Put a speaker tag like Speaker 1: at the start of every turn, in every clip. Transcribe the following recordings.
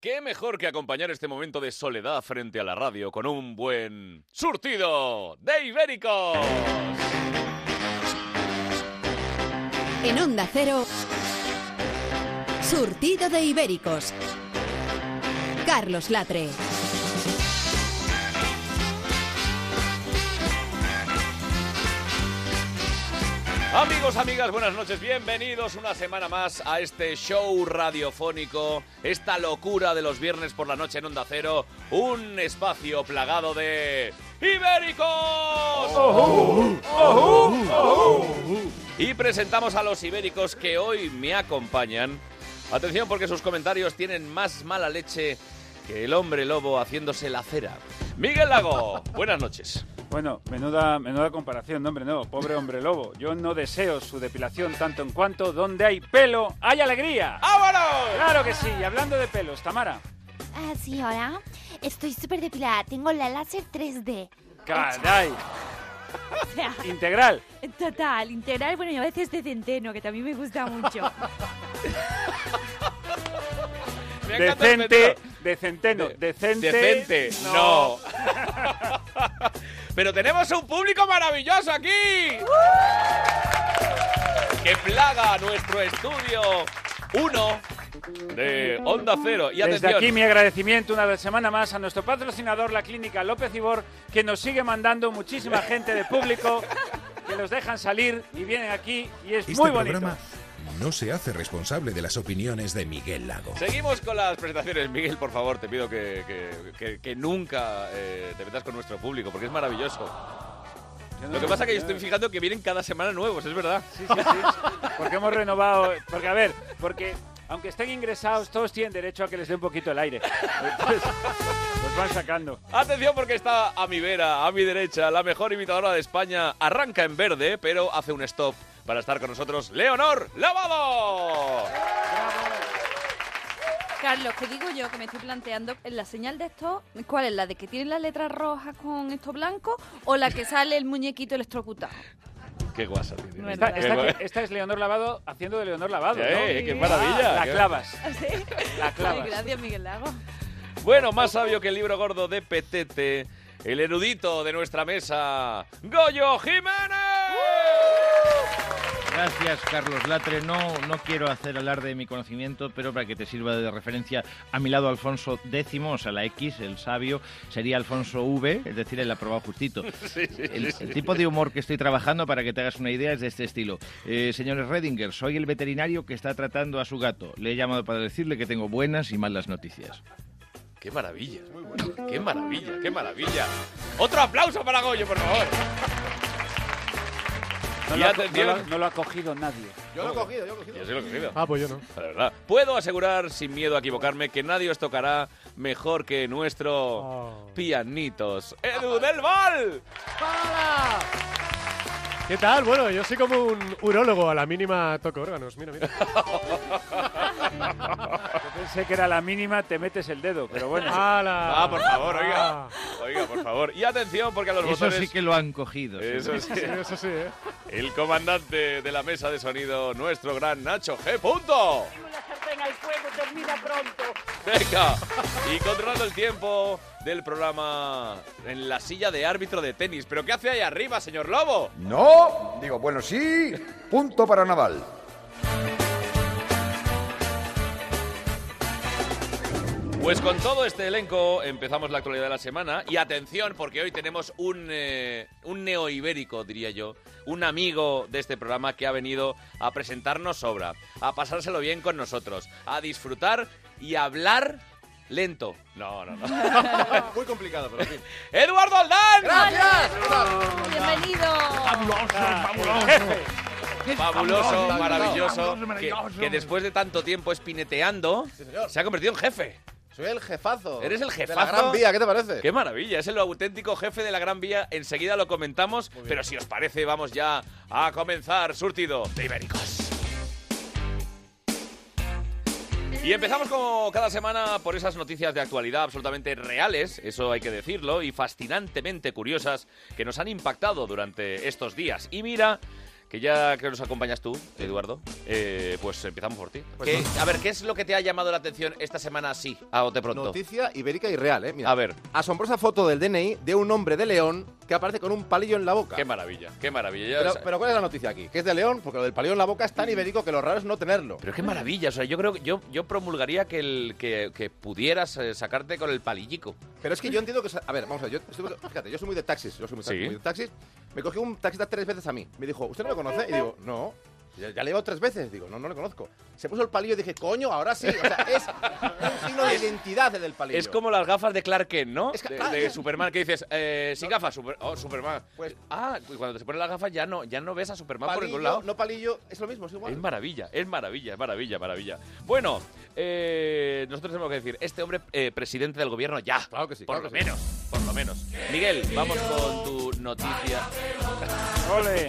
Speaker 1: ¿Qué mejor que acompañar este momento de soledad frente a la radio con un buen surtido de ibéricos?
Speaker 2: En Onda Cero, surtido de ibéricos. Carlos Latre.
Speaker 1: Amigos, amigas, buenas noches, bienvenidos una semana más a este show radiofónico, esta locura de los viernes por la noche en Onda Cero, un espacio plagado de ibéricos. Y presentamos a los ibéricos que hoy me acompañan. Atención porque sus comentarios tienen más mala leche que el hombre lobo haciéndose la cera. Miguel Lago, buenas noches.
Speaker 3: Bueno, menuda, menuda comparación, no, hombre, no, pobre hombre lobo. Yo no deseo su depilación tanto en cuanto donde hay pelo, hay alegría.
Speaker 1: ¡Vámonos!
Speaker 3: Claro que sí, y hablando de pelos, Tamara.
Speaker 4: Ah, sí, hola. Estoy súper depilada. Tengo la láser 3D.
Speaker 3: Caray,
Speaker 4: O sea,
Speaker 3: integral.
Speaker 4: total, integral. Bueno, y a veces de centeno, que también me gusta mucho.
Speaker 1: Me encanta el
Speaker 3: Decente,
Speaker 1: centeno.
Speaker 3: decenteno, decente.
Speaker 1: Decente, no. Pero tenemos un público maravilloso aquí.
Speaker 3: ¡Uh!
Speaker 1: Que plaga nuestro estudio 1 de Onda Cero. Y
Speaker 3: Desde
Speaker 1: atención,
Speaker 3: aquí mi agradecimiento una semana más a nuestro patrocinador, la clínica López Ibor, que nos sigue mandando muchísima gente de público, que nos dejan salir y vienen aquí y es
Speaker 5: Este
Speaker 3: muy bonito.
Speaker 5: programa no se hace responsable de las opiniones de Miguel Lago.
Speaker 1: seguimos con las presentaciones. Miguel, por favor, te pido que, que- que- que nunca eh, te metas con nuestro público, porque es maravilloso. Lo que pasa es que yo estoy fijando que vienen cada semana nuevos, es verdad.
Speaker 3: Sí, sí, sí. Porque hemos renovado. Porque, a ver, porque aunque estén ingresados, todos tienen derecho a que les dé un poquito el aire. Entonces, los van sacando.
Speaker 1: Atención porque está a mi vera, a mi derecha, la mejor imitadora de España. Arranca en verde, pero hace un stop para estar con nosotros. Leonor Lavado.
Speaker 6: Carlos, ¿qué digo yo? Que me estoy planteando en la señal de esto, ¿cuál es la de que tiene las letras rojas con esto blanco o la que sale el muñequito electrocutado?
Speaker 1: Qué guasa tiene.
Speaker 6: No es
Speaker 3: Esta,
Speaker 6: verdad.
Speaker 1: Qué
Speaker 3: esta-
Speaker 1: guay.
Speaker 3: esta es Leonor Lavado haciendo de Leonor Lavado. ¿no?
Speaker 1: Eh, qué maravilla. Ah,
Speaker 3: La
Speaker 1: Qué-
Speaker 3: clavas. La
Speaker 6: Sí,
Speaker 3: clavas.
Speaker 6: gracias, Miguel Lago.
Speaker 1: Bueno, más sabio que el libro gordo de Petete, el erudito de nuestra mesa, Goyo Jiménez.
Speaker 7: Gracias, Carlos Latre. No, no quiero hacer alarde de mi conocimiento, pero para que te sirva de referencia, a mi lado Alfonso X, o sea, la X, el sabio, sería Alfonso V, es decir, el aprobado justito. el, el tipo de humor que estoy trabajando, para que te hagas una idea, es de este estilo. Eh, señores Redinger, soy el veterinario que está tratando a su gato. Le he llamado para decirle que tengo buenas y malas noticias.
Speaker 1: Qué maravilla. Qué maravilla, qué maravilla. Otro aplauso para Goyo, por favor.
Speaker 3: No
Speaker 1: Y
Speaker 3: lo, ha,
Speaker 1: atención.
Speaker 3: no lo- no lo ha cogido nadie.
Speaker 1: Yo soy lo que digo.
Speaker 8: Ah, pues yo no.
Speaker 1: La verdad. Puedo asegurar, sin miedo a equivocarme, que nadie os tocará mejor que nuestro pianitos, Edu del Val.
Speaker 8: ¿Qué tal? Bueno, yo soy como un urólogo, a la mínima toco órganos. Mira, mira.
Speaker 3: Yo pensé que era la mínima, te metes el dedo, pero bueno.
Speaker 8: ¡Hala!
Speaker 1: Ah, por favor, oiga.
Speaker 8: Ah,
Speaker 1: Oiga, por favor. Y atención, porque a los
Speaker 7: Eso
Speaker 1: botones...
Speaker 7: sí que lo han cogido.
Speaker 1: Eso
Speaker 7: señores.
Speaker 1: sí.
Speaker 8: sí, eso sí, ¿eh?
Speaker 1: El comandante de la mesa de sonido, nuestro gran Nacho G. Punto. Venga. Y controlando el tiempo del programa en la silla de árbitro de tenis. ¿Pero qué hace ahí arriba, señor Lobo?
Speaker 9: No, digo, bueno, sí, punto para Naval.
Speaker 1: Pues con todo este elenco empezamos la actualidad de la semana y atención porque hoy tenemos un, eh, un neoibérico, diría yo, un amigo de este programa que ha venido a presentarnos obra, a pasárselo bien con nosotros, a disfrutar y a hablar lento. No, no, no. Muy complicado, pero ¡Eduardo Aldán!
Speaker 6: Hola, ¡Bienvenido!
Speaker 1: Fabuloso, maravilloso, que, que después de tanto tiempo espineteando, se ha convertido en jefe.
Speaker 10: Soy el jefazo.
Speaker 1: Eres el
Speaker 10: De
Speaker 1: jefazo.
Speaker 10: la Gran Vía, ¿qué te parece?
Speaker 1: Qué maravilla, es el auténtico jefe de la Gran Vía. Enseguida lo comentamos, pero si os parece, vamos ya a comenzar surtido de ibéricos. Y empezamos como cada semana por esas noticias de actualidad absolutamente reales, eso hay que decirlo, y fascinantemente curiosas que nos han impactado durante estos días. Y mira que ya creo que nos acompañas tú, Eduardo, eh, pues empezamos por ti.
Speaker 10: Pues
Speaker 1: ¿Qué-
Speaker 10: no.
Speaker 1: a ver, ¿qué es lo que te ha llamado la atención esta semana así, a bote pronto?
Speaker 10: Noticia ibérica y real, ¿eh? Mira.
Speaker 1: A ver.
Speaker 10: Asombrosa foto del DNI de un hombre de León que aparece con un palillo en la boca.
Speaker 1: Qué maravilla, qué maravilla. Ya,
Speaker 10: Pero,
Speaker 1: o sea,
Speaker 10: pero ¿cuál es la noticia aquí? Que es de León, porque lo del palillo en la boca
Speaker 1: Mm.
Speaker 10: es tan ibérico que lo raro es no tenerlo.
Speaker 1: Pero qué maravilla, o sea, yo creo que yo, yo promulgaría que, el, que, que pudieras eh, sacarte con el palillico.
Speaker 10: Pero es que yo entiendo que... se- A ver, vamos a ver, yo estuve- fíjate, yo soy muy de taxis, yo soy muy,
Speaker 1: Sí.
Speaker 10: muy de taxis. Me cogió un taxista tres veces a mí. Me dijo, ¿usted no lo conoce? Y digo, no. Ya, ya le he llevado tres veces. Digo, no, no lo conozco. Se puso el palillo y dije, coño, ahora sí. O sea, es un signo de identidad el del palillo.
Speaker 1: Es como las gafas de Clark Kent, ¿no?
Speaker 10: que- ah,
Speaker 1: de, de Superman, que dices, eh, sin gafas, super- oh, Superman.
Speaker 10: Pues-
Speaker 1: ah, y cuando te pones las gafas ya no, ya no ves a Superman por
Speaker 10: palillo,
Speaker 1: ningún lado.
Speaker 10: no palillo, es lo mismo, es igual.
Speaker 1: Es maravilla, es maravilla, es maravilla, maravilla. Bueno, eh, nosotros tenemos que decir, este hombre eh, presidente del gobierno ya.
Speaker 10: Claro que sí,
Speaker 1: Por
Speaker 10: claro
Speaker 1: lo
Speaker 10: que sí.
Speaker 1: menos, por lo menos. Miguel, vamos con tu noticia.
Speaker 3: Ole.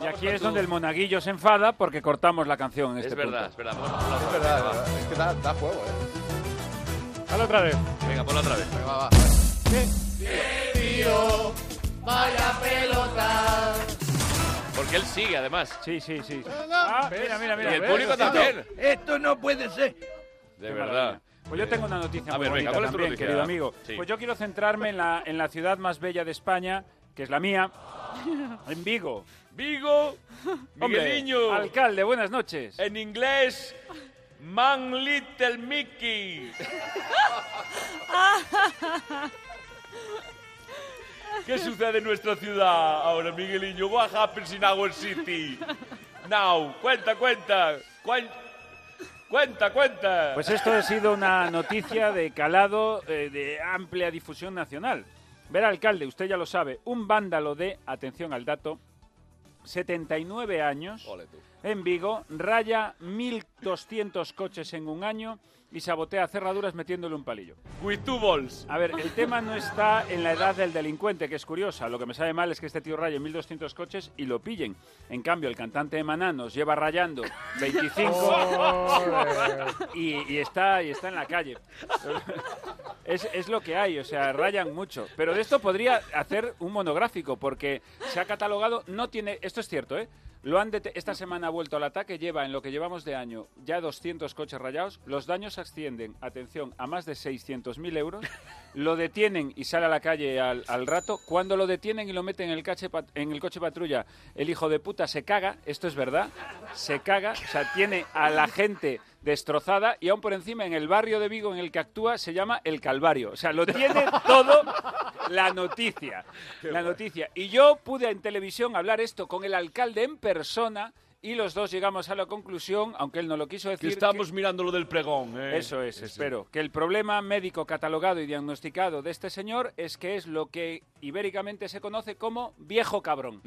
Speaker 3: Y aquí es donde el monaguillo se enfada porque cortamos la canción en este
Speaker 1: es verdad, es
Speaker 3: punto.
Speaker 1: verdad. Vamos a ponerla
Speaker 10: Es
Speaker 1: otra
Speaker 10: verdad,
Speaker 1: vez,
Speaker 10: es verdad, es que da, da juego, ¿eh?
Speaker 8: Dale otra vez.
Speaker 1: va. Venga, ponla otra vez.
Speaker 10: Venga, va, va.
Speaker 1: Porque él sigue, además.
Speaker 3: Sí, sí, sí. Ah, mira, mira, mira.
Speaker 1: Y el
Speaker 3: ¿Ves?
Speaker 1: público también.
Speaker 7: Esto no puede ser.
Speaker 1: De
Speaker 3: Qué
Speaker 1: verdad.
Speaker 3: maravilla. Pues yo tengo una noticia
Speaker 1: a
Speaker 3: muy
Speaker 1: ver, venga,
Speaker 3: bonita
Speaker 1: ¿cuál es tu
Speaker 3: también,
Speaker 1: noticia?
Speaker 3: querido amigo.
Speaker 1: Sí.
Speaker 3: Pues yo quiero centrarme en la, en la ciudad más bella de España, que es la mía, en Vigo.
Speaker 1: Vigo,
Speaker 3: Hombre,
Speaker 1: Migueliño,
Speaker 3: alcalde, buenas noches.
Speaker 1: en inglés, Man Little Mickey. ¿Qué sucede en nuestra ciudad ahora, Migueliño? What happens in our city? Now, cuenta, cuenta, cuen- cuenta, cuenta.
Speaker 3: Pues esto ha sido una noticia de calado eh, de amplia difusión nacional. Ver alcalde, usted ya lo sabe, un vándalo de, atención al dato, 79 años en Vigo, raya 1.200 coches en un año y sabotea cerraduras metiéndole un palillo.
Speaker 1: With two balls.
Speaker 3: A ver, el tema no está en la edad del delincuente, que es curiosa. Lo que me sabe mal es que este tío raye 1.200 coches y lo pillen. En cambio, el cantante de Maná nos lleva rayando 25 y, y está, y está en la calle. Es, es lo que hay, o sea, rayan mucho. Pero de esto podría hacer un monográfico, porque se ha catalogado, no tiene, esto es cierto, ¿eh? Lo han dete- esta semana ha vuelto al ataque, lleva en lo que llevamos de año ya 200 coches rayados, los daños ascienden, atención, a más de 600.000 euros, lo detienen y sale a la calle al, al rato, cuando lo detienen y lo meten en el, cache pat- en el coche patrulla, el hijo de puta se caga, esto es verdad, se caga, o sea, tiene a la gente destrozada y aún por encima en el barrio de Vigo en el que actúa se llama El Calvario. O sea, lo tiene todo la noticia. La noticia. Y yo pude en televisión hablar esto con el alcalde en persona y los dos llegamos a la conclusión, aunque él no lo quiso decir. que-
Speaker 1: mirando lo del pregón, ¿eh?
Speaker 3: Eso es, espero. Que el problema médico catalogado y diagnosticado de este señor es que es lo que ibéricamente se conoce como viejo cabrón.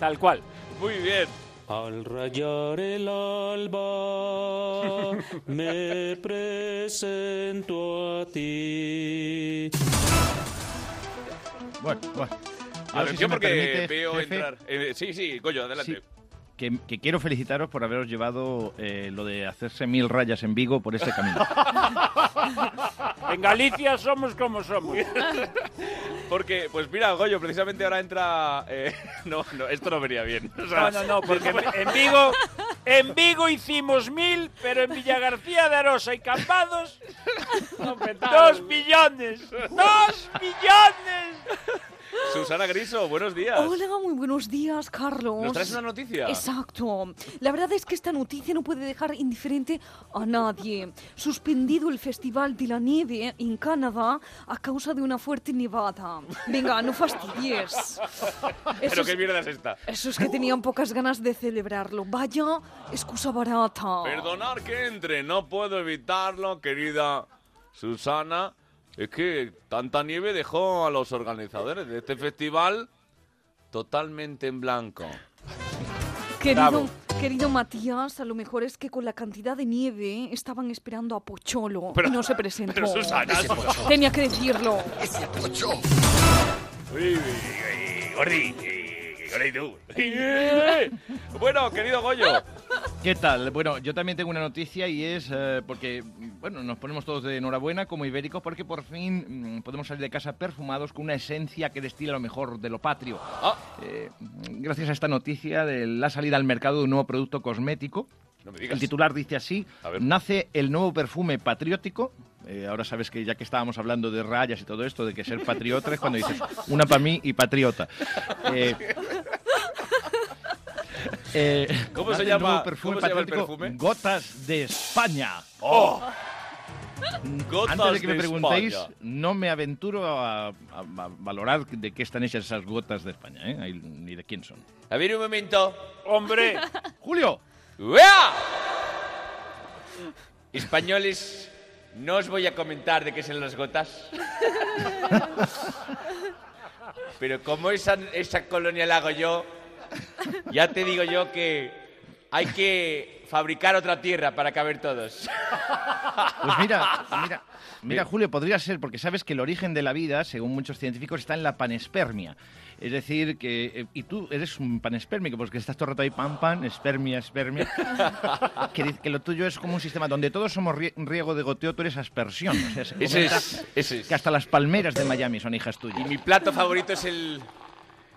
Speaker 3: Tal cual.
Speaker 1: Muy bien.
Speaker 11: Al rayar el alba me presento a ti.
Speaker 7: Bueno, bueno. Yo, si se
Speaker 1: Atención
Speaker 7: me
Speaker 1: porque
Speaker 7: permite,
Speaker 1: veo
Speaker 7: jefe,
Speaker 1: entrar. eh, sí, sí, Goyo, adelante.
Speaker 7: Sí, que, que quiero felicitaros por haberos llevado eh, lo de hacerse mil rayas en Vigo por este camino.
Speaker 3: En Galicia somos como somos.
Speaker 1: Porque, pues mira, Goyo, precisamente ahora entra. eh, no, no, esto no venía bien. O sea,
Speaker 3: No, no, no, porque en, en Vigo, en Vigo hicimos mil, pero en Villagarcía de Arosa y Cambados, dos millones, dos millones.
Speaker 1: Susana Griso, buenos días.
Speaker 6: Hola, muy buenos días, Carlos.
Speaker 1: ¿Nos traes una noticia?
Speaker 6: Exacto. La verdad es que esta noticia no puede dejar indiferente a nadie. Suspendido el Festival de la Nieve en Canadá a causa de una fuerte nevada. Venga, no fastidies. Eso
Speaker 1: Pero
Speaker 6: es-
Speaker 1: qué mierda es esta.
Speaker 6: eso es que tenían pocas ganas de celebrarlo. Vaya, excusa barata.
Speaker 1: Perdonar que entre, no puedo evitarlo, querida Susana. Es que tanta nieve dejó a los organizadores de este festival totalmente en blanco.
Speaker 6: Querido, querido Matías, a lo mejor es que con la cantidad de nieve estaban esperando a Pocholo
Speaker 1: Pero-
Speaker 6: y no se presentó.
Speaker 1: pero Susana, Ese Pocholo.
Speaker 6: tenía que decirlo.
Speaker 1: Uy, uy, ¡Eh! uy, Gordi, uy, Gordi, tú. Bueno, querido Goyo,
Speaker 7: ¿Qué tal? Bueno, yo también tengo una noticia y es eh, porque, mm, bueno, nos ponemos todos de enhorabuena como ibéricos porque por fin mm, podemos salir de casa perfumados con una esencia que destila lo mejor de lo patrio. Eh, mm, gracias a esta noticia de la salida al mercado de un nuevo producto cosmético. El titular dice así, nace el nuevo perfume patriótico. Eh, ahora sabes que ya que estábamos hablando de rayas y todo esto, de que ser patriota es cuando dices una para mí y patriota. Eh, eh,
Speaker 1: ¿Cómo
Speaker 7: nace
Speaker 1: se
Speaker 7: el
Speaker 1: llama-
Speaker 7: nuevo perfume
Speaker 1: cómo se llama el
Speaker 7: patriótico,
Speaker 1: perfume?
Speaker 7: Gotas de España.
Speaker 1: ¡Oh!
Speaker 7: Antes de que me
Speaker 1: de
Speaker 7: preguntéis,
Speaker 1: España.
Speaker 7: no me aventuro a, a- a valorar de qué están hechas esas gotas de España, ¿eh? Ahí, ni de quién son.
Speaker 1: A ver un momento.
Speaker 3: ¡Hombre!
Speaker 7: ¡Julio!
Speaker 1: ¡Vea! Españoles, no os voy a comentar de qué son las gotas. Pero como esa, esa colonia la hago yo, ya te digo yo que hay que fabricar otra tierra para caber todos.
Speaker 7: Pues mira, mira, mira, Julio, podría ser, porque sabes que el origen de la vida, según muchos científicos, está en la panespermia. Es decir, que. eh, Y tú eres un panespérmico, porque estás todo el rato ahí, pan, pan, espermia, espermia. que, dice que lo tuyo es como un sistema donde todos somos rie- riego de goteo, tú eres aspersión. O sea, se
Speaker 1: Ese
Speaker 7: comenta
Speaker 1: es, ese es.
Speaker 7: Que hasta las palmeras de Miami son hijas tuyas.
Speaker 1: Mi plato favorito es el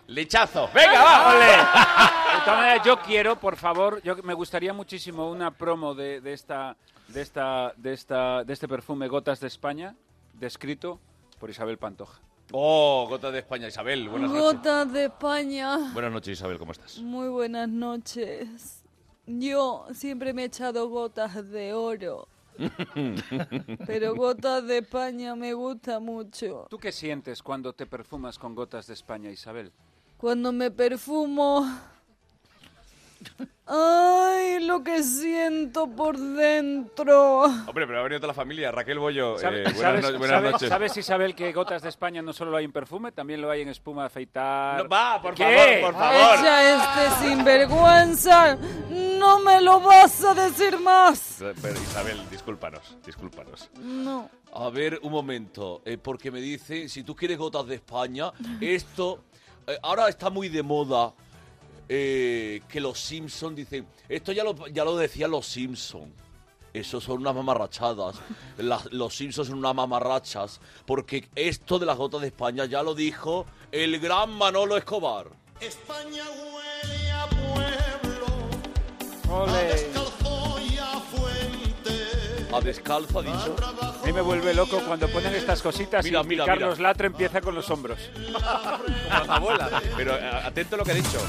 Speaker 1: lechazo. ¡Venga, va!
Speaker 3: De todas maneras, yo quiero, por favor, yo me gustaría muchísimo una promo de, de esta, de esta, de esta, de este perfume Gotas de España, descrito por Isabel Pantoja.
Speaker 1: Oh, gota de España, Isabel. Buenas noches.
Speaker 12: Gota de España.
Speaker 1: Buenas noches, Isabel, ¿cómo estás?
Speaker 12: Muy buenas noches. Yo siempre me he echado gotas de oro, pero gotas de España me gusta mucho.
Speaker 3: ¿Tú qué sientes cuando te perfumas con Gotas de España, Isabel?
Speaker 12: Cuando me perfumo, ay, lo que siento por dentro.
Speaker 1: Hombre, pero ha venido toda la familia. Raquel Bollo,
Speaker 3: ¿Sabe-
Speaker 1: eh, buenas,
Speaker 3: sabes-
Speaker 1: no- buenas
Speaker 3: sabes-
Speaker 1: noches.
Speaker 3: ¿Sabes, Isabel, que Gotas de España no solo lo hay en perfume, también lo hay en espuma de afeitar?
Speaker 1: No, va, por
Speaker 3: ¿Qué?
Speaker 1: favor, por
Speaker 12: Echa este sinvergüenza, no me lo vas a decir más.
Speaker 1: Pero, Isabel, discúlpanos, discúlpanos.
Speaker 12: No.
Speaker 1: A ver, un momento, eh, porque me dice, si tú quieres gotas de España, esto eh, ahora está muy de moda eh, que los Simpson dicen, esto ya lo, ya lo decían los Simpson. Eso son unas mamarrachadas. Las- los Simpson son unas mamarrachas. Porque esto de las gotas de España ya lo dijo el gran Manolo Escobar.
Speaker 13: España huele a pueblo, a descalzo y a fuente.
Speaker 1: A descalzo, ha dicho.
Speaker 3: A mí me vuelve loco cuando ponen estas cositas
Speaker 1: Mira,
Speaker 3: y, y
Speaker 1: mira,
Speaker 3: Carlos
Speaker 1: mira.
Speaker 3: Latre empieza con los hombros.
Speaker 1: Como las abuelas. Pero eh, atento a lo que ha dicho.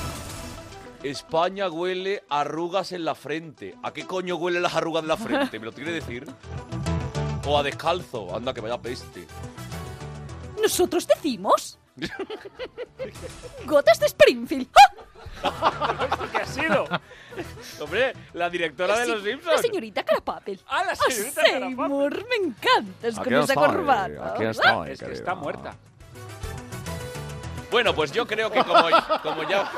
Speaker 1: España huele a arrugas en la frente. ¿A qué coño huelen las arrugas en la frente? ¿Me lo quiere decir? O a descalzo. Anda, que vaya peste.
Speaker 6: ¿Nosotros decimos? Gotas de Springfield. ¡Ah!
Speaker 3: ¿Qué ha sido?
Speaker 1: Hombre, la directora
Speaker 6: Sí, La señorita Carapapel.
Speaker 3: ¡Ah, la
Speaker 6: señorita Seymour, me encantas con esa corbata. Ah,
Speaker 3: Es que está muerta.
Speaker 1: Bueno, pues yo creo que como, como ya...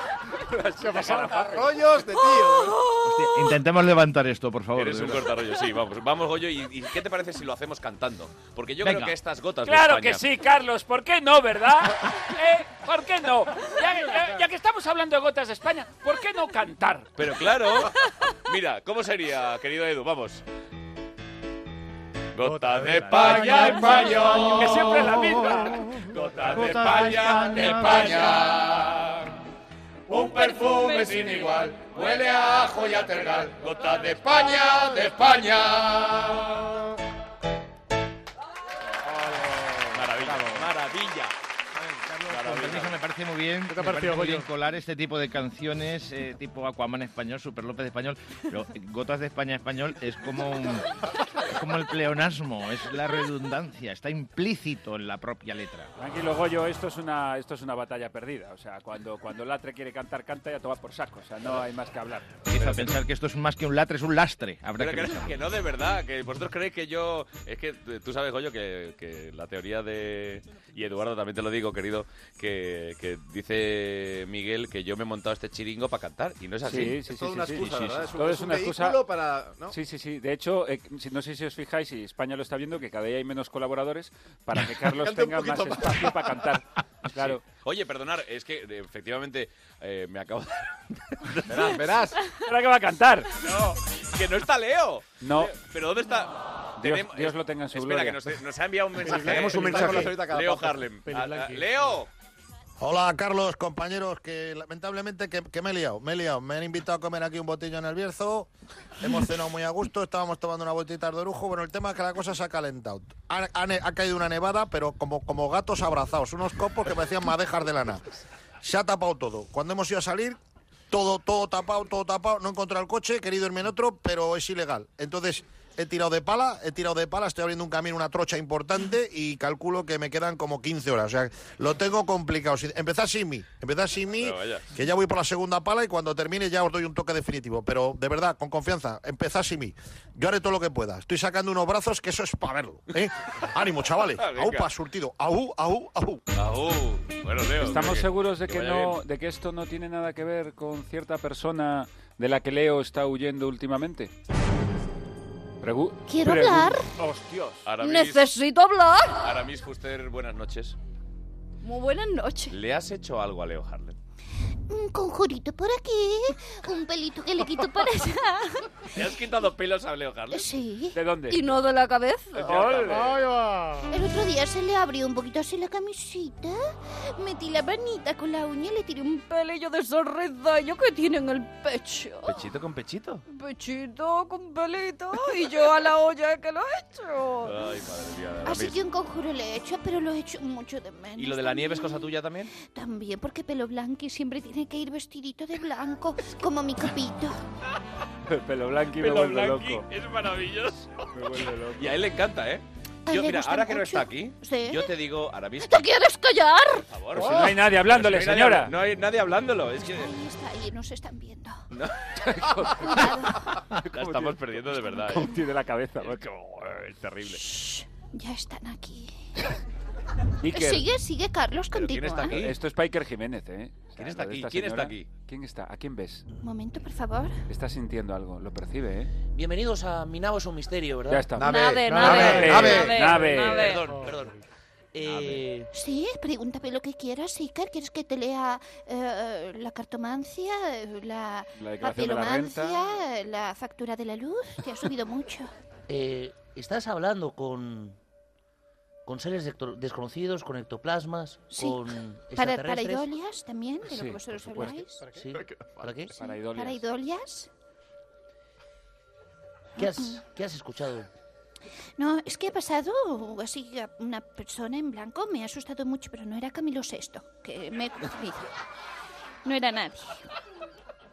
Speaker 10: Rollos de tío.
Speaker 7: Intentemos levantar esto, por favor.
Speaker 1: Eres
Speaker 7: de
Speaker 1: un
Speaker 7: verdad.
Speaker 1: cortarrollo, sí, vamos, vamos Goyo, y, y ¿qué te parece si lo hacemos cantando? Porque yo
Speaker 7: Venga.
Speaker 1: creo que estas gotas de
Speaker 3: Claro
Speaker 1: España-
Speaker 3: que sí, Carlos. ¿Por qué no, verdad? Eh, ¿Por qué no? Ya, ya- ya que estamos hablando de gotas de España, ¿por qué no cantar?
Speaker 1: Pero claro. Mira, ¿cómo sería, querido Edu? Vamos. Gota de España, España.
Speaker 3: Que siempre es la misma.
Speaker 1: Gota
Speaker 13: de España, España. Un perfume sin igual, huele a ajo y a tergal. Gota de España, de España.
Speaker 1: Maravilla, maravilla.
Speaker 7: Con permiso, me parece muy bien, me
Speaker 8: ha
Speaker 7: parece
Speaker 8: parecido,
Speaker 7: muy
Speaker 8: Goyo?
Speaker 7: bien colar este tipo de canciones, eh, tipo Aquaman español, Super López español, pero Gotas de España español es como, un- es como el pleonasmo, es la redundancia, está implícito en la propia letra.
Speaker 3: Tranquilo, Goyo, esto es una, esto es una batalla perdida. O sea, cuando, cuando Latre quiere cantar, canta y a tomar por saco. O sea, no hay más que hablar.
Speaker 7: Empiezo a pensar que esto es más que un latre, es un lastre. Habrá
Speaker 1: Pero
Speaker 7: que
Speaker 1: que,
Speaker 7: pensar.
Speaker 1: que no, de verdad, que vosotros creéis que yo... Es que t- tú sabes, Goyo, que, que la teoría de... Y Eduardo, también te lo digo, querido, que, que dice Miguel que yo me he montado este chiringo para cantar, y no es así.
Speaker 3: Sí, sí, sí, sí, sí, sí, sí. Todo es una excusa. Sí, sí, sí. De hecho, eh, si- no sé si os fijáis, si España lo está viendo, que cada día hay menos colaboradores para que Carlos
Speaker 10: Cante un
Speaker 3: tenga más
Speaker 10: poquito más.
Speaker 3: espacio para cantar. Claro.
Speaker 1: Oye, perdonar, es que eh, efectivamente eh, me acabo de...
Speaker 3: Verás, verás. Ahora que va a cantar.
Speaker 1: No, que no está Leo. Eh,
Speaker 3: No.
Speaker 1: ¿Pero dónde está?
Speaker 3: Dios-
Speaker 1: Tenemos-
Speaker 3: Dios lo tenga en su
Speaker 1: Espera,
Speaker 3: gloria.
Speaker 1: que nos, nos ha enviado un mensaje. eh.
Speaker 14: Tenemos un mensaje.
Speaker 1: Leo Harlem. Ah, ah, Leo.
Speaker 14: Hola, Carlos, compañeros, que lamentablemente que, que me he liado, me he liado. Me han invitado a comer aquí un botillo en el Bierzo, hemos cenado muy a gusto, estábamos tomando una botita de orujo. Bueno, el tema es que la cosa se ha calentado. Ha, ha ne- ha caído una nevada, pero como, como gatos abrazados, unos copos que parecían madejas de lana. Se ha tapado todo. Cuando hemos ido a salir, todo, todo tapado, todo tapado. No he encontrado el coche, he querido irme en otro, pero es ilegal. Entonces he tirado de pala, he tirado de pala, estoy abriendo un camino, una trocha importante y calculo que me quedan como 15 horas. O sea, lo tengo complicado. Si- Empezad sin mí, empezad sin mí,
Speaker 1: Pero vaya.
Speaker 14: que ya voy por la segunda pala y cuando termine ya os doy un toque definitivo. Pero de verdad, con confianza, empezad sin mí. Yo haré todo lo que pueda. Estoy sacando unos brazos que eso es para verlo. ¿eh? Ánimo, chavales.
Speaker 1: Venga.
Speaker 14: Aupa, surtido. Au, au, au.
Speaker 1: Au. Bueno, Leo.
Speaker 3: Estamos
Speaker 1: que-
Speaker 3: seguros de que,
Speaker 1: vaya
Speaker 3: no,
Speaker 1: bien.
Speaker 3: de que esto no tiene nada que ver con cierta persona de la que Leo está huyendo últimamente. Pregu-
Speaker 4: Quiero
Speaker 3: pregun-
Speaker 4: hablar.
Speaker 3: Hostios.
Speaker 1: Aramis-
Speaker 6: Necesito hablar.
Speaker 1: Aramis Fuster, buenas noches.
Speaker 6: Muy buenas noches.
Speaker 1: ¿Le has hecho algo a Leo Harlem?
Speaker 4: Un conjurito por aquí, un pelito que le quito para allá.
Speaker 1: ¿Le has quitado pelos a Leo Harlem?
Speaker 4: Sí.
Speaker 1: ¿De dónde?
Speaker 6: Y no de la cabeza.
Speaker 1: ¡Ole!
Speaker 4: El otro día se le abrió un poquito así la camisita, metí la manita con la uña y le tiré un
Speaker 6: Pelillo de sorrizaño que tiene en el pecho.
Speaker 1: ¿Pechito con pechito?
Speaker 6: Pechito con pelito y yo a la olla que lo he hecho.
Speaker 1: Ay, madre mía. Aramis.
Speaker 4: Así que un conjuro le he hecho, pero lo he hecho mucho de menos.
Speaker 1: ¿Y lo de la nieve es cosa tuya también?
Speaker 4: También porque pelo blanco y siempre tiene que ir vestidito de blanco, como mi copito.
Speaker 3: El pelo blanqui me
Speaker 1: Pelo
Speaker 3: vuelve
Speaker 1: blanqui
Speaker 3: loco.
Speaker 1: Es maravilloso.
Speaker 3: Me vuelve loco.
Speaker 1: Y a él le encanta, ¿eh?
Speaker 4: A él
Speaker 1: Yo,
Speaker 4: le
Speaker 1: mira,
Speaker 4: gusta
Speaker 1: ahora que no
Speaker 4: mucho.
Speaker 1: está aquí,
Speaker 4: Sí.
Speaker 1: yo te digo, Aramis,
Speaker 4: ¿Te quieres callar?
Speaker 1: por favor.
Speaker 3: Pero si no hay nadie hablándole,
Speaker 1: Pero si no hay
Speaker 3: señora.
Speaker 1: nadie- no hay nadie hablándolo. Es que
Speaker 4: Ahí está, ahí nos están viendo.
Speaker 1: No. la estamos perdiendo de verdad.
Speaker 3: ¿Cómo
Speaker 1: ¿eh?
Speaker 3: tiene la cabeza?
Speaker 1: Es, que, oh, es terrible.
Speaker 4: Ya están aquí.
Speaker 3: Iker.
Speaker 4: Sigue, sigue, Carlos, continúa.
Speaker 3: Esto es Piker Jiménez, ¿eh? O sea,
Speaker 1: ¿Quién está
Speaker 3: lo de
Speaker 1: aquí?
Speaker 3: esta
Speaker 1: ¿Quién está
Speaker 3: señora-
Speaker 1: aquí?
Speaker 3: ¿Quién está? ¿A quién ves?
Speaker 4: Un momento, por favor.
Speaker 3: Está sintiendo algo, lo percibe, ¿eh?
Speaker 1: Bienvenidos a Mi nabo es un misterio, ¿verdad?
Speaker 3: Ya está. nave,
Speaker 4: Nave, nave,
Speaker 3: nave.
Speaker 4: nave.
Speaker 1: Perdón, perdón. Eh,
Speaker 4: Sí, pregúntame lo que quieras, Iker. ¿Quieres que te lea eh, la cartomancia, eh, la,
Speaker 3: La declaración de la
Speaker 4: papelomancia, eh, la factura de la luz? Te ha subido mucho.
Speaker 15: Eh, estás hablando con con seres ecto- desconocidos, con ectoplasmas,
Speaker 4: Sí.
Speaker 15: con
Speaker 4: Para, para
Speaker 15: extraterrestres.
Speaker 4: idolias también, de lo
Speaker 15: Sí,
Speaker 4: que vosotros
Speaker 15: por supuesto.
Speaker 4: habláis.
Speaker 15: Sí. ¿Para qué?
Speaker 4: Sí, Para idolias. Mm,
Speaker 15: ¿Qué has, qué has escuchado?
Speaker 4: No, es que ha pasado así a una persona en blanco, me ha asustado mucho, pero no era Camilo Sexto, que me he confundido. No era nadie.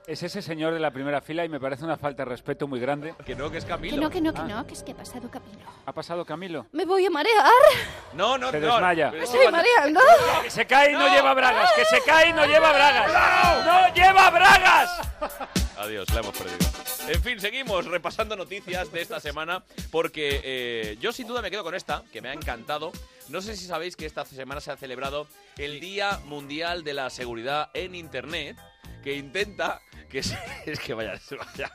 Speaker 3: Es ese señor de la primera fila y me parece una falta de respeto muy grande. Ah,
Speaker 1: Que no, que es Camilo. Ah.
Speaker 4: Que no, que no, que no, que es que ha pasado Camilo.
Speaker 3: ¿Ha pasado Camilo?
Speaker 4: Me voy a marear.
Speaker 1: No, no,
Speaker 3: Se
Speaker 1: no.
Speaker 3: desmaya.
Speaker 1: Pero-
Speaker 3: Me
Speaker 4: Estoy mareando.
Speaker 3: ¡Que se cae y no, lleva bragas! ¡Que se cae y no lleva bragas! ¡No lleva bragas!
Speaker 1: Adiós, la hemos perdido. En fin, seguimos repasando noticias de esta semana porque eh, yo sin duda me quedo con esta, que me ha encantado. No sé si sabéis que esta semana se ha celebrado el Día Mundial de la Seguridad en Internet, que intenta que se- es que vaya, vaya,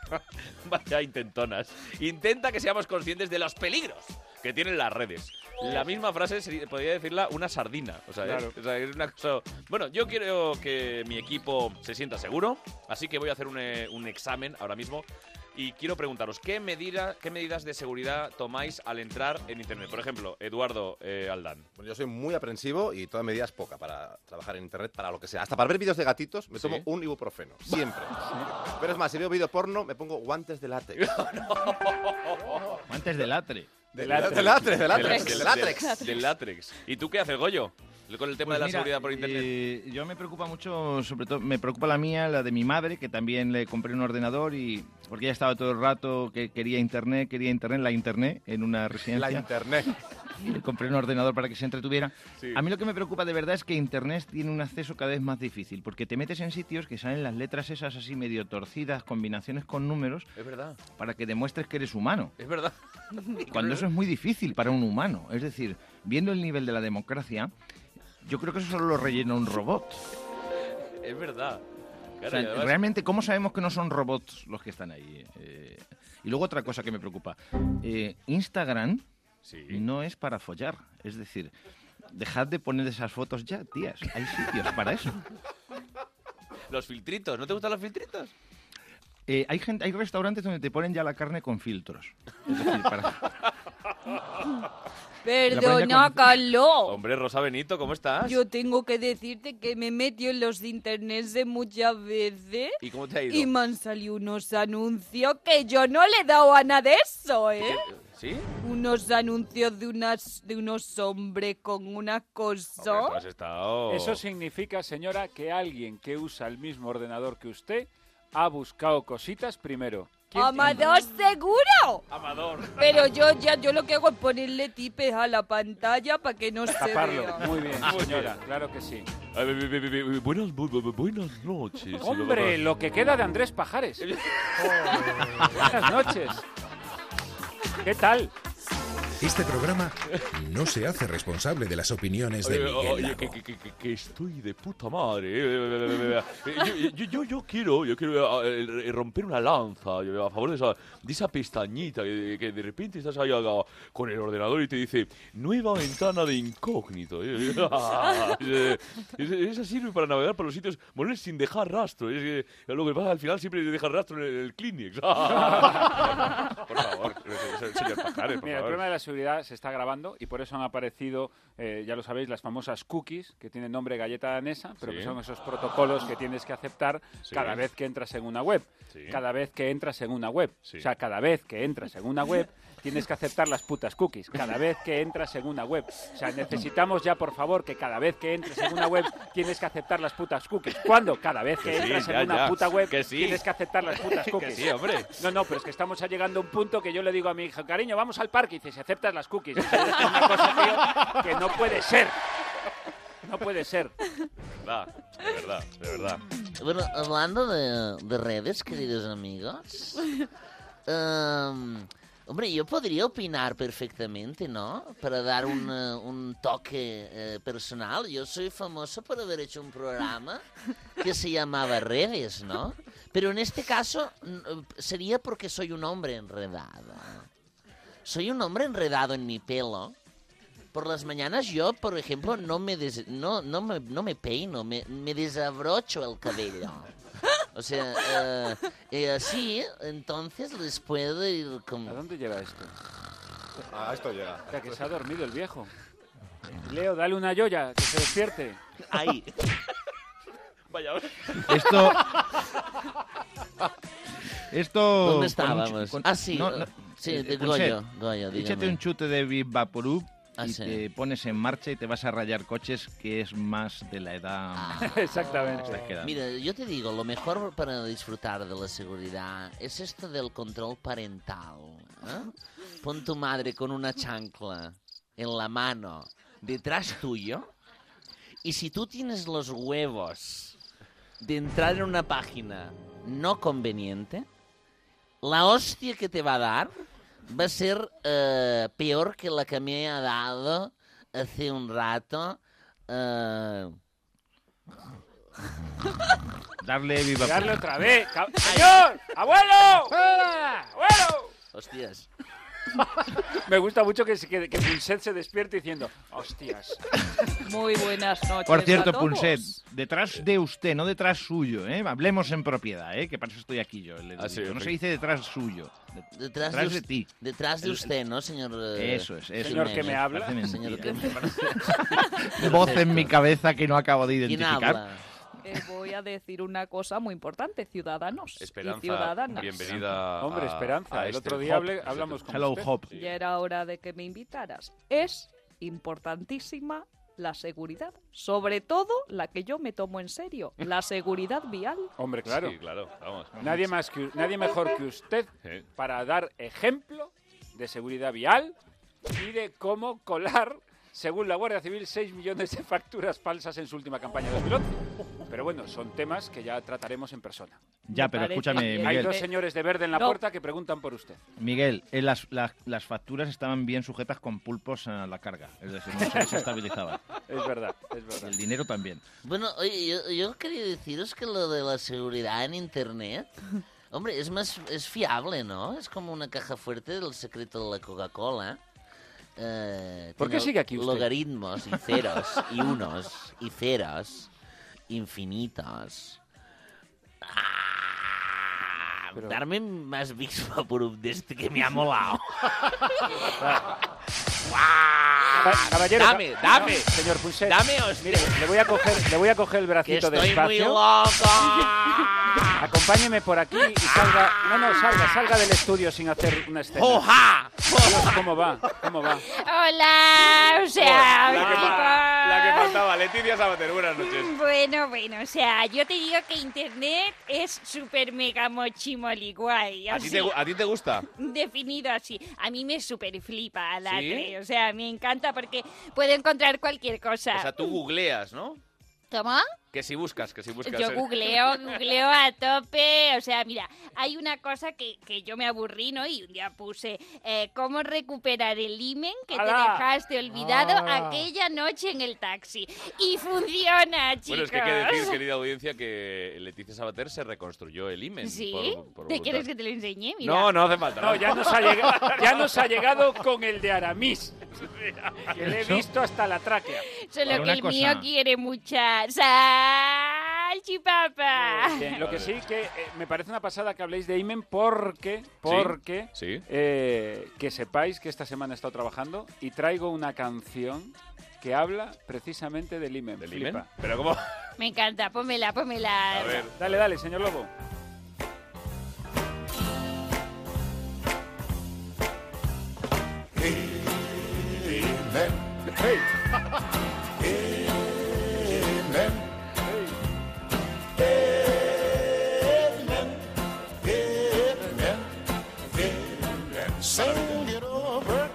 Speaker 1: vaya intentonas. Intenta que seamos conscientes de los peligros que tienen las redes. La misma frase sería- podría decirla una sardina. O sea, es-
Speaker 3: Claro.
Speaker 1: o sea, es una cosa- Bueno, yo quiero que mi equipo se sienta seguro, así que voy a hacer un, eh, un examen ahora mismo y quiero preguntaros, ¿qué, medida, ¿qué medidas de seguridad tomáis al entrar en Internet? Por ejemplo, Eduardo eh, Aldán.
Speaker 10: Bueno, yo soy muy aprensivo y toda medida es poca para trabajar en internet, para lo que sea. Hasta para ver vídeos de gatitos me
Speaker 1: ¿Sí?
Speaker 10: tomo un ibuprofeno, siempre. Pero es más, si veo vídeo porno me pongo guantes de látex.
Speaker 7: Guantes de latre.
Speaker 10: De látex. De látex, de látex,
Speaker 1: Del-
Speaker 10: de látex.
Speaker 1: del- del látex. ¿Y tú qué haces, Goyo? Con el tema
Speaker 7: Pues
Speaker 1: de la
Speaker 7: mira,
Speaker 1: seguridad por Internet.
Speaker 7: eh, yo me preocupa mucho, sobre todo, me preocupa la mía, la de mi madre, que también le compré un ordenador y porque ella estaba todo el rato que quería internet, quería internet, la internet en una residencia.
Speaker 10: La internet.
Speaker 7: Le compré un ordenador para que se entretuviera.
Speaker 10: Sí.
Speaker 7: A mí lo que me preocupa de verdad es que Internet tiene un acceso cada vez más difícil, porque te metes en sitios que salen las letras esas así medio torcidas, combinaciones con números,
Speaker 1: Es verdad,
Speaker 7: para que demuestres que eres humano.
Speaker 1: es verdad.
Speaker 7: Cuando eso es muy difícil para un humano. Es decir, viendo el nivel de la democracia, yo creo que eso solo lo rellena un robot.
Speaker 1: Es verdad.
Speaker 7: O
Speaker 1: Claro,
Speaker 7: sea,
Speaker 1: y además-
Speaker 7: realmente, ¿cómo sabemos que no son robots los que están ahí? Eh, y luego otra cosa que me preocupa. Eh, Instagram no es para follar. Es decir, Dejad de poner esas fotos ya, tías. Hay sitios para eso.
Speaker 16: Los filtritos, ¿no te gustan los filtritos?
Speaker 7: Eh, hay, gente, hay restaurantes donde te ponen ya la carne con filtros. Es decir, para-
Speaker 6: Perdona,
Speaker 7: con-
Speaker 6: Carlos.
Speaker 16: Hombre, Rosa Benito, ¿cómo estás?
Speaker 6: Yo tengo que decirte que me he metido en los internets de muchas veces.
Speaker 16: ¿Y cómo te ha ido?
Speaker 6: Y me han salido unos anuncios que yo no le he dado a nada de eso, ¿eh?
Speaker 16: ¿Sí?
Speaker 6: Unos anuncios de unas de unos hombres con una cosa.
Speaker 16: Has estado...
Speaker 3: Eso significa, señora, que alguien que usa el mismo ordenador que usted ha buscado cositas primero. ¿Quién-
Speaker 6: ¡Amador seguro!
Speaker 16: Amador.
Speaker 6: Pero yo ya yo lo que hago es ponerle tipes a la pantalla para que no se
Speaker 3: Taparlo.
Speaker 6: vea.
Speaker 3: Muy bien, señora, claro que sí.
Speaker 16: Ay, bu- bu- bu- bu- Buenas, bu- bu- buenas noches.
Speaker 3: Hombre, lo que queda de Andrés Pajares. Buenas noches. ¿Qué tal?
Speaker 5: Este programa no se hace responsable de las opiniones de
Speaker 16: Oye,
Speaker 5: Miguel
Speaker 16: oye,
Speaker 5: Lago.
Speaker 16: que, que- que- que- que estoy de puta madre. eh, eh, eh, eh, Yo, yo- yo quiero, yo quiero eh, eh, romper una lanza eh, a favor de esa, de esa pestañita que, que de repente estás ahí ah, con el ordenador y te dice nueva ventana de incógnito. eh, eh, eh, Esa sirve para navegar por los sitios morir sin dejar rastro. Es que lo que pasa al final siempre deja rastro en el, el Kleenex. por favor, señor Pajares, por
Speaker 3: Mira, el
Speaker 16: favor.
Speaker 3: problema de la seguridad se está grabando y por eso han aparecido, eh, ya lo sabéis, las famosas cookies, que tienen nombre galleta danesa, pero que
Speaker 16: Sí.
Speaker 3: son esos protocolos que tienes que aceptar
Speaker 16: Sí.
Speaker 3: cada vez que entras en una web.
Speaker 16: Sí.
Speaker 3: Cada vez que entras en una web.
Speaker 16: Sí.
Speaker 3: O sea, cada vez que entras en una web, tienes que aceptar las putas cookies. Cada vez que entras en una web. O sea, necesitamos ya, por favor, que cada vez que entres en una web, tienes que aceptar las putas cookies. ¿Cuándo? Cada vez que,
Speaker 16: Que sí,
Speaker 3: entras
Speaker 16: ya,
Speaker 3: en una
Speaker 16: ya.
Speaker 3: puta web,
Speaker 16: Que sí.
Speaker 3: tienes que aceptar las putas
Speaker 16: Que
Speaker 3: cookies.
Speaker 16: sí, hombre.
Speaker 3: No, no, pero es que estamos ya llegando a un punto que yo le digo a mi hija, cariño, vamos al parque. Y dice, si aceptas las cookies. Es una cosa, tío, que no puede ser. No puede ser.
Speaker 16: verdad, de verdad, de verdad.
Speaker 15: Bueno, hablando de, de redes, queridos amigos. em, hombre, yo podría opinar perfectamente, ¿no? Para dar un, eh, un toque eh, personal. Yo soy famoso por haber hecho un programa que se llamaba Redes, ¿no? Pero en este caso n- sería porque soy un hombre enredado. Soy un hombre enredado en mi pelo. Por las mañanas yo, por ejemplo, no me, des- no, no me, no me peino, me, me desabrocho el cabello. O sea, eh, eh, así, entonces les puedo ir como... ¿A
Speaker 3: dónde lleva esto?
Speaker 17: Ah, esto llega.
Speaker 3: O sea, que se ha dormido el viejo. Leo, dale una joya, que se despierte.
Speaker 15: Ahí.
Speaker 16: Vaya
Speaker 7: Esto- Esto.
Speaker 15: ¿Dónde estábamos?
Speaker 7: con un chu- con-
Speaker 15: Ah, sí,
Speaker 7: no, no,
Speaker 15: sí,
Speaker 7: eh,
Speaker 15: de
Speaker 7: Punset,
Speaker 15: Goyo, Goyo, dígame.
Speaker 7: Échate un chute de Big Vaporub
Speaker 15: Ah,
Speaker 7: y
Speaker 15: sí.
Speaker 7: te pones en marcha y te vas a rayar coches que es más de la edad.
Speaker 3: Exactamente.
Speaker 7: Estás quedando.
Speaker 15: Ah. Mira, yo te digo, lo mejor para disfrutar de la seguridad es esto del control parental. ¿eh? Pon tu madre con una chancla en la mano detrás tuyo y si tú tienes los huevos de entrar en una página no conveniente, la hostia que te va a dar va a ser eh, peor que la que me ha dado hace un rato. eh,
Speaker 7: Darle Big Vaporub.
Speaker 3: Darle otra vez. cab- ¡Señor! ¡Abuelo! ¡Abuelo!
Speaker 15: Hostias.
Speaker 3: Me gusta mucho que, se- que, que Punset se despierte diciendo, hostias.
Speaker 6: Muy buenas noches.
Speaker 7: Por
Speaker 6: a
Speaker 7: cierto,
Speaker 6: todos.
Speaker 7: Punset, detrás de usted, no detrás suyo, ¿eh? Hablemos en propiedad, ¿eh? Que para eso estoy aquí yo. le he
Speaker 15: Ah, sí,
Speaker 7: dicho. no
Speaker 15: perfecto.
Speaker 7: se dice detrás suyo. de-
Speaker 15: Detrás,
Speaker 7: detrás
Speaker 15: de,
Speaker 7: de,
Speaker 15: us-
Speaker 7: ti.
Speaker 15: Detrás de
Speaker 7: El-
Speaker 15: usted, ¿no, señor? eh,
Speaker 7: Eso es, eso
Speaker 15: Jiménez?
Speaker 7: es. Parece mentira.
Speaker 15: Señor que me-
Speaker 7: Voz en mi cabeza que no acabo de
Speaker 15: ¿Quién
Speaker 7: identificar.
Speaker 15: habla?
Speaker 6: Eh, voy a decir una cosa muy importante, ciudadanos y
Speaker 16: Esperanza,
Speaker 6: ciudadanas.
Speaker 16: bienvenida.
Speaker 3: Hombre,
Speaker 16: a-
Speaker 3: Esperanza,
Speaker 16: a
Speaker 3: el
Speaker 16: este
Speaker 3: otro día
Speaker 16: Hop.
Speaker 3: hablé- hablamos con
Speaker 7: Hello,
Speaker 3: usted.
Speaker 7: Hop.
Speaker 6: Ya era hora de que me invitaras. Es importantísima la seguridad, sobre todo la que yo me tomo en serio, la seguridad vial.
Speaker 3: Hombre, claro.
Speaker 16: Sí, claro, vamos.
Speaker 3: Nadie, más que, nadie mejor que usted
Speaker 16: Sí.
Speaker 3: para dar ejemplo de seguridad vial y de cómo colar, según la Guardia Civil, 6 millones de facturas falsas en su última campaña de 2011. Pero bueno, son temas que ya trataremos en persona.
Speaker 7: Ya, Me pero parece escúchame, bien.
Speaker 3: Hay
Speaker 7: Miguel.
Speaker 3: dos señores de verde en la
Speaker 7: No.
Speaker 3: puerta que preguntan por usted.
Speaker 7: Miguel, eh, las, las- las facturas estaban bien sujetas con pulpos a la carga. Es decir, no se desestabilizaba.
Speaker 3: Es verdad, es verdad.
Speaker 7: El dinero también.
Speaker 15: Bueno, oye, yo, yo quería deciros que lo de la seguridad en Internet, hombre, es más es fiable, ¿no? Es como una caja fuerte del secreto de la Coca-Cola. eh,
Speaker 3: ¿Por qué
Speaker 15: tiene
Speaker 3: sigue aquí usted?
Speaker 15: Logaritmos y ceros y unos y ceros infinitos. Ah, Darme más Big Vaporub de este que me ha molado. Ah.
Speaker 3: Ca- Caballero,
Speaker 15: Dame,
Speaker 3: ca-
Speaker 15: dame.
Speaker 3: Señor Punset.
Speaker 15: Dame, hostia.
Speaker 3: Mire, le voy a coger, le voy a coger el bracito
Speaker 15: Que estoy muy
Speaker 3: despacio.
Speaker 15: loco.
Speaker 3: Acompáñeme por aquí y salga. No, no, salga, salga del estudio sin hacer una escena.
Speaker 15: ¡Oja!
Speaker 3: Dios, ¿Cómo va? ¿Cómo va?
Speaker 18: Hola, o sea,
Speaker 1: La que, fa- la que faltaba, Leticia Sabater, buenas noches.
Speaker 18: Bueno, bueno, o sea, yo te digo que internet es super mega mochimoli guay.
Speaker 1: ¿A ti, te, gu- a ti te gusta?
Speaker 18: Definido así. A mí me super flipa la
Speaker 1: ¿Sí?
Speaker 18: tele, o sea, me encanta porque puedo encontrar cualquier cosa.
Speaker 1: O sea, tú googleas, ¿no?
Speaker 18: ¿Toma?
Speaker 1: Que si buscas, que si buscas.
Speaker 18: Yo
Speaker 1: eh.
Speaker 18: googleo, googleo a tope. O sea, mira, hay una cosa que, que yo me aburrí, ¿no? Y un día puse, eh, ¿cómo recuperar el imen que te
Speaker 19: ¡Hala!
Speaker 18: dejaste olvidado
Speaker 1: ¡Hala!
Speaker 18: aquella noche en el taxi? Y funciona, chicos.
Speaker 1: Bueno, es que hay que decir, querida audiencia, que Leticia Sabater se reconstruyó el imen.
Speaker 18: ¿Sí?
Speaker 1: por- por
Speaker 18: ¿Te
Speaker 1: voluntad.
Speaker 18: quieres que te lo enseñe? Mira.
Speaker 1: No, no hace falta.
Speaker 3: No, ya nos ha llegado, ya nos ha llegado con el de Aramis. Que le he visto hasta la tráquea.
Speaker 18: Solo que
Speaker 3: Una
Speaker 18: el
Speaker 3: cosa.
Speaker 18: mío quiere mucha salchipapa.
Speaker 3: Bien, lo que sí que eh, me parece una pasada que habléis de Imen porque, porque
Speaker 1: Sí.
Speaker 3: eh, que sepáis que esta semana he estado trabajando y traigo una canción que habla precisamente del Imen. ¿Del
Speaker 1: Imen? ¿Pero cómo?
Speaker 18: Me encanta, pómela, pómela.
Speaker 3: A ver. Dale, dale, señor Lobo.
Speaker 13: Imen. Imen. Imen. Imen. Imen. Send it over.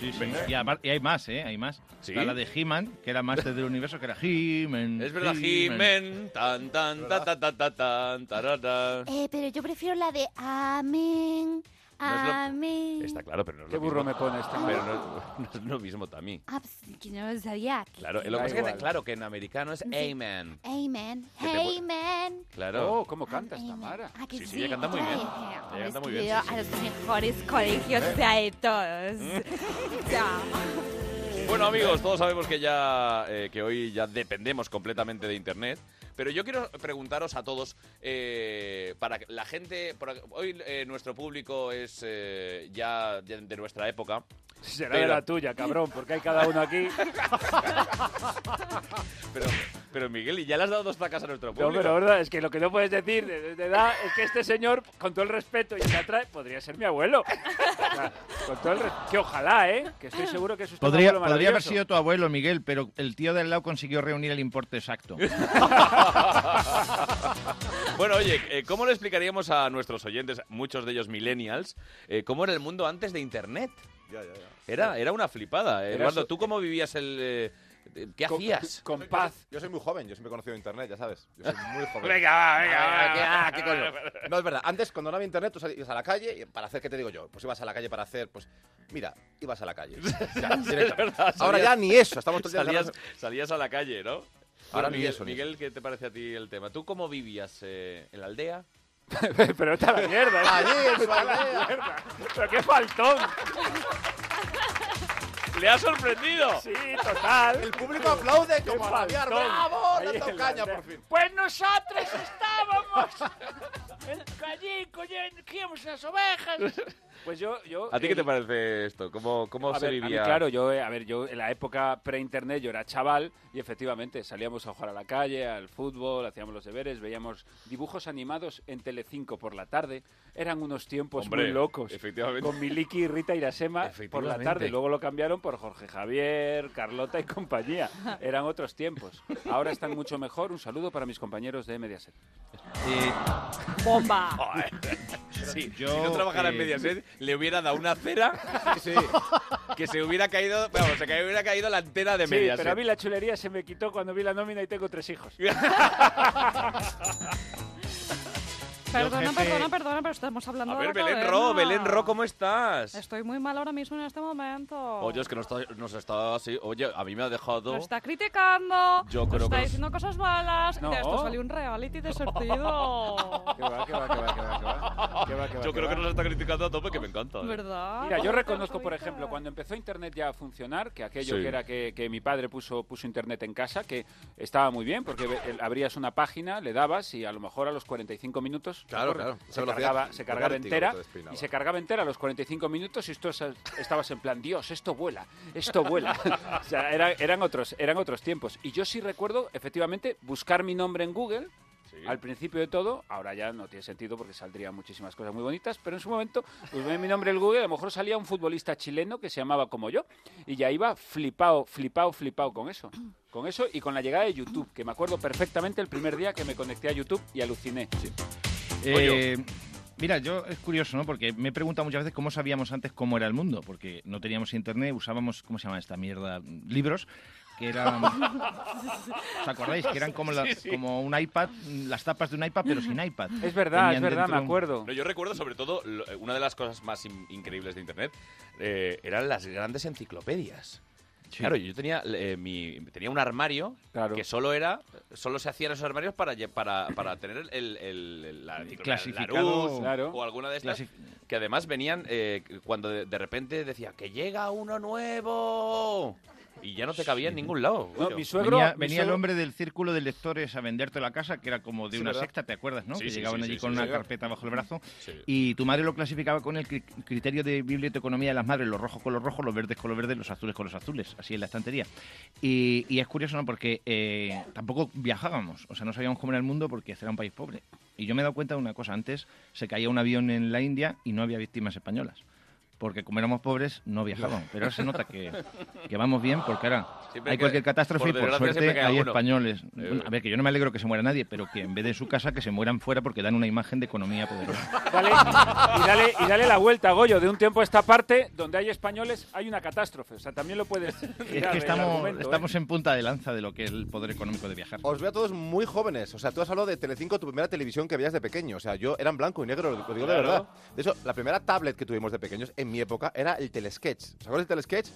Speaker 7: Sí, sí. Y, apar- y hay más, ¿eh? Hay más. Está la de He-Man, que era Master del Universo, que era He-Man.
Speaker 1: Es verdad, Jimen. Tan, tan, ta, ta, ta, ta, tan, tarara.
Speaker 4: Eh, pero yo prefiero la de amén,
Speaker 1: No es lo-
Speaker 4: amén.
Speaker 1: Está claro, pero no es
Speaker 3: Qué
Speaker 1: lo
Speaker 3: burro
Speaker 1: mismo.
Speaker 3: me pone este esta
Speaker 1: Pero no, no es lo mismo también.
Speaker 4: Ah, pues, que no lo sabía.
Speaker 1: Claro, eh.
Speaker 4: Que-
Speaker 1: lo que
Speaker 4: Da
Speaker 1: pasa es que,
Speaker 4: igual.
Speaker 1: claro, que en americano es Amen.
Speaker 4: Amen,
Speaker 1: Que te pu-
Speaker 4: amen.
Speaker 1: Claro.
Speaker 3: Oh, cómo cantas, Tamara.
Speaker 4: Ah, que
Speaker 1: Sí, sí, ella canta muy bien.
Speaker 4: Ay, Pues,
Speaker 1: Ella canta muy
Speaker 4: que
Speaker 1: bien.
Speaker 4: yo
Speaker 1: sí, sí.
Speaker 4: a los mejores colegios de ahí todos. O sea,
Speaker 1: Bueno amigos, todos sabemos que ya eh, que hoy ya dependemos completamente de internet, pero yo quiero preguntaros a todos eh, para que la gente para- hoy eh, nuestro público es eh, ya de, de nuestra época.
Speaker 3: Será de
Speaker 1: pero,
Speaker 3: la tuya, cabrón, porque hay cada uno aquí.
Speaker 1: pero pero Miguel, ¿y ya le has dado dos tacas a nuestro
Speaker 3: No,
Speaker 1: público.
Speaker 3: pero verdad, es que lo que no puedes decir de, de edad es que este señor, con todo el respeto y el que atrae, podría ser mi abuelo. O sea, con todo el re- que ojalá, ¿eh? Que estoy seguro que es usted un
Speaker 7: Podría,
Speaker 3: abuelo
Speaker 7: podría haber
Speaker 3: maravilloso.
Speaker 7: sido tu abuelo, Miguel, pero el tío del lado consiguió reunir el importe exacto.
Speaker 1: Bueno, oye, eh, ¿cómo le explicaríamos a nuestros oyentes, muchos de ellos millennials, eh, cómo era el mundo antes de internet? Era era una flipada. eh.
Speaker 10: Era
Speaker 1: Eduardo,
Speaker 10: su-
Speaker 1: ¿tú cómo vivías el eh, eh, ¿Qué
Speaker 10: Con-
Speaker 1: hacías?
Speaker 3: Con
Speaker 10: paz. Yo soy muy joven, yo siempre he conocido internet, ya sabes. Yo soy muy joven.
Speaker 1: Venga, va, venga,
Speaker 10: A ver,
Speaker 1: va.
Speaker 10: ¿qué- ah, qué coño? No, es verdad. Antes, cuando no había internet, tú salías a la calle y para hacer, ¿qué te digo yo? Pues ibas a la calle para hacer, pues, mira, ibas a la calle. Ya, directamente.
Speaker 1: verdad,
Speaker 10: Ahora
Speaker 1: salías-
Speaker 10: ya ni eso, estamos todo el día
Speaker 1: salías, salías a la calle, ¿no?
Speaker 10: Ahora ni
Speaker 1: Miguel,
Speaker 10: eso, ni
Speaker 1: Miguel, ¿qué te parece a ti el tema? ¿Tú cómo vivías eh, en la aldea?
Speaker 3: Pero está la mierda, ¿eh?
Speaker 10: Allí, en su
Speaker 3: Está la
Speaker 10: aldea.
Speaker 3: mierda. Pero qué faltón.
Speaker 1: ¡Le ha sorprendido!
Speaker 3: Sí, total.
Speaker 10: El público aplaude
Speaker 3: Qué
Speaker 10: como a Javier.
Speaker 3: faltón.
Speaker 10: ¡Bravo!
Speaker 3: Ahí
Speaker 10: Le
Speaker 3: en
Speaker 10: toca
Speaker 3: la
Speaker 10: caña,
Speaker 3: aldea.
Speaker 10: por fin.
Speaker 20: Pues nosotros estábamos allí cogíamos las ovejas.
Speaker 3: Pues yo, yo
Speaker 1: ¿A ti qué
Speaker 3: el-
Speaker 1: te parece esto? ¿Cómo, cómo
Speaker 3: A
Speaker 1: se
Speaker 3: ver, a mí,
Speaker 1: vivía?
Speaker 3: claro, yo, eh, a ver, yo en la época pre-internet yo era chaval y efectivamente salíamos a jugar a la calle, al fútbol, hacíamos los deberes, veíamos dibujos animados en Telecinco por la tarde. Eran unos tiempos
Speaker 1: Hombre,
Speaker 3: muy locos.
Speaker 1: efectivamente.
Speaker 3: Con Miliki y Rita Irasema por la
Speaker 1: Efectivamente.
Speaker 3: tarde. Luego lo cambiaron por Jorge Javier, Carlota y compañía. Eran otros tiempos. Ahora están mucho mejor. Un saludo para mis compañeros de Mediaset.
Speaker 6: ¡Bomba!
Speaker 1: Sí,
Speaker 3: Yo,
Speaker 1: si no trabajara en
Speaker 3: eh,
Speaker 1: Mediaset, le hubiera dado una cera que se hubiera caído, vamos, se que hubiera caído la antena de
Speaker 3: sí,
Speaker 1: Mediaset.
Speaker 3: pero a mí la chulería se me quitó cuando vi la nómina y tengo tres hijos.
Speaker 19: Perdona,
Speaker 1: gente-
Speaker 19: perdona, perdona, pero estamos hablando
Speaker 1: A
Speaker 19: de
Speaker 1: ver,
Speaker 19: la
Speaker 1: Belén
Speaker 19: cadena.
Speaker 1: Ro, Belén Ro, ¿cómo estás?
Speaker 19: Estoy muy mal ahora mismo en este momento.
Speaker 1: Oye, es que nos está, nos está así. Oye, a mí me ha dejado.
Speaker 19: Nos está criticando,
Speaker 1: Yo
Speaker 19: nos
Speaker 1: creo
Speaker 19: está
Speaker 1: que-
Speaker 19: diciendo cosas malas.
Speaker 1: No.
Speaker 19: De esto salió un reality de sortido.
Speaker 3: Que va, que va, que va, que va, que va. Que va, que va,
Speaker 1: Yo
Speaker 3: que
Speaker 1: creo que
Speaker 3: va.
Speaker 1: nos está criticando a tope, que me encanta. ¿eh?
Speaker 19: ¿Verdad?
Speaker 3: Mira, yo reconozco, por ejemplo, cuando empezó Internet ya a funcionar, que aquello
Speaker 1: Sí.
Speaker 3: que era que, que mi padre puso, puso Internet en casa, que estaba muy bien, porque ve- el- abrías una página, le dabas y a lo mejor a los 45 minutos
Speaker 10: Claro,
Speaker 3: por-
Speaker 10: claro. Esa
Speaker 3: se,
Speaker 10: velocidad
Speaker 3: cargaba, se
Speaker 10: da
Speaker 3: cargaba
Speaker 10: vértigo,
Speaker 3: entera
Speaker 10: te despeinaba.
Speaker 3: y se cargaba entera a los 45 minutos y tú esa- estabas en plan, Dios, esto vuela, esto vuela. o sea, era- eran, otros, eran otros tiempos. Y yo sí recuerdo, efectivamente, buscar mi nombre en Google al principio de todo, ahora ya no tiene sentido porque saldrían muchísimas cosas muy bonitas, pero en su momento, pues ve mi nombre en el Google, a lo mejor salía un futbolista chileno que se llamaba como yo, y ya iba flipado, flipado, flipado con eso. Con eso y con la llegada de YouTube, que me acuerdo perfectamente el primer día que me conecté a YouTube y aluciné. Oye.
Speaker 7: Eh, mira, yo es curioso, ¿no? Porque me he preguntado muchas veces cómo sabíamos antes cómo era el mundo, porque no teníamos internet, usábamos, ¿cómo se llama esta mierda? Libros, que eran... ¿Os acordáis? Que eran como, la-
Speaker 1: Sí, sí.
Speaker 7: como un iPad, las tapas de un iPad, pero sin iPad. Tenían dentro un-
Speaker 1: No, yo recuerdo sobre todo lo- eh, una de las cosas más in- increíbles de Internet eh, eran las grandes enciclopedias. Claro, yo tenía eh, mi- tenía un armario que solo era solo se hacían esos armarios para lle- para, para tener el, el- el- la enciclopedia
Speaker 7: clasificado,
Speaker 1: Larousse
Speaker 7: claro.
Speaker 1: o alguna de estas que además venían eh, cuando de, de repente decía que llega uno nuevo y ya no te cabía en ningún lado. coño.
Speaker 7: venía venía el hombre del círculo de lectores a venderte la casa, que era como de
Speaker 1: Sí,
Speaker 7: una
Speaker 1: ¿verdad?
Speaker 7: secta, ¿te acuerdas, no?
Speaker 1: Sí,
Speaker 7: que
Speaker 1: sí,
Speaker 7: llegaban
Speaker 1: sí,
Speaker 7: allí
Speaker 1: sí,
Speaker 7: con
Speaker 1: sí,
Speaker 7: una
Speaker 1: señor.
Speaker 7: carpeta bajo el brazo.
Speaker 1: Sí.
Speaker 7: Y tu madre lo clasificaba con el cri- criterio de biblioteconomía de las madres, los rojos con los rojos, los verdes con los verdes, los azules con los azules, así en la estantería. Y, y es curioso, ¿no? Porque eh, tampoco viajábamos, o sea, no sabíamos cómo era el mundo porque era un país pobre. Y yo me he dado cuenta de una cosa, antes se caía un avión en la India y no había víctimas españolas. Porque como éramos pobres, no viajábamos. Pero ahora se nota que, que vamos bien, porque ahora
Speaker 1: Siempre
Speaker 7: hay
Speaker 1: que-
Speaker 7: cualquier catástrofe
Speaker 1: por
Speaker 7: y por
Speaker 1: desgracia siempre
Speaker 7: suerte
Speaker 1: queda
Speaker 7: hay
Speaker 1: uno.
Speaker 7: españoles.
Speaker 1: Eh,
Speaker 7: Bueno, a ver, que yo no me alegro que se muera nadie, pero que en vez de en su casa, que se mueran fuera porque dan una imagen de economía poderosa.
Speaker 3: Dale, y, dale, y dale la vuelta, Goyo, de un tiempo a esta parte, donde hay españoles, hay una catástrofe. O sea, también lo puedes...
Speaker 7: Es que estamos,
Speaker 3: ¿eh?
Speaker 7: estamos en punta de lanza de lo que es el poder económico de viajar.
Speaker 10: Os veo a todos muy jóvenes. O sea, tú has hablado de Telecinco, tu primera televisión que veías de pequeño. O sea, yo era en blanco y negro, lo digo de
Speaker 7: Claro.
Speaker 10: verdad. De hecho, la primera tablet que tuvimos de pequeños en mi época era el Telesketch. ¿Os acordáis del Telesketch?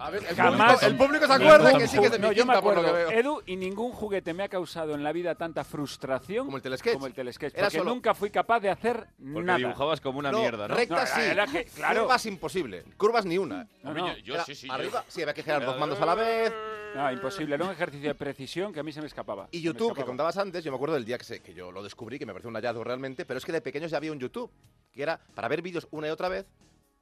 Speaker 10: A ver, el público- el público se acuerda que sí que es de mi
Speaker 3: No, yo me
Speaker 10: quinta, por lo
Speaker 3: acuerdo.
Speaker 10: que veo.
Speaker 3: Edu, y ningún juguete me ha causado en la vida tanta frustración como el telesketch. Como el telesketch
Speaker 10: Era
Speaker 3: porque
Speaker 10: solo-
Speaker 3: nunca fui capaz de hacer
Speaker 1: Porque
Speaker 3: nada.
Speaker 1: dibujabas como una mierda, ¿no?
Speaker 10: Rectas sí.
Speaker 3: No, era- era que, claro.
Speaker 10: Curvas imposible. Curvas ni una.
Speaker 3: No, no. Yo- yo
Speaker 10: Era
Speaker 3: sí, sí, yo-
Speaker 10: Arriba, sí, había que girar
Speaker 3: Era-
Speaker 10: dos mandos a la vez.
Speaker 3: No, imposible. Era un ejercicio de precisión que a mí se me escapaba.
Speaker 10: Y YouTube, que contabas antes, yo me acuerdo del día que, se- que yo lo descubrí, que me pareció un hallazgo realmente, pero es que de pequeños ya había un YouTube, que era para ver vídeos una y otra vez,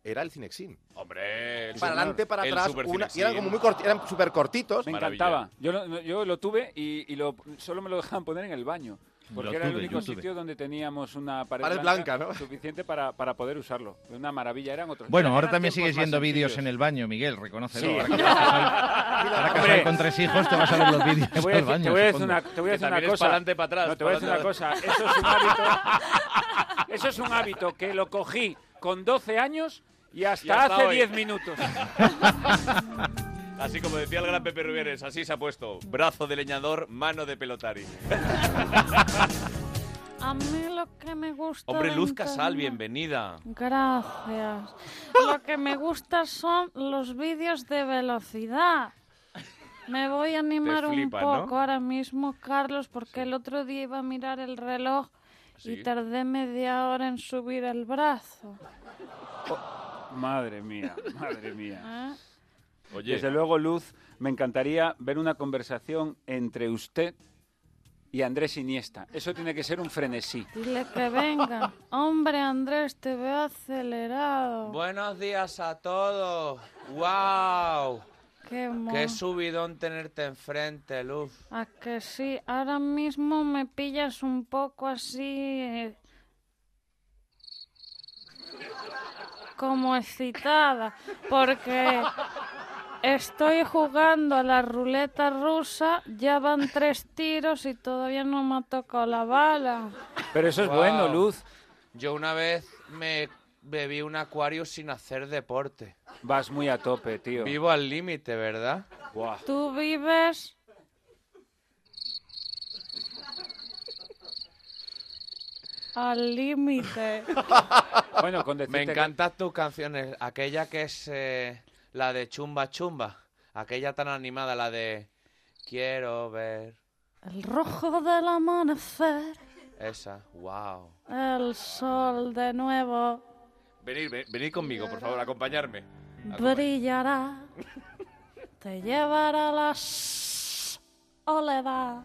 Speaker 10: era el Cinexin.
Speaker 1: Hombre, el
Speaker 10: para
Speaker 1: super-
Speaker 10: adelante, para
Speaker 1: el
Speaker 10: atrás,
Speaker 1: super
Speaker 10: una, y
Speaker 1: Cinexin.
Speaker 10: eran como muy corti- eran súper cortitos.
Speaker 3: Me encantaba. Yo, lo- no, yo lo tuve y, y lo, solo me lo dejaban poner en el baño. Porque
Speaker 10: Lo
Speaker 3: era el
Speaker 10: tuve,
Speaker 3: único
Speaker 10: yo tuve.
Speaker 3: sitio donde teníamos una pared,
Speaker 10: Pared
Speaker 3: blanca,
Speaker 10: blanca, ¿no?
Speaker 3: suficiente para, para poder usarlo. Una maravilla, eran otros.
Speaker 7: Bueno,
Speaker 3: eran-
Speaker 7: ahora
Speaker 3: eran
Speaker 7: también
Speaker 3: tiempos
Speaker 7: sigue
Speaker 3: más
Speaker 7: siendo vídeos
Speaker 3: sencillos.
Speaker 7: en el baño, Miguel, reconócelo.
Speaker 3: Sí.
Speaker 7: Ahora que estás casado- ahora casado
Speaker 3: Hombre.
Speaker 7: con tres hijos, te vas a ver los vídeos
Speaker 3: Te voy a
Speaker 7: del
Speaker 3: decir-
Speaker 7: baño.
Speaker 3: Te voy a decir
Speaker 7: supongo.
Speaker 3: una, te voy a decir una cosa. No, te voy a decir una cosa. Eso es un hábito. Eso es un hábito que lo cogí con 12 años y hasta,
Speaker 1: Y hasta
Speaker 3: hace
Speaker 1: hoy.
Speaker 3: 10 minutos.
Speaker 1: Así como decía el gran Pepe Rubieres, así se ha puesto. Brazo de leñador, mano de pelotari.
Speaker 19: A mí lo que me gusta.
Speaker 1: Hombre,
Speaker 19: de
Speaker 1: Luz
Speaker 19: Internet-
Speaker 1: Casal, bienvenida.
Speaker 19: Gracias. Lo que me gusta son los vídeos de velocidad. Me voy a animar un
Speaker 21: flipa, ¿no?
Speaker 19: poco ahora mismo, Carlos, porque el otro día iba a mirar el reloj
Speaker 1: Sí.
Speaker 19: y tardé media hora en subir el brazo.
Speaker 3: Oh, Madre mía, madre mía.
Speaker 19: ¿eh?
Speaker 1: Oye.
Speaker 3: Desde luego, Luz, me encantaría ver una conversación entre usted y Andrés Iniesta. Eso tiene que ser un frenesí.
Speaker 19: Dile que venga. Hombre, Andrés, te veo acelerado.
Speaker 1: Buenos días a todos. ¡Wow!
Speaker 19: Qué mono.
Speaker 1: subidón tenerte enfrente, Luz.
Speaker 19: A que sí, ahora mismo me pillas un poco así. eh, como excitada, porque estoy jugando a la ruleta rusa, ya van tres tiros y todavía no me ha tocado la bala.
Speaker 3: Pero eso es
Speaker 1: Guau.
Speaker 3: bueno, Luz.
Speaker 1: Yo una vez me bebí un acuario sin hacer deporte.
Speaker 3: Vas muy a tope, tío.
Speaker 1: Vivo al límite, ¿verdad?
Speaker 3: Buah.
Speaker 19: Tú vives. al límite.
Speaker 3: Bueno, con decirte
Speaker 21: Me
Speaker 3: que-
Speaker 21: encantan tus canciones. Aquella que es eh, la de Chumba Chumba. Aquella tan animada, la de Quiero ver.
Speaker 19: El rojo del amanecer,
Speaker 21: Esa. Wow.
Speaker 19: el sol de nuevo
Speaker 1: Venid, ve- venid conmigo, por favor, acompañarme.
Speaker 22: Ah,
Speaker 19: brillará, te llevará a la s- soledad.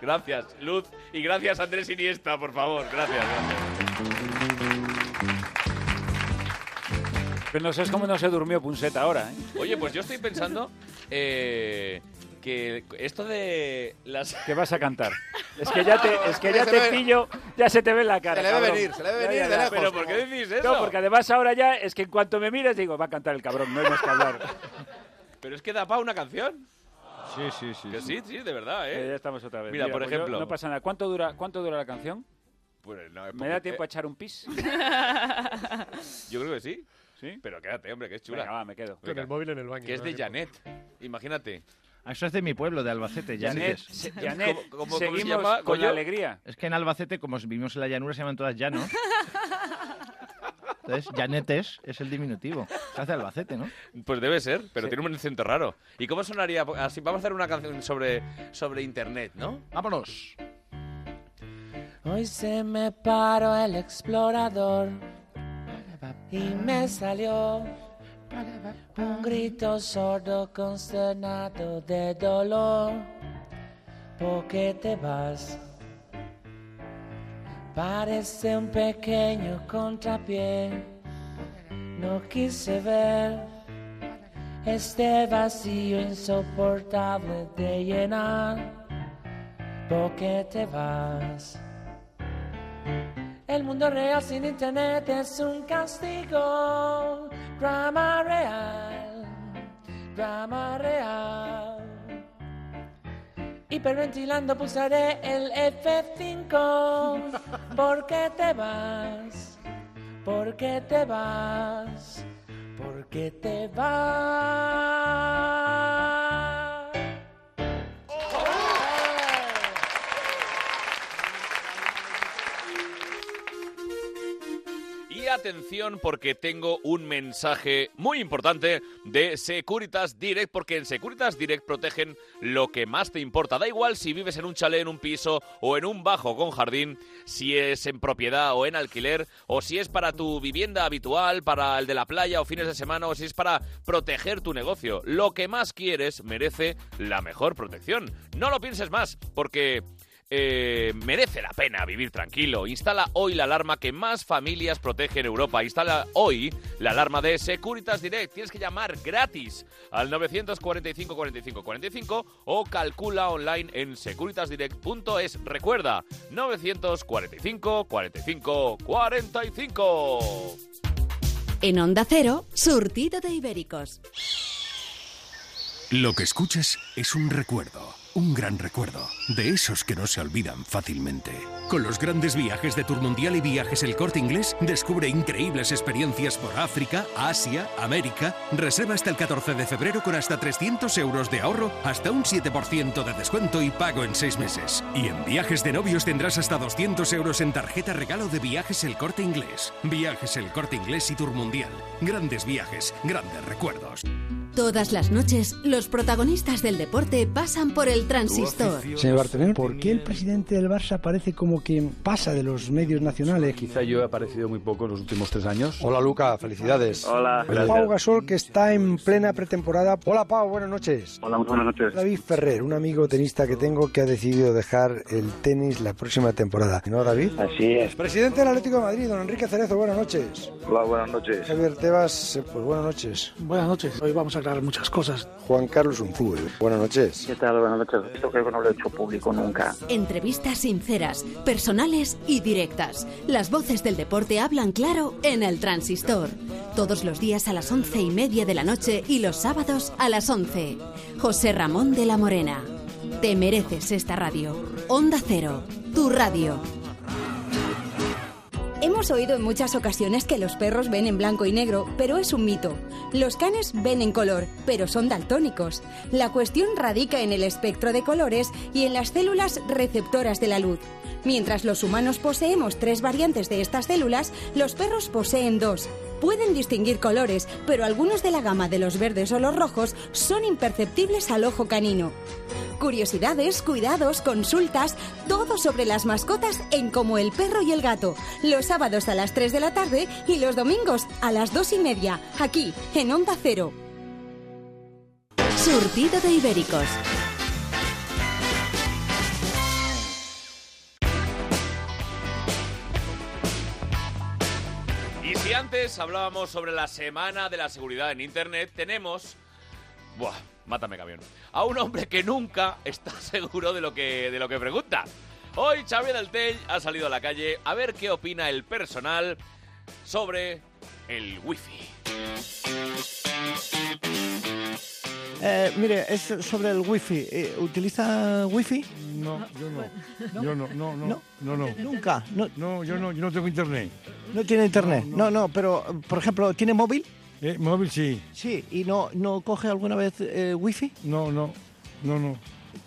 Speaker 1: Gracias, Luz. Y gracias, Andrés Iniesta, por favor. Gracias.
Speaker 3: Pero no sé cómo no se durmió Punset ahora, ¿eh?
Speaker 1: Oye, pues yo estoy pensando eh, que esto de las...
Speaker 3: ¿Qué vas a cantar? Es que ya te, es que ya
Speaker 1: Se
Speaker 3: te
Speaker 1: ve-
Speaker 3: pillo, ya se te ve la cara.
Speaker 1: Se le ve
Speaker 3: cabrón.
Speaker 1: venir, se le ve
Speaker 3: Ya,
Speaker 1: venir
Speaker 3: ya,
Speaker 1: de
Speaker 3: ya.
Speaker 1: lejos. Pero, ¿por qué decís eso?
Speaker 3: No, porque además ahora ya es que en cuanto me miras digo, va a cantar el cabrón, no hay más que hablar.
Speaker 1: Pero es que da pa' una canción.
Speaker 3: Sí, sí, sí.
Speaker 1: Que sí, sí, de verdad, ¿eh?
Speaker 3: Eh, ya estamos otra vez.
Speaker 1: Mira, por
Speaker 3: pues yo-
Speaker 1: ejemplo...
Speaker 3: no pasa nada. ¿Cuánto dura, cuánto dura la canción?
Speaker 1: Pues no, es
Speaker 3: ¿Me da
Speaker 1: porque-
Speaker 3: tiempo a echar un pis?
Speaker 1: Yo creo que sí.
Speaker 3: ¿Sí?
Speaker 1: Pero quédate, hombre, que es chula.
Speaker 3: Venga, va, me quedo.
Speaker 1: Venga.
Speaker 8: Con el móvil en el baño,
Speaker 1: Que es
Speaker 8: no
Speaker 1: de
Speaker 8: da
Speaker 1: Janet. Imagínate.
Speaker 7: Ah, Eso es de mi pueblo, de Albacete. ya
Speaker 1: Janet,
Speaker 7: dices.
Speaker 1: se- Janet, ¿Cómo- cómo- cómo se seguimos llama, Pues
Speaker 3: con Goyo? alegría.
Speaker 7: Es que en Albacete, como vivimos en la llanura, se llaman todas llanos. Entonces, Janetes es el diminutivo. Se hace Albacete, ¿no?
Speaker 1: Pues debe ser, pero tiene un acento raro. ¿Y cómo sonaría? Así, vamos a hacer una canción sobre, sobre internet, ¿no?
Speaker 7: Vámonos.
Speaker 20: Hoy se me paró el explorador y me salió un grito sordo consternado de dolor porque te vas. Parece un pequeño contrapié, no quise ver este vacío insoportable de llenar porque te vas. El mundo real sin internet es un castigo. Drama real, drama real. Hiperventilando pulsaré el F5. ¿Por qué te vas? ¿Por qué te vas? ¿Por qué te vas?
Speaker 1: Y atención porque tengo un mensaje muy importante de Securitas Direct, porque en Securitas Direct protegen lo que más te importa. Da igual si vives en un chalet, en un piso o en un bajo con jardín, si es en propiedad o en alquiler, o si es para tu vivienda habitual, para el de la playa o fines de semana, o si es para proteger tu negocio. Lo que más quieres merece la mejor protección. No lo pienses más, porque... Eh, merece la pena vivir tranquilo. Instala hoy la alarma que más familias protege en Europa. Instala hoy la alarma de Securitas Direct. Tienes que llamar gratis al 945 45 45 o calcula online en securitasdirect.es. Recuerda, 945 45 45.
Speaker 2: En Onda Cero, surtido de ibéricos.
Speaker 5: Lo que escuchas es un recuerdo, un gran recuerdo, de esos que no se olvidan fácilmente. Con los grandes viajes de Tour Mundial y viajes El Corte Inglés, descubre increíbles experiencias por África, Asia, América. Reserva hasta el 14 de febrero con hasta 300 euros de ahorro, hasta un 7% de descuento y pago en seis meses. Y en viajes de novios tendrás hasta 200 euros en tarjeta regalo de viajes El Corte Inglés. Viajes El Corte Inglés y Tour Mundial. Grandes viajes, grandes recuerdos.
Speaker 2: Todas las noches, los protagonistas del deporte pasan por el transistor.
Speaker 23: Señor Bartomeu, ¿por qué el presidente del Barça parece como que pasa de los medios nacionales?
Speaker 24: Quizá yo he aparecido muy poco en los últimos tres años.
Speaker 23: Hola,
Speaker 24: Luca, felicidades.
Speaker 7: Ah,
Speaker 24: Hola,
Speaker 23: Pau Gasol, que está en plena pretemporada. Hola, Pau, buenas noches.
Speaker 25: Hola, muy buenas noches.
Speaker 23: David Ferrer, un amigo tenista que tengo que ha decidido dejar el tenis la próxima temporada. ¿No, David?
Speaker 25: Así es.
Speaker 23: Presidente del Atlético de Madrid, don Enrique Cerezo, buenas noches.
Speaker 25: Hola, buenas noches.
Speaker 23: Javier Tebas, eh, pues buenas noches.
Speaker 25: Buenas noches. Hoy vamos a aclarar muchas cosas.
Speaker 23: Juan Carlos Unzúe, buenas noches.
Speaker 25: ¿Qué tal? Buenas noches. Esto creo que no lo he hecho público nunca.
Speaker 2: Entrevistas sinceras, personales y directas. Las voces del deporte hablan claro en el transistor. Todos los días a las once y media de la noche y los sábados a las once. José Ramón de la Morena. Te mereces esta radio. Onda Cero, tu radio.
Speaker 26: Hemos
Speaker 9: Hemos oído en muchas ocasiones que los perros ven en blanco y negro, pero es un mito. Los canes ven en color, pero son daltónicos. La cuestión radica en el espectro de colores y en las células receptoras de la luz. Mientras los humanos poseemos tres variantes de estas células, los perros poseen dos. Pueden distinguir colores, pero algunos de la gama de los verdes o los rojos son imperceptibles al ojo canino. Curiosidades, cuidados, consultas, todo sobre las mascotas en Como el Perro y el Gato, los sábados a las 3 de la tarde y los domingos a las 2 y media, aquí, en Onda Cero.
Speaker 2: Surtido de ibéricos.
Speaker 1: Y si antes hablábamos sobre la semana de la seguridad en Internet, tenemos... Buah, mátame camión. A un hombre que nunca está seguro de lo que, de lo que pregunta. Hoy Xavier del Tell ha salido a la calle a ver qué opina el personal sobre el wifi.
Speaker 11: Eh, mire, es sobre el wifi. Eh, ¿Utiliza wifi? No, yo no.
Speaker 24: Yo no, no, no, no, no.
Speaker 11: Nunca. No,
Speaker 24: yo no, yo no tengo internet.
Speaker 11: No tiene internet. No, no, pero, eh, por ejemplo, ¿tiene móvil?
Speaker 24: Eh, móvil sí.
Speaker 11: Sí. ¿Y no, no coge alguna vez eh, wifi?
Speaker 24: No, no, no, no.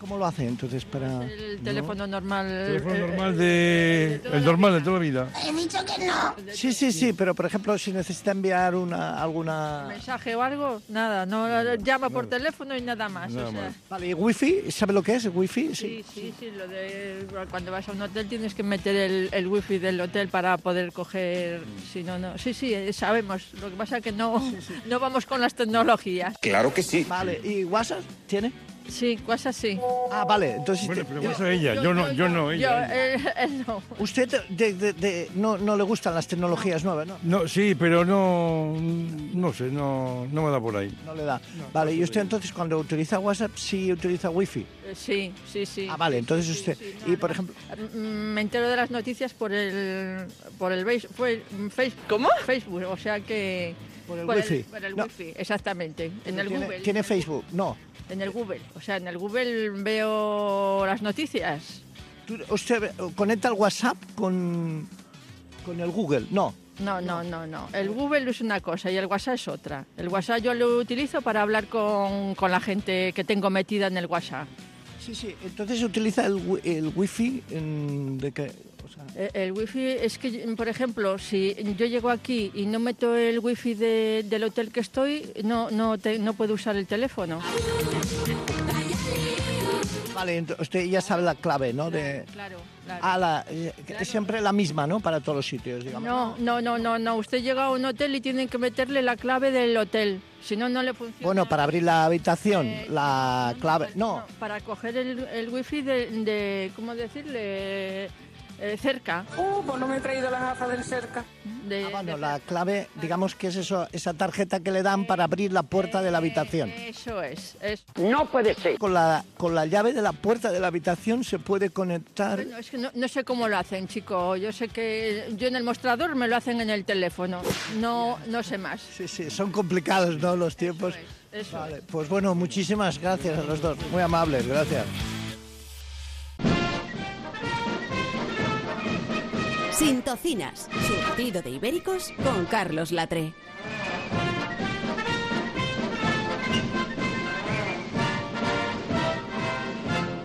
Speaker 11: ¿Cómo lo hace entonces para...?
Speaker 26: El teléfono normal.
Speaker 24: Teléfono
Speaker 26: eh,
Speaker 24: normal
Speaker 26: eh,
Speaker 24: de... El normal de toda la vida.
Speaker 26: He dicho que no.
Speaker 11: Sí, sí, sí, pero por ejemplo, si necesita enviar una, alguna...
Speaker 26: ¿Mensaje o algo? Nada, no eh, llama por teléfono y nada más. o sea.
Speaker 11: Vale, ¿y wifi? ¿Sabe lo que es wifi?
Speaker 26: Sí, sí, sí, lo de cuando vas a un hotel tienes que meter el, el wifi del hotel para poder coger, si no, no. Sí, sí, eh, sabemos. Lo que pasa es que no, no vamos con las tecnologías.
Speaker 11: Claro que sí. Vale, ¿y WhatsApp tiene?
Speaker 26: Sí, cosas así.
Speaker 11: Ah, vale, entonces...
Speaker 24: Bueno, pero
Speaker 11: yo-
Speaker 24: eso ella, yo no, yo
Speaker 26: Yo,
Speaker 24: no, ella. ella.
Speaker 26: eh, él no.
Speaker 11: Usted de- de- de- no, no le gustan las tecnologías nuevas, ¿no?
Speaker 24: No, sí, pero no, no sé, no, no me da por ahí.
Speaker 11: No le da. vale, y usted entonces cuando utiliza WhatsApp sí utiliza wifi.
Speaker 26: Eh, Sí, sí, sí.
Speaker 11: Ah, vale, entonces usted... y por ejemplo...
Speaker 26: Mm, Me entero de las noticias por el por el beis- fue- mm, Facebook. ¿Cómo? Facebook, o sea que por
Speaker 11: el wifi.
Speaker 26: por el
Speaker 11: No.
Speaker 26: wifi, exactamente, en el
Speaker 11: ¿Tiene,
Speaker 26: Google.
Speaker 11: tiene Facebook? No.
Speaker 26: En el Google, o sea, en el Google veo las noticias.
Speaker 11: Tú- ¿Usted eh, conecta el WhatsApp con, con el Google? No.
Speaker 26: No, no, no, no. El Google es una cosa y el WhatsApp es otra. El WhatsApp yo lo utilizo para hablar con, con la gente que tengo metida en el WhatsApp.
Speaker 11: Sí, sí. Entonces utiliza el, wi- el wifi en- de que... o sea,
Speaker 26: Eh, El wifi es que, yo, por ejemplo, si yo llego aquí y no meto el wifi de- del hotel que estoy, no, no, te- no puedo usar el teléfono.
Speaker 11: vale, ent- usted ya sabe la clave, ¿no? De,
Speaker 26: Claro, claro.
Speaker 11: Ah, la- eh, que- siempre la misma, ¿no? Para todos los sitios, digamos.
Speaker 26: No, no, no, no, no. Usted llega a un hotel y tienen que meterle la clave del hotel. Si no, no Eh, le funciona.
Speaker 11: Bueno, para abrir la habitación, la clave... No,
Speaker 26: Para coger el, el wifi de, de- ¿cómo decirle? Eh, cerca. Uh, pues no me he traído la gafa del cerca.
Speaker 11: Ah, bueno, la clave, digamos que es eso, esa tarjeta que le dan para abrir la puerta
Speaker 26: Eh,
Speaker 11: de la habitación.
Speaker 26: Eso es, es.
Speaker 11: No puede ser. Con la, con la llave de la puerta de la habitación se puede conectar.
Speaker 26: Bueno, es que no, no sé cómo lo hacen, chico. Yo sé que yo en el mostrador me lo hacen en el teléfono. No, no sé más.
Speaker 11: Sí, sí, son complicados, ¿no? Los tiempos.
Speaker 26: Eso
Speaker 11: Vale, pues bueno, muchísimas gracias a los dos. Muy amables, gracias.
Speaker 2: Sin tocinas. Surtido de ibéricos con Carlos Latre.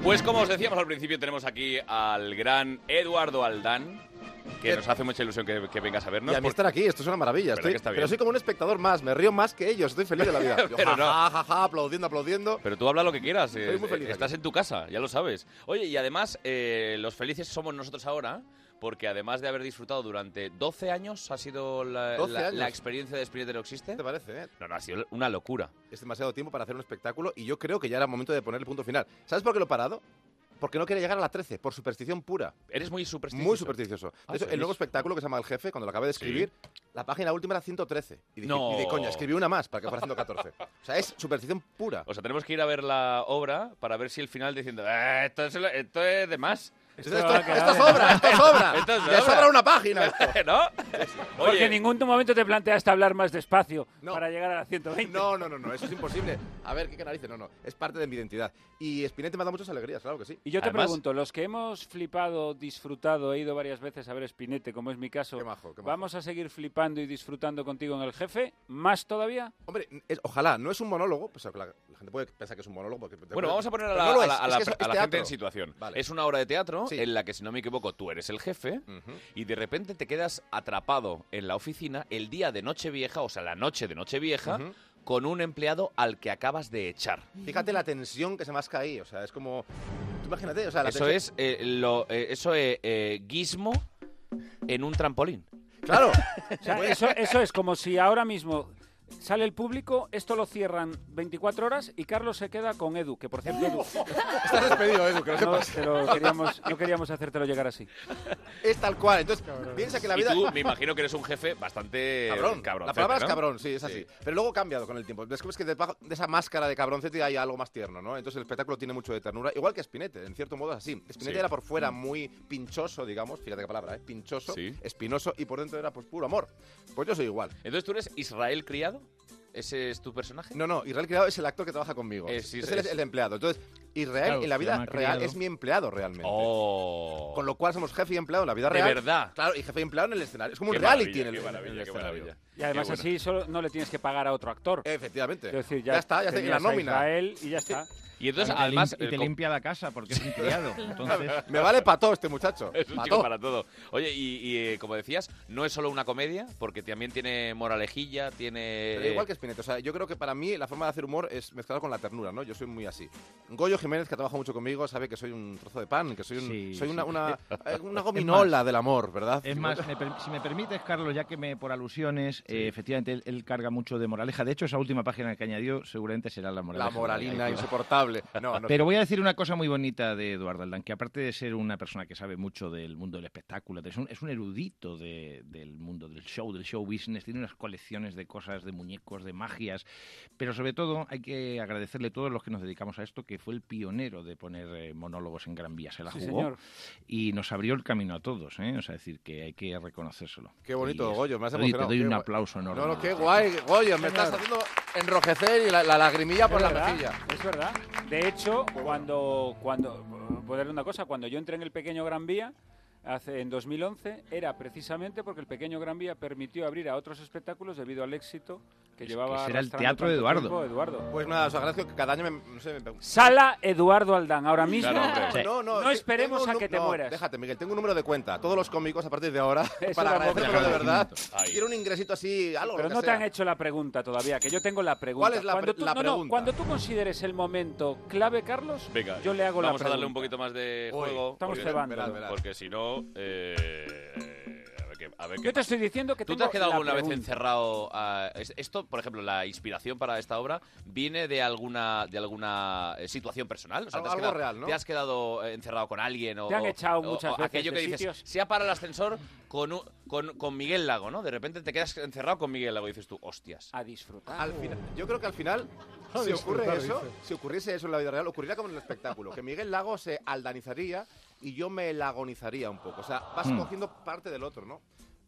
Speaker 1: Pues como os decíamos al principio, tenemos aquí al gran Eduardo Aldán, que nos hace mucha ilusión que, que vengas a vernos.
Speaker 10: Eh, Y a mí
Speaker 1: por-
Speaker 10: estar aquí, esto es una maravilla.
Speaker 1: ¿Verdad
Speaker 10: Estoy-
Speaker 1: que está bien?
Speaker 10: pero soy como un espectador más, me río más que ellos, estoy feliz de la vida. Yo,
Speaker 1: Pero no.
Speaker 10: ja, ja, ja, aplaudiendo, aplaudiendo.
Speaker 1: Pero tú habla lo que quieras. eh,
Speaker 10: Estoy muy feliz
Speaker 1: eh, Estás en tu casa, ya lo sabes. Oye, y además, eh, los felices somos nosotros ahora, porque además de haber disfrutado durante 12 años, ha sido la,
Speaker 10: 12
Speaker 1: la-
Speaker 10: años.
Speaker 1: la experiencia de Spirit Existe.
Speaker 10: ¿Te parece? eh?
Speaker 1: No, no, ha sido una locura.
Speaker 10: Es demasiado tiempo para hacer un espectáculo y yo creo que ya era momento de poner el punto final. ¿Sabes por qué lo he parado? Porque no quería llegar a las 13, por superstición pura.
Speaker 1: Eres muy supersticioso.
Speaker 10: Muy supersticioso. De
Speaker 1: Ah,
Speaker 10: hecho,
Speaker 1: sí.
Speaker 10: el nuevo espectáculo que se llama El Jefe, cuando lo acabé de escribir, la página última era 113. Y dije,
Speaker 1: No.
Speaker 10: y de coña, escribí una más para que fuera 114. O sea, es superstición pura.
Speaker 1: O sea, tenemos que ir a ver la obra para ver si el final diciendo, "Ah, esto, es, esto es de más.
Speaker 10: Esto, esto sobra, esto sobra.
Speaker 3: Esto
Speaker 10: Le sobra una página. esto.
Speaker 1: ¿No?
Speaker 3: Porque en ningún momento te planteaste hablar más despacio.
Speaker 10: Para
Speaker 3: llegar a la 120.
Speaker 10: No, no, no, no, eso es imposible. A ver, qué narices, no, no. Es parte de mi identidad. Y Spinete me da muchas alegrías, claro que sí.
Speaker 3: Y yo te pregunto, los que hemos flipado, disfrutado, he ido varias veces a ver Spinete, como es mi caso, ¿vamos a seguir flipando y disfrutando contigo en el jefe? ¿Más todavía?
Speaker 10: Hombre, es- ojalá, no es un monólogo, pues, la, la gente puede pensar que es un monólogo. Porque,
Speaker 1: Bueno, vamos a poner a
Speaker 10: Pero
Speaker 1: la,
Speaker 10: no lo
Speaker 1: a
Speaker 10: es,
Speaker 1: la- a
Speaker 10: es
Speaker 1: la-
Speaker 10: que eso
Speaker 1: a
Speaker 10: es
Speaker 1: la gente
Speaker 10: teatro.
Speaker 1: en situación.
Speaker 10: Vale.
Speaker 1: Es una obra de teatro
Speaker 10: Sí.
Speaker 1: en la que, si no me equivoco, tú eres el jefe y de repente te quedas atrapado en la oficina el día de Nochevieja, o sea, la noche de Nochevieja, con un empleado al que acabas de echar.
Speaker 10: Fíjate la tensión que se masca ahí, o sea, es como... Tú imagínate, o sea, la
Speaker 1: eso
Speaker 10: tensión-
Speaker 1: es eh, lo, eh, eso es eh, guismo en un trampolín.
Speaker 10: Claro.
Speaker 3: O sea, eso, eso es como si ahora mismo sale el público, esto lo cierran 24 horas y Carlos se queda con Edu, que por cierto... Edu,
Speaker 10: Estás despedido, Edu, que lo
Speaker 3: no,
Speaker 10: sepas.
Speaker 3: te lo queríamos, no queríamos hacértelo llegar así.
Speaker 10: Es tal cual, entonces piensa que la vida...
Speaker 1: Y tú, me imagino que eres un jefe bastante
Speaker 10: Cabrón.
Speaker 1: cabrón.
Speaker 10: la palabra es cabrón, sí, es así. Pero luego ha cambiado con el tiempo. Descubres que debajo de esa máscara de cabroncete hay algo más tierno, ¿no? Entonces el espectáculo tiene mucho de ternura. Igual que Spinete, en cierto modo es así. Spinete
Speaker 1: Sí.
Speaker 10: era por fuera
Speaker 1: Mm.
Speaker 10: muy pinchoso, digamos. Fíjate qué palabra, ¿eh? Pinchoso,
Speaker 1: Sí.
Speaker 10: espinoso y por dentro era pues puro amor. Pues yo soy igual.
Speaker 1: Entonces tú eres Israel criado. ¿Ese es tu personaje?
Speaker 10: No, no, Israel Criado es el actor que trabaja conmigo.
Speaker 1: Es-
Speaker 10: es, el,
Speaker 1: es-
Speaker 10: el empleado. Entonces, Israel
Speaker 1: Claro,
Speaker 10: en la
Speaker 1: se
Speaker 10: vida
Speaker 1: llama
Speaker 10: real
Speaker 1: criado.
Speaker 10: es mi empleado realmente.
Speaker 1: Oh.
Speaker 10: Con lo cual somos jefe y empleado en la vida
Speaker 1: De
Speaker 10: real.
Speaker 1: verdad.
Speaker 10: Claro, y jefe y empleado en el escenario. Es como
Speaker 1: Qué
Speaker 10: un reality
Speaker 1: maravilla,
Speaker 10: en el,
Speaker 1: qué maravilla,
Speaker 10: en el
Speaker 1: qué
Speaker 10: escenario.
Speaker 1: maravilla.
Speaker 3: Y además
Speaker 1: Qué bueno.
Speaker 3: así solo no le tienes que pagar a otro actor.
Speaker 10: Efectivamente.
Speaker 3: Es decir,
Speaker 10: Ya está, ya está, y la
Speaker 3: tenías a
Speaker 10: nómina.
Speaker 3: Israel y ya está.
Speaker 1: Y
Speaker 7: Y te lim- y te limpia la casa porque es un criado. Entonces,
Speaker 10: Me vale para todo este muchacho.
Speaker 1: Es un
Speaker 10: Pa'
Speaker 1: chico
Speaker 10: todo.
Speaker 1: para todo. Oye, y, y, eh, como decías, no es solo una comedia, porque también tiene moralejilla, tiene... eh,
Speaker 10: Pero igual que Spinetta, o sea, yo creo que para mí la forma de hacer humor es mezclar con la ternura, ¿no? Yo soy muy así. Goyo Jiménez, que trabaja mucho conmigo, sabe que soy un trozo de pan, que soy, un-
Speaker 7: Sí,
Speaker 10: soy
Speaker 7: sí.
Speaker 10: una, una,
Speaker 7: Eh,
Speaker 10: eh, una
Speaker 7: es
Speaker 10: gominola
Speaker 7: más,
Speaker 10: del amor, ¿verdad?
Speaker 7: Es más, me per- si me permites, Carlos, ya que me por alusiones, eh, efectivamente él, él carga mucho de moraleja. De hecho, esa última página que añadió seguramente será la moraleja.
Speaker 10: la moralina
Speaker 7: Ahí va.
Speaker 10: insoportable. No, no.
Speaker 7: Pero voy a decir una cosa muy bonita de Eduardo Aldán, que aparte de ser una persona que sabe mucho del mundo del espectáculo, es un, es un erudito de- del mundo del show, del show business, tiene unas colecciones de cosas, de muñecos, de magias, pero sobre todo hay que agradecerle a todos los que nos dedicamos a esto, que fue el pionero de poner eh, monólogos en Gran Vía, se la
Speaker 3: Sí,
Speaker 7: jugó
Speaker 3: señor.
Speaker 7: y nos abrió el camino a todos, ¿eh? o sea, decir que hay que reconocérselo.
Speaker 10: Qué bonito,
Speaker 7: Y es-
Speaker 10: Goyo, me has
Speaker 7: te doy-
Speaker 10: emocionado.
Speaker 7: Te doy
Speaker 10: Qué
Speaker 7: un
Speaker 10: guay.
Speaker 7: aplauso enorme.
Speaker 10: No, no, qué guay, Goyo, me estás haciendo enrojecer y la, la lagrimilla por
Speaker 3: Es
Speaker 10: la
Speaker 3: verdad,
Speaker 10: mejilla.
Speaker 3: Es verdad. De hecho, cuando, cuando, voy a darle una cosa, cuando yo entré en el pequeño Gran Vía, hace, en 2011, era precisamente porque el pequeño Gran Vía permitió abrir a otros espectáculos debido al éxito que llevaba.
Speaker 7: ese era el
Speaker 3: arrastrando
Speaker 7: teatro de
Speaker 3: tanto
Speaker 7: Eduardo.
Speaker 3: tiempo Eduardo.
Speaker 10: Pues nada, os agradezco que cada año me... No sé, me...
Speaker 3: Sala Eduardo Aldán, ahora mismo.
Speaker 10: Claro, hombre.
Speaker 3: no,
Speaker 10: no, te-
Speaker 3: esperemos
Speaker 10: tengo un
Speaker 3: a que
Speaker 10: nu-
Speaker 3: te
Speaker 10: no,
Speaker 3: mueras.
Speaker 10: Déjate, Miguel, tengo un número de cuenta. Todos los cómicos a partir de ahora,
Speaker 3: Eso
Speaker 10: para
Speaker 3: tampoco.
Speaker 10: agradecértelo de verdad.
Speaker 3: Ahí.
Speaker 10: Quiero un ingresito así, algo
Speaker 3: Pero
Speaker 10: lo que
Speaker 3: no te
Speaker 10: sea.
Speaker 3: han hecho la pregunta todavía, que yo tengo la pregunta.
Speaker 10: eh, ¿Cuál es la
Speaker 3: cuando
Speaker 10: pre-
Speaker 3: tú,
Speaker 10: la
Speaker 3: no, no,
Speaker 10: pregunta?
Speaker 3: cuando tú consideres el momento clave, Carlos,
Speaker 1: Venga,
Speaker 3: yo le hago la
Speaker 1: vamos
Speaker 3: pregunta.
Speaker 1: a darle un poquito más de
Speaker 3: Uy,
Speaker 1: juego.
Speaker 3: estamos
Speaker 1: porque-
Speaker 3: cebando.
Speaker 1: Porque,
Speaker 3: Verás, verás.
Speaker 1: si no... eh, a ver qué- a ver qué
Speaker 3: Yo te
Speaker 1: pasa.
Speaker 3: estoy diciendo que
Speaker 1: ¿Tú te
Speaker 3: tengo
Speaker 1: has quedado
Speaker 3: la
Speaker 1: alguna vez
Speaker 3: pregunta.
Speaker 1: encerrado? ah, es- esto, por ejemplo, la inspiración para esta obra viene de alguna de alguna eh, situación personal. O sea,
Speaker 10: Algo-
Speaker 1: te has
Speaker 10: algo
Speaker 1: quedado,
Speaker 10: real, ¿no?
Speaker 1: te has quedado eh, encerrado con alguien o
Speaker 3: Te han
Speaker 1: o-
Speaker 3: echado
Speaker 1: o-
Speaker 3: muchas
Speaker 1: o
Speaker 3: veces
Speaker 1: aquello
Speaker 3: de
Speaker 1: que dices
Speaker 3: sitios.
Speaker 1: sea para el ascensor con, un- con con Miguel Lago, ¿no? De repente te quedas encerrado con Miguel Lago y dices tú, hostias.
Speaker 3: A disfrutar.
Speaker 10: Al final- yo creo que al final,
Speaker 1: A
Speaker 10: si ocurre
Speaker 1: disfrutar,
Speaker 10: eso,
Speaker 1: dice.
Speaker 10: si ocurriese eso en la vida real, ocurrirá como en el espectáculo, que Miguel Lago se aldanizaría y yo me lagonizaría un poco. O sea, vas
Speaker 3: Hmm.
Speaker 1: Mm.
Speaker 10: cogiendo parte del otro, ¿no?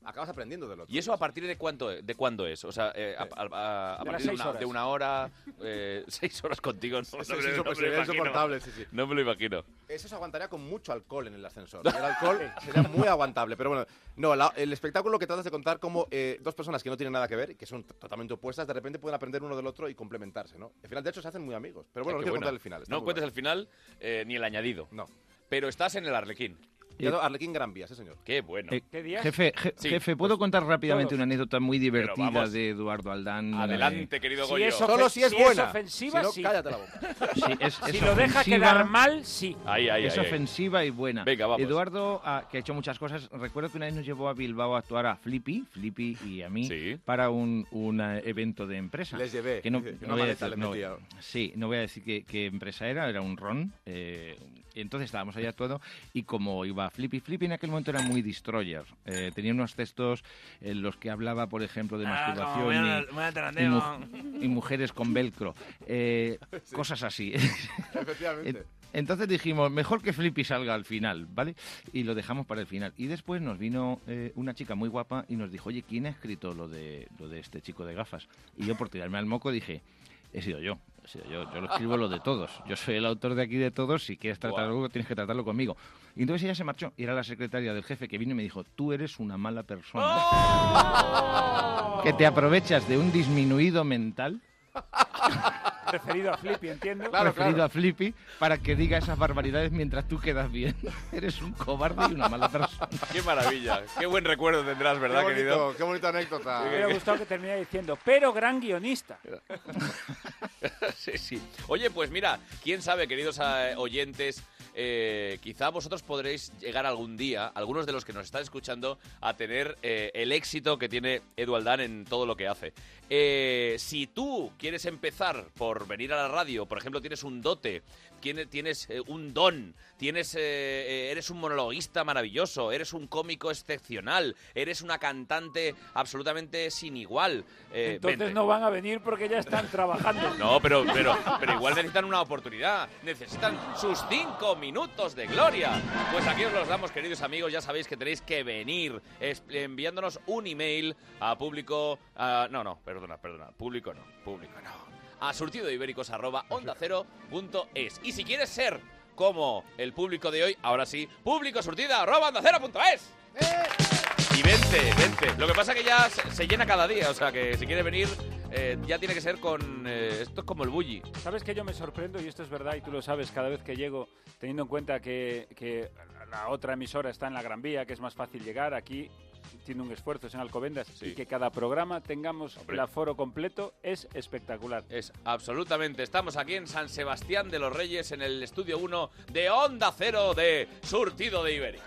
Speaker 10: Acabas aprendiendo del otro.
Speaker 1: ¿Y eso a partir de cuánto de cuándo es? O sea, eh, a, a- a- a
Speaker 10: De las
Speaker 1: partir de
Speaker 10: seis
Speaker 1: una,
Speaker 10: horas.
Speaker 1: de una hora, eh, seis horas contigo, no, no,
Speaker 10: Sí,
Speaker 1: me-
Speaker 10: sí,
Speaker 1: no me lo
Speaker 10: sería
Speaker 1: imagino.
Speaker 10: insoportable, sí, sí.
Speaker 1: No me lo imagino.
Speaker 10: Eso se aguantaría con mucho alcohol en el ascensor. El alcohol sería muy aguantable, pero bueno. No, la- el espectáculo que tratas de contar como eh, dos personas que no tienen nada que ver, que son t- totalmente opuestas, de repente pueden aprender uno del otro y complementarse, ¿no? Al final, de hecho, se hacen muy amigos. Pero bueno,
Speaker 1: Eh,
Speaker 10: no
Speaker 1: qué
Speaker 10: quiero
Speaker 1: buena.
Speaker 10: contar el final. está
Speaker 1: No
Speaker 10: muy
Speaker 1: cuentes
Speaker 10: guay.
Speaker 1: el final eh, ni el añadido.
Speaker 10: No.
Speaker 1: Pero estás en el Arlequín.
Speaker 7: Y- Quedo
Speaker 10: Arlequín Gran Vía, sí, señor.
Speaker 1: Qué bueno.
Speaker 7: Eh, jefe, je-
Speaker 1: Sí. pues,
Speaker 7: jefe, ¿puedo contar rápidamente
Speaker 1: todos.
Speaker 7: una anécdota muy divertida
Speaker 1: vamos.
Speaker 7: de Eduardo Aldán?
Speaker 1: Adelante, querido
Speaker 7: Sí,
Speaker 1: Goyo.
Speaker 7: es Solo ofen- si es si es buena.
Speaker 3: ofensiva,
Speaker 10: Si no,
Speaker 3: sí.
Speaker 10: cállate la boca.
Speaker 7: Sí, es-
Speaker 3: si
Speaker 7: es
Speaker 3: lo deja
Speaker 7: ofensiva.
Speaker 3: quedar mal, sí.
Speaker 1: Ahí, ahí,
Speaker 7: es
Speaker 1: ahí, ahí.
Speaker 7: ofensiva y buena.
Speaker 1: Venga, vamos.
Speaker 7: Eduardo, ah, que ha hecho muchas cosas, recuerdo que una vez nos llevó a Bilbao a actuar a Flippy, Flippy y a mí, para un, un, eh, evento de empresa.
Speaker 10: Les llevé,
Speaker 7: Que no,
Speaker 10: dice,
Speaker 7: no
Speaker 10: una
Speaker 7: voy a
Speaker 10: maleta
Speaker 7: decir-
Speaker 10: le
Speaker 7: no-
Speaker 10: metía.
Speaker 7: sí, no voy a decir qué, qué empresa era, era un ron. eh, y entonces estábamos ahí actuando y como iba Flippy, Flippy en aquel momento era muy destroyer. eh, tenía unos textos en los que hablaba, por ejemplo, de
Speaker 12: Ah, como
Speaker 7: masturbación
Speaker 12: muy al-
Speaker 7: y-
Speaker 12: muy al
Speaker 7: y,
Speaker 12: taranteo.
Speaker 7: y mujeres con velcro. eh, Cosas así.
Speaker 10: Efectivamente.
Speaker 7: Eh, Entonces dijimos, mejor que Flippy salga al final, ¿vale? Y lo dejamos para el final. Y después nos vino eh, una chica muy guapa y nos dijo, oye, ¿quién ha escrito lo de, lo de este chico de gafas? Y yo por tirarme al moco dije, he sido yo. he sido yo, yo lo escribo lo de todos. Yo soy el autor de aquí de todos. Si quieres tratar algo, tienes que tratarlo conmigo. Y entonces ella se marchó. Y era la secretaria del jefe que vino y me dijo: Tú eres una mala persona. que te aprovechas de un disminuido mental
Speaker 3: Referido a Flippy, entiendo.
Speaker 7: referido a Flippy para que diga esas barbaridades mientras tú quedas bien. Eres un cobarde y una mala persona.
Speaker 1: Qué maravilla, qué buen recuerdo tendrás, ¿verdad,
Speaker 10: Qué bonito,
Speaker 1: querido?
Speaker 10: qué bonita anécdota.
Speaker 3: Me hubiera gustado que terminara diciendo, pero gran guionista.
Speaker 1: sí, sí. Oye, pues mira, quién sabe, queridos eh, oyentes, eh, quizá vosotros podréis llegar algún día, algunos de los que nos están escuchando, a tener eh, el éxito que tiene Edu Aldán en todo lo que hace. Eh, si tú quieres empezar por venir a la radio, por ejemplo, tienes un dote, tiene- tienes eh, un don, tienes, eh, eh, eres un monologuista maravilloso, eres un cómico excepcional, eres una cantante absolutamente sin igual. eh,
Speaker 3: Entonces
Speaker 1: vente.
Speaker 3: no van a venir porque ya están trabajando.
Speaker 1: No, pero, pero, pero igual necesitan una oportunidad. Necesitan sus cinco minutos de gloria. Pues aquí os los damos, queridos amigos. Ya sabéis que tenéis que venir es- enviándonos un email a público. a- no, no, perdona, perdona. Público no, público no. A surtidoibéricos.ondacero.es. Y si quieres ser como el público de hoy, ahora sí, público surtida arroba ondacero.es. Y vente, vente. Lo que pasa que ya se, se llena cada día, o sea que si quieres venir, eh, ya tiene que ser con. eh, esto es como el bully.
Speaker 3: ¿Sabes que yo me sorprendo? Y esto es verdad, y tú lo sabes, cada vez que llego, teniendo en cuenta que, que la otra emisora está en la Gran Vía, que es más fácil llegar, aquí tiene un esfuerzo, es en Alcobendas, y que cada programa tengamos el aforo completo es espectacular.
Speaker 1: Es absolutamente. Estamos aquí en San Sebastián de los Reyes, en el estudio 1 de Onda Cero de Surtido de Ibérica.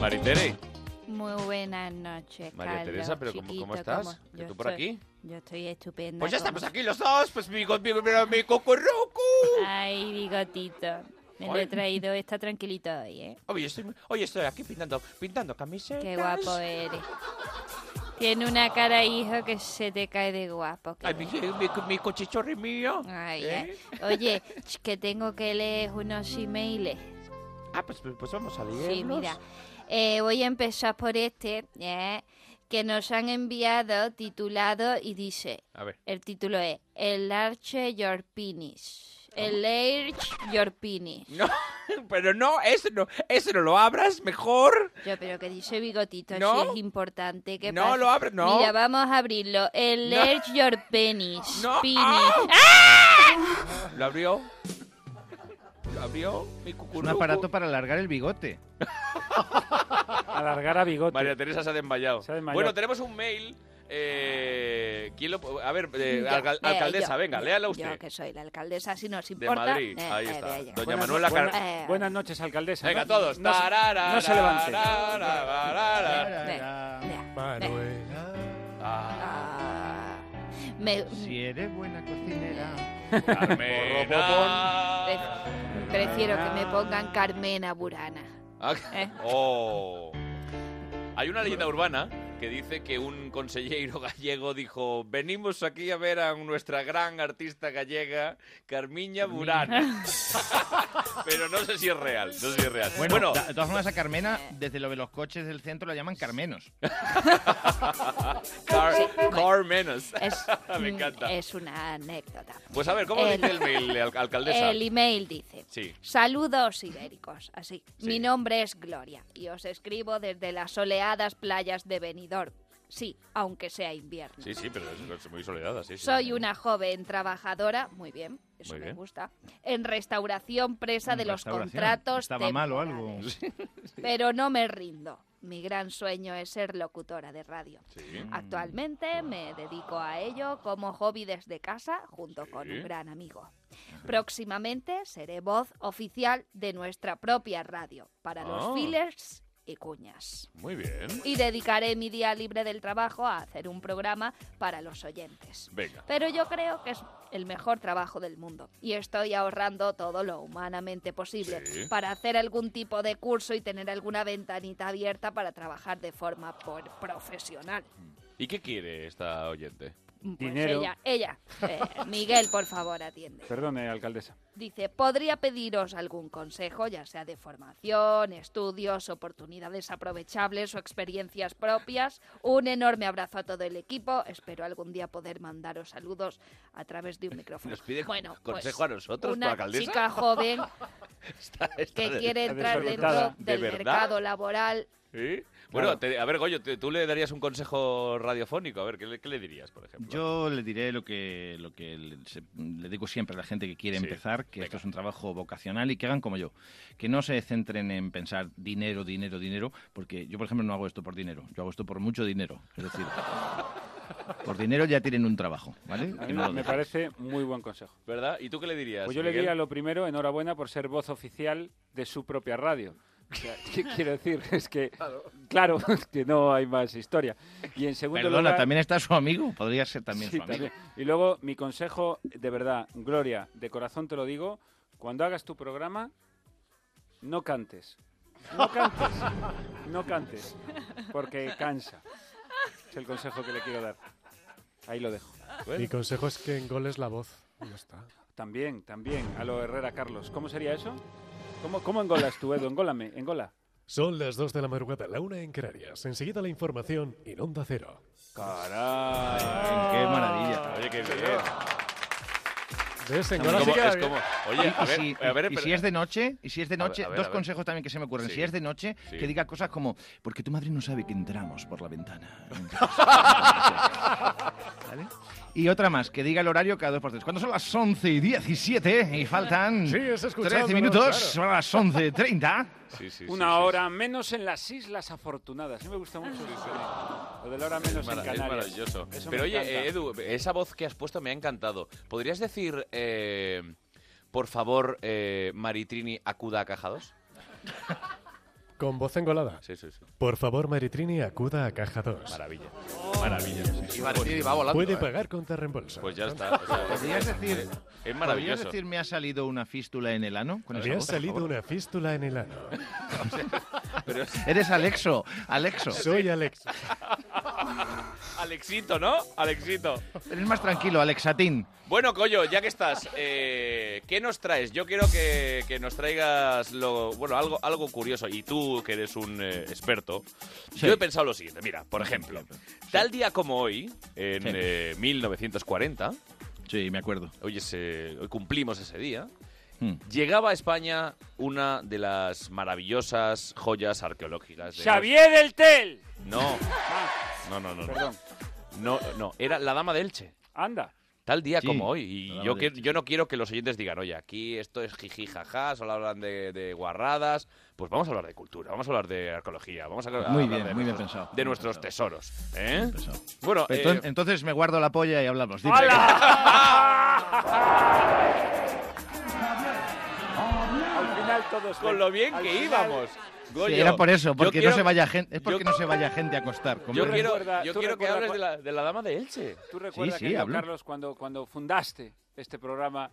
Speaker 1: Maritere.
Speaker 18: Muy buenas noches,
Speaker 1: María
Speaker 18: Carlos,
Speaker 1: Teresa, pero ¿cómo-
Speaker 18: chiquito,
Speaker 1: cómo estás?
Speaker 18: ¿cómo?
Speaker 1: ¿Que
Speaker 18: Yo
Speaker 1: tú por
Speaker 18: estoy-
Speaker 1: aquí?
Speaker 18: Yo estoy estupenda.
Speaker 21: Pues ya
Speaker 18: ¿cómo?
Speaker 21: estamos aquí los dos, pues mi, mi, mi, mi cocorroco.
Speaker 18: Ay, bigotito. Me lo
Speaker 21: Ay.
Speaker 18: he traído, está tranquilito hoy, ¿eh?
Speaker 21: Hoy estoy, hoy estoy aquí pintando, pintando camisetas.
Speaker 18: Qué guapo eh. eres. Tiene una cara, hijo, que se te cae de guapo.
Speaker 21: Ay, mi, eh, mi, mi cochichorri mío.
Speaker 18: Ay,
Speaker 21: ¿Eh?
Speaker 18: ay. Oye, ch, que tengo que leer unos emails.
Speaker 21: Ah, pues, pues vamos a leerlos.
Speaker 18: Sí, mira. Eh, voy a empezar por este, ¿eh? que nos han enviado titulado y dice,
Speaker 1: A ver.
Speaker 18: el título es El Arche Your Penis. El Arche Your Penis.
Speaker 21: No, pero no, eso no, eso no lo abras, mejor.
Speaker 18: Yo, pero que dice bigotito,
Speaker 21: No.
Speaker 18: si es importante. ¿qué
Speaker 21: No,
Speaker 18: pasa?
Speaker 21: lo abres, no.
Speaker 18: Mira, vamos a abrirlo. El
Speaker 21: No.
Speaker 18: Arch Your Penis.
Speaker 21: No.
Speaker 18: Penis.
Speaker 21: ¡Ah!
Speaker 18: ¡Ah!
Speaker 21: Lo abrió. Lo abrió mi cucuruco.
Speaker 7: Un aparato para alargar el bigote.
Speaker 3: Alargar a bigote.
Speaker 1: María Teresa se ha desmayado.
Speaker 3: desmayado.
Speaker 1: Bueno, tenemos un mail. eh, ¿quién lo po- a ver, eh,
Speaker 18: Yo,
Speaker 1: alcal-
Speaker 18: eh,
Speaker 1: alcaldesa,
Speaker 18: yo,
Speaker 1: venga,
Speaker 18: yo,
Speaker 1: léala
Speaker 18: Yo
Speaker 1: usted.
Speaker 18: que soy la alcaldesa, si nos
Speaker 1: De
Speaker 18: importa.
Speaker 1: Madrid,
Speaker 18: eh,
Speaker 1: ahí
Speaker 18: eh,
Speaker 1: está.
Speaker 18: vea yo.
Speaker 1: Doña Manuela Car-
Speaker 18: Eh,
Speaker 3: Buenas noches, alcaldesa.
Speaker 1: Venga,
Speaker 3: No-
Speaker 1: todos.
Speaker 3: No, se-
Speaker 1: Tarara,
Speaker 3: no se levante.
Speaker 1: Ah,
Speaker 18: me-
Speaker 7: Si eres buena cocinera.
Speaker 18: Pref- Prefiero que me pongan Carmena Burana.
Speaker 1: Ah,
Speaker 18: Eh.
Speaker 1: oh. Hay una leyenda urbana que dice que un consejero gallego dijo venimos aquí a ver a nuestra gran artista gallega Carmiña Burana. Pero no sé si es real, no sé si es real.
Speaker 7: Bueno, de de todas formas a Carmena, desde lo de los coches del centro, la llaman Carmenos.
Speaker 1: Car- Carmenos.
Speaker 18: Pues, eh, Es,
Speaker 1: Me
Speaker 18: mm,
Speaker 1: encanta.
Speaker 18: Es una anécdota.
Speaker 1: Pues a ver, ¿cómo
Speaker 18: El-
Speaker 1: dice el mail, al- alcaldesa?
Speaker 18: El email dice.
Speaker 1: Sí.
Speaker 18: Saludos ibéricos, así. Mi nombre es Gloria y os escribo desde las soleadas playas de Benidorm. Sí, aunque sea invierno.
Speaker 1: Sí, sí, pero es, es muy soledad, sí, sí.
Speaker 18: Soy una joven trabajadora, muy bien, eso
Speaker 1: Muy
Speaker 18: me
Speaker 1: bien.
Speaker 18: gusta. En restauración presa de los
Speaker 7: Restauración.
Speaker 18: contratos,
Speaker 7: Estaba
Speaker 18: tem-
Speaker 7: mal o algo.
Speaker 1: ¿eh?
Speaker 18: pero no me rindo. Mi gran sueño es ser locutora de radio. Actualmente me dedico a ello como hobby desde casa junto con un gran amigo.
Speaker 1: ¡Ah!
Speaker 18: Próximamente seré voz oficial de nuestra propia radio para
Speaker 1: Ah.
Speaker 18: los fillers y cuñas.
Speaker 1: Muy bien.
Speaker 18: Y dedicaré mi día libre del trabajo a hacer un programa para los oyentes.
Speaker 1: Venga.
Speaker 18: Pero yo creo que es el mejor trabajo del mundo y estoy ahorrando todo lo humanamente posible
Speaker 1: Sí.
Speaker 18: para hacer algún tipo de curso y tener alguna ventanita abierta para trabajar de forma por profesional.
Speaker 1: ¿Y qué quiere esta oyente?
Speaker 18: Pues
Speaker 3: Dinero.
Speaker 18: ella, ella. Eh, Miguel, por favor, atiende.
Speaker 3: Perdone, alcaldesa.
Speaker 18: Dice, podría pediros algún consejo, ya sea de formación, estudios, oportunidades aprovechables o experiencias propias. Un enorme abrazo a todo el equipo. Espero algún día poder mandaros saludos a través de un micrófono.
Speaker 1: Nos pide
Speaker 18: bueno,
Speaker 1: consejo
Speaker 18: pues,
Speaker 1: a nosotros,
Speaker 18: una
Speaker 1: tu alcaldesa.
Speaker 18: chica joven
Speaker 1: Está
Speaker 18: que
Speaker 1: de-
Speaker 18: quiere
Speaker 1: está
Speaker 18: entrar dentro
Speaker 1: desorientada. ¿De
Speaker 18: del
Speaker 1: verdad?
Speaker 18: mercado laboral.
Speaker 1: ¿Sí? Bueno, te- a ver, Goyo, te- tú le darías un consejo radiofónico. A ver, ¿qué le, qué le dirías, por ejemplo?
Speaker 7: Yo le diré lo que, lo que le, se- le digo siempre a la gente que quiere
Speaker 1: Sí,
Speaker 7: empezar, que esto es un trabajo vocacional y que hagan como yo, que no se centren en pensar dinero, dinero, dinero, porque yo, por ejemplo, no hago esto por dinero, yo hago esto por mucho dinero. Es decir, por dinero ya tienen un trabajo, ¿vale?
Speaker 3: A
Speaker 7: Que
Speaker 3: mí
Speaker 7: no lo
Speaker 3: me
Speaker 7: dejen.
Speaker 3: parece muy buen consejo.
Speaker 1: ¿Verdad? ¿Y tú qué le dirías?
Speaker 3: Pues yo le
Speaker 1: Miguel?
Speaker 3: diría lo primero, enhorabuena por ser voz oficial de su propia radio. O sea, ¿Qué quiero decir? Es que, claro, es que no hay más historia. Y en segundo
Speaker 7: Perdona,
Speaker 3: lugar-
Speaker 7: también está su amigo, podría ser también
Speaker 3: Sí,
Speaker 7: su amigo.
Speaker 3: también. Y luego, mi consejo, de verdad, Gloria, de corazón te lo digo, cuando hagas tu programa, no cantes. No cantes. No cantes. Porque cansa. Es el consejo que le quiero dar. Ahí lo dejo.
Speaker 8: Mi consejo es que en gol es la voz. Y Ya está.
Speaker 3: También, también, a lo Herrera Carlos. ¿Cómo sería eso? ¿Cómo, cómo engolas tú, Edu? Engólame, engola.
Speaker 8: Son las 2 de la madrugada, la una en Canarias. Enseguida la información en Onda Cero.
Speaker 3: ¡Caray!
Speaker 7: ¡Qué maravilla!
Speaker 1: Oye, qué bien.
Speaker 8: ¿Ves? En
Speaker 7: También
Speaker 8: gol
Speaker 7: como-
Speaker 8: sí que
Speaker 7: es
Speaker 8: hay-
Speaker 7: como-
Speaker 1: Oye,
Speaker 7: Y-
Speaker 1: a
Speaker 7: y
Speaker 1: ver,
Speaker 7: si,
Speaker 1: a ver,
Speaker 7: y
Speaker 1: espera.
Speaker 7: si es de noche, y si es de
Speaker 1: A ver,
Speaker 7: noche,
Speaker 1: a ver,
Speaker 7: dos
Speaker 1: a ver.
Speaker 7: consejos también que se me ocurren.
Speaker 1: Sí.
Speaker 7: Si es de noche,
Speaker 1: Sí.
Speaker 7: que diga cosas como, porque tu madre no sabe que entramos por la ventana. ¿Vale? Y otra más, que diga el horario cada dos por tres. Cuando son las 11 y 17 y faltan
Speaker 8: Sí, es
Speaker 7: 13
Speaker 8: escuchándonos,
Speaker 7: minutos,
Speaker 8: claro.
Speaker 7: son las 11 y 30.
Speaker 3: Una hora menos en las Islas Afortunadas. Sí me gusta mucho. Lo de la hora menos
Speaker 1: Es mara-
Speaker 3: en Canarias.
Speaker 1: Es maravilloso.
Speaker 3: Eso
Speaker 1: Pero
Speaker 3: me
Speaker 1: oye,
Speaker 3: encanta.
Speaker 1: eh, Edu, esa voz que has puesto me ha encantado. ¿Podrías decir, eh, por favor, eh, Maritrini, acuda a Caja 2?
Speaker 8: Con voz engolada.
Speaker 1: Sí, sí, sí.
Speaker 8: Por favor, Maritrini, acuda a Caja 2.
Speaker 1: Maravilla.
Speaker 8: Oh.
Speaker 1: Maravilla.
Speaker 10: Y Maritrini va volando,
Speaker 8: Puede
Speaker 10: ¿eh?
Speaker 8: pagar contra reembolso.
Speaker 1: Pues ya está. o sea,
Speaker 7: Podrías
Speaker 1: es-
Speaker 7: decir,
Speaker 1: Es
Speaker 7: ¿Podrías
Speaker 1: maravilloso.
Speaker 7: decir, me ha salido una fístula en el ano? Con
Speaker 8: Me
Speaker 7: esa
Speaker 8: ha
Speaker 7: voz, por
Speaker 8: salido
Speaker 7: favor?
Speaker 8: una fístula en el ano.
Speaker 7: Eres Alexo, Alexo.
Speaker 8: Soy Alex.
Speaker 1: Alexito, ¿no? Alexito.
Speaker 7: Eres más tranquilo, Alexatín.
Speaker 1: Bueno, Coyo, ya que estás, eh, ¿qué nos traes? Yo quiero que, que nos traigas lo, bueno, algo, algo curioso. Y tú, que eres un eh, experto, yo he pensado lo siguiente. Mira, por ejemplo, tal día como hoy, en
Speaker 7: Sí.
Speaker 1: eh, 1940...
Speaker 7: Sí, me acuerdo.
Speaker 1: Hoy, es, eh, hoy cumplimos ese día.
Speaker 7: Hmm.
Speaker 1: Llegaba a España una de las maravillosas joyas arqueológicas de...
Speaker 3: Xavier del Tel. Ah,
Speaker 1: No. No, no, no. no.
Speaker 3: Perdón.
Speaker 1: No, no, era la dama de Elche.
Speaker 3: Anda.
Speaker 1: Tal día
Speaker 7: Sí,
Speaker 1: como hoy. Y
Speaker 7: la
Speaker 1: yo,
Speaker 7: dama de
Speaker 1: que- yo no quiero que los oyentes digan, oye, aquí esto es jiji, jaja, solo hablan de, de guarradas. Pues vamos a hablar de cultura, vamos a hablar de arqueología, vamos a hablar
Speaker 7: Muy
Speaker 1: de,
Speaker 7: bien, muy bien
Speaker 1: nuestros-
Speaker 7: pensado.
Speaker 1: de nuestros tesoros. ¿eh? Bueno,
Speaker 7: Pero enton-
Speaker 1: eh,
Speaker 7: entonces me guardo la polla y hablamos. Dime.
Speaker 3: Al final todos...
Speaker 1: con lo bien que íbamos.
Speaker 7: Sí,
Speaker 1: Goyo,
Speaker 7: era por eso,
Speaker 1: yo
Speaker 7: porque
Speaker 1: quiero-
Speaker 7: no se vaya gente, es
Speaker 1: yo-
Speaker 7: porque no se vaya gente a acostar.
Speaker 1: Yo
Speaker 7: comprendo.
Speaker 1: quiero,
Speaker 3: recuerda-
Speaker 1: yo
Speaker 3: tú
Speaker 1: quiero que
Speaker 3: recuerda
Speaker 1: hables
Speaker 3: cua-
Speaker 1: de la, de la dama de Elche.
Speaker 3: Tú recuerdas,
Speaker 7: sí,
Speaker 3: que
Speaker 7: hablo.
Speaker 3: Carlos, cuando, cuando fundaste este programa,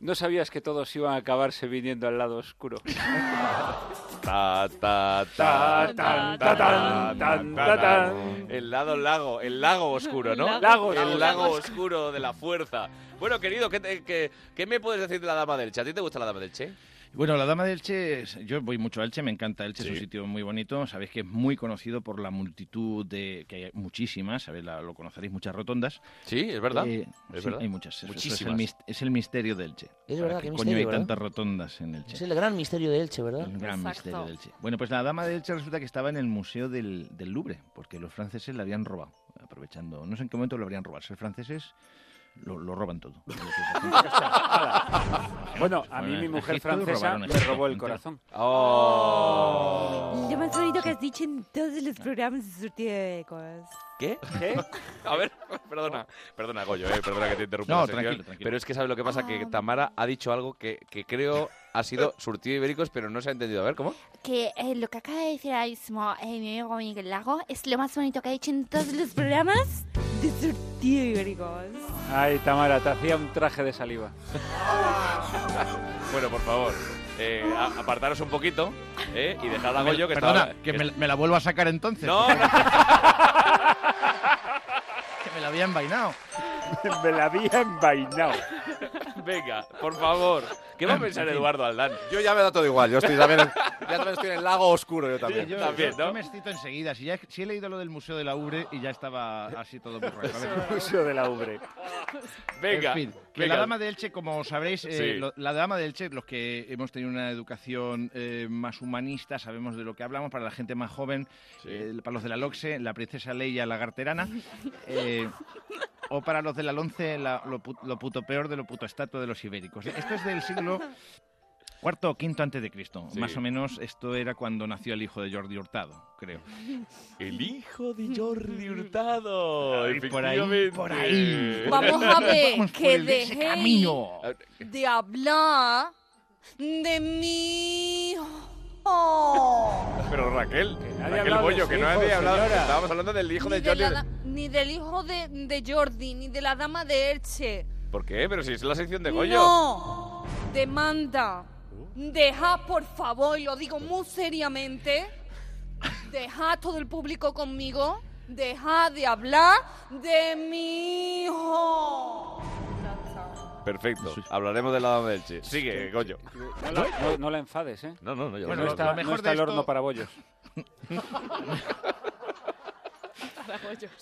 Speaker 3: no sabías que todos iban a acabarse viniendo al lado oscuro.
Speaker 1: Ta, ta, ta, tan, ta, tan, tan, ta, tan. El lado lago, el lago oscuro, ¿no?
Speaker 3: Lago.
Speaker 1: el
Speaker 3: Lago.
Speaker 1: lago oscuro de la fuerza. Bueno, querido, ¿qué, te- qué- qué me puedes decir de la dama del Che? ¿A ti te gusta la dama del Che?
Speaker 7: Bueno, la Dama de Elche, es- yo voy mucho a Elche, me encanta Elche, es un
Speaker 1: Sí.
Speaker 7: sitio muy bonito, sabéis que es muy conocido por la multitud de, que hay muchísimas, sabéis, la- lo conoceréis, muchas rotondas. Eh,
Speaker 1: Sí, es verdad, es
Speaker 7: sí,
Speaker 1: verdad.
Speaker 7: hay muchas. eso- eso es, el
Speaker 1: Muchísimas.
Speaker 7: mis- es el misterio de Elche.
Speaker 12: Es
Speaker 7: ¿Para
Speaker 12: verdad,
Speaker 7: qué
Speaker 12: qué
Speaker 7: coño
Speaker 12: misterio,
Speaker 7: hay
Speaker 12: ¿verdad?
Speaker 7: tantas rotondas en Elche?
Speaker 12: Es el gran misterio de Elche, ¿verdad?
Speaker 7: El gran
Speaker 12: Exacto.
Speaker 7: misterio de Elche. Bueno, pues la dama de Elche resulta que estaba en el museo del, del Louvre, porque los franceses la habían robado, aprovechando. No sé en qué momento lo habrían robado. Ser franceses lo, lo roban todo.
Speaker 3: Bueno, a mí mi mujer francesa me robó el corazón.
Speaker 1: Oh.
Speaker 14: Lo más bonito que has dicho en todos los programas surtiecos.
Speaker 1: ¿Qué? A ver, perdona, perdona, Goyo, eh, perdona que te interrumpa.
Speaker 7: No,
Speaker 1: la sección,
Speaker 7: tranquilo, tranquilo.
Speaker 1: Pero es que sabes lo que pasa, que Tamara ha dicho algo que, que creo ha sido surtido ibéricos, pero no se ha entendido. A ver, ¿cómo?
Speaker 4: Que eh, lo que acaba de decir ahora mismo eh, mi amigo Miguel Lago es lo más bonito que ha dicho en todos los programas de Surtido Ibéricos.
Speaker 3: Ay, Tamara, te hacía un traje de saliva.
Speaker 1: Bueno, por favor, eh, a- apartaros un poquito ¿eh? y dejad a Goyo que está
Speaker 7: Perdona,
Speaker 1: ahora-
Speaker 7: que me, me la vuelvo a sacar entonces.
Speaker 1: No, no.
Speaker 7: que me la había envainado.
Speaker 3: Me la había envainado.
Speaker 1: Venga, por favor. ¿Qué va a pensar Eduardo Aldán?
Speaker 10: Yo ya me da todo igual. Yo estoy también, ya también estoy en el lago oscuro, yo también.
Speaker 7: Yo, yo- yo me excito enseguida. Si, ya, si he leído lo del Museo de la Ubre y ya estaba así todo borracho.
Speaker 3: El Museo de la Ubre.
Speaker 1: Venga,
Speaker 7: En fin, que
Speaker 1: venga.
Speaker 7: la dama de Elche, como sabréis, eh,
Speaker 1: Sí.
Speaker 7: lo- la dama de Elche, los que hemos tenido una educación eh, más humanista, sabemos de lo que hablamos, para la gente más joven, eh, para los de la LOXE, la princesa Leia Lagarterana, eh, o para los de la LONCE, la- lo, pu- lo puto peor de lo puto estatua de los ibéricos. Esto es del siglo cuarto o quinto antes de Cristo.
Speaker 1: Sí.
Speaker 7: Más o menos esto era cuando nació el hijo de Jordi Hurtado, creo.
Speaker 1: El hijo de Jordi Hurtado.
Speaker 7: Ay, por ahí,
Speaker 1: efectivamente.
Speaker 7: por ahí.
Speaker 6: Vamos a ver
Speaker 7: Vamos por
Speaker 6: que
Speaker 7: el- ese
Speaker 6: dejéis
Speaker 7: camino.
Speaker 6: de hablar de mi hijo.
Speaker 1: Pero Raquel, Raquel
Speaker 3: hablado
Speaker 1: Bollo,
Speaker 3: de
Speaker 1: que
Speaker 3: su
Speaker 1: no
Speaker 3: hijo,
Speaker 1: nadie ha hablado.
Speaker 3: señora.
Speaker 1: Estábamos hablando del hijo
Speaker 6: Ni,
Speaker 1: de
Speaker 6: de
Speaker 1: Jordi.
Speaker 6: la da- ni del hijo de, de Jordi, ni de la dama de Elche.
Speaker 1: ¿Por qué? Pero si es la sección de Goyo.
Speaker 6: No, demanda. Deja, por favor, y lo digo muy seriamente, deja a todo el público conmigo, deja de hablar de mi hijo.
Speaker 1: Perfecto. Hablaremos de la dama del Che. Sigue, Goyo.
Speaker 3: No la, no- no la enfades, ¿eh?
Speaker 1: No, no, no. yo
Speaker 3: Bueno,
Speaker 1: no-
Speaker 3: está,
Speaker 1: no-
Speaker 3: no está el horno para bollos.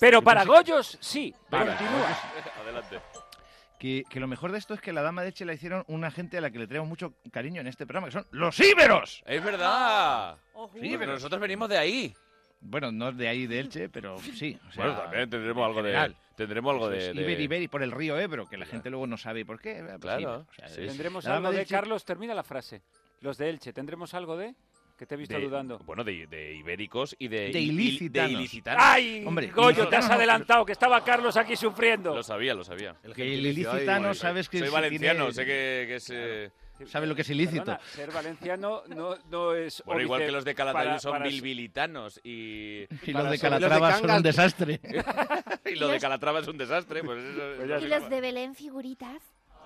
Speaker 3: Pero para Goyos, sí.
Speaker 7: Para
Speaker 3: Continúa.
Speaker 1: Adelante.
Speaker 7: que, que lo mejor de esto es que la dama de Elche la hicieron una gente a la que le tenemos mucho cariño en este programa, que son los íberos.
Speaker 1: Es
Speaker 3: Ah,
Speaker 1: verdad.
Speaker 7: Ojú.
Speaker 1: Sí, pero nosotros venimos de ahí.
Speaker 7: Bueno, no de ahí de Elche, pero sí. o sea,
Speaker 1: Bueno, también tendremos algo de.
Speaker 7: general.
Speaker 1: Tendremos algo
Speaker 7: eso
Speaker 1: de.
Speaker 7: es
Speaker 1: de-
Speaker 7: Iber, Iber y por el río Ebro, que la gente luego no sabe por qué. eh, pues
Speaker 1: Claro,
Speaker 7: Iber, o sea,
Speaker 1: sí.
Speaker 7: es-
Speaker 3: Tendremos
Speaker 7: la dama
Speaker 3: algo de,
Speaker 7: Elche-
Speaker 3: Carlos, termina la frase. Los de Elche, ¿tendremos algo de? Que te he visto
Speaker 1: de-
Speaker 3: dudando.
Speaker 1: Bueno, de, de ibéricos y de.
Speaker 7: De
Speaker 1: il-
Speaker 7: ilicitanos.
Speaker 1: De ilicitanos.
Speaker 3: ¡Ay,
Speaker 7: Hombre,
Speaker 3: Goyo,
Speaker 7: ilicitanos
Speaker 3: te has
Speaker 7: no, pero-
Speaker 3: adelantado, que estaba Carlos aquí sufriendo!
Speaker 1: Lo sabía, lo sabía.
Speaker 7: Que el ilicitano, sabes que
Speaker 1: Soy
Speaker 7: se
Speaker 1: valenciano,
Speaker 7: tiene-
Speaker 1: sé que, que es. eh,
Speaker 7: Sabe lo que es ilícito.
Speaker 3: Perdona, ser valenciano no, no es...
Speaker 1: Bueno, igual
Speaker 3: óbice
Speaker 1: que los de Calatayud
Speaker 3: para-
Speaker 1: son
Speaker 3: para-
Speaker 1: bilbilitanos y...
Speaker 7: Y
Speaker 1: para
Speaker 7: los de
Speaker 1: so-
Speaker 7: Calatrava son un desastre.
Speaker 1: y los de Calatrava es un desastre, pues eso...
Speaker 3: Pues ya
Speaker 4: ¿Y los de Belén figuritas?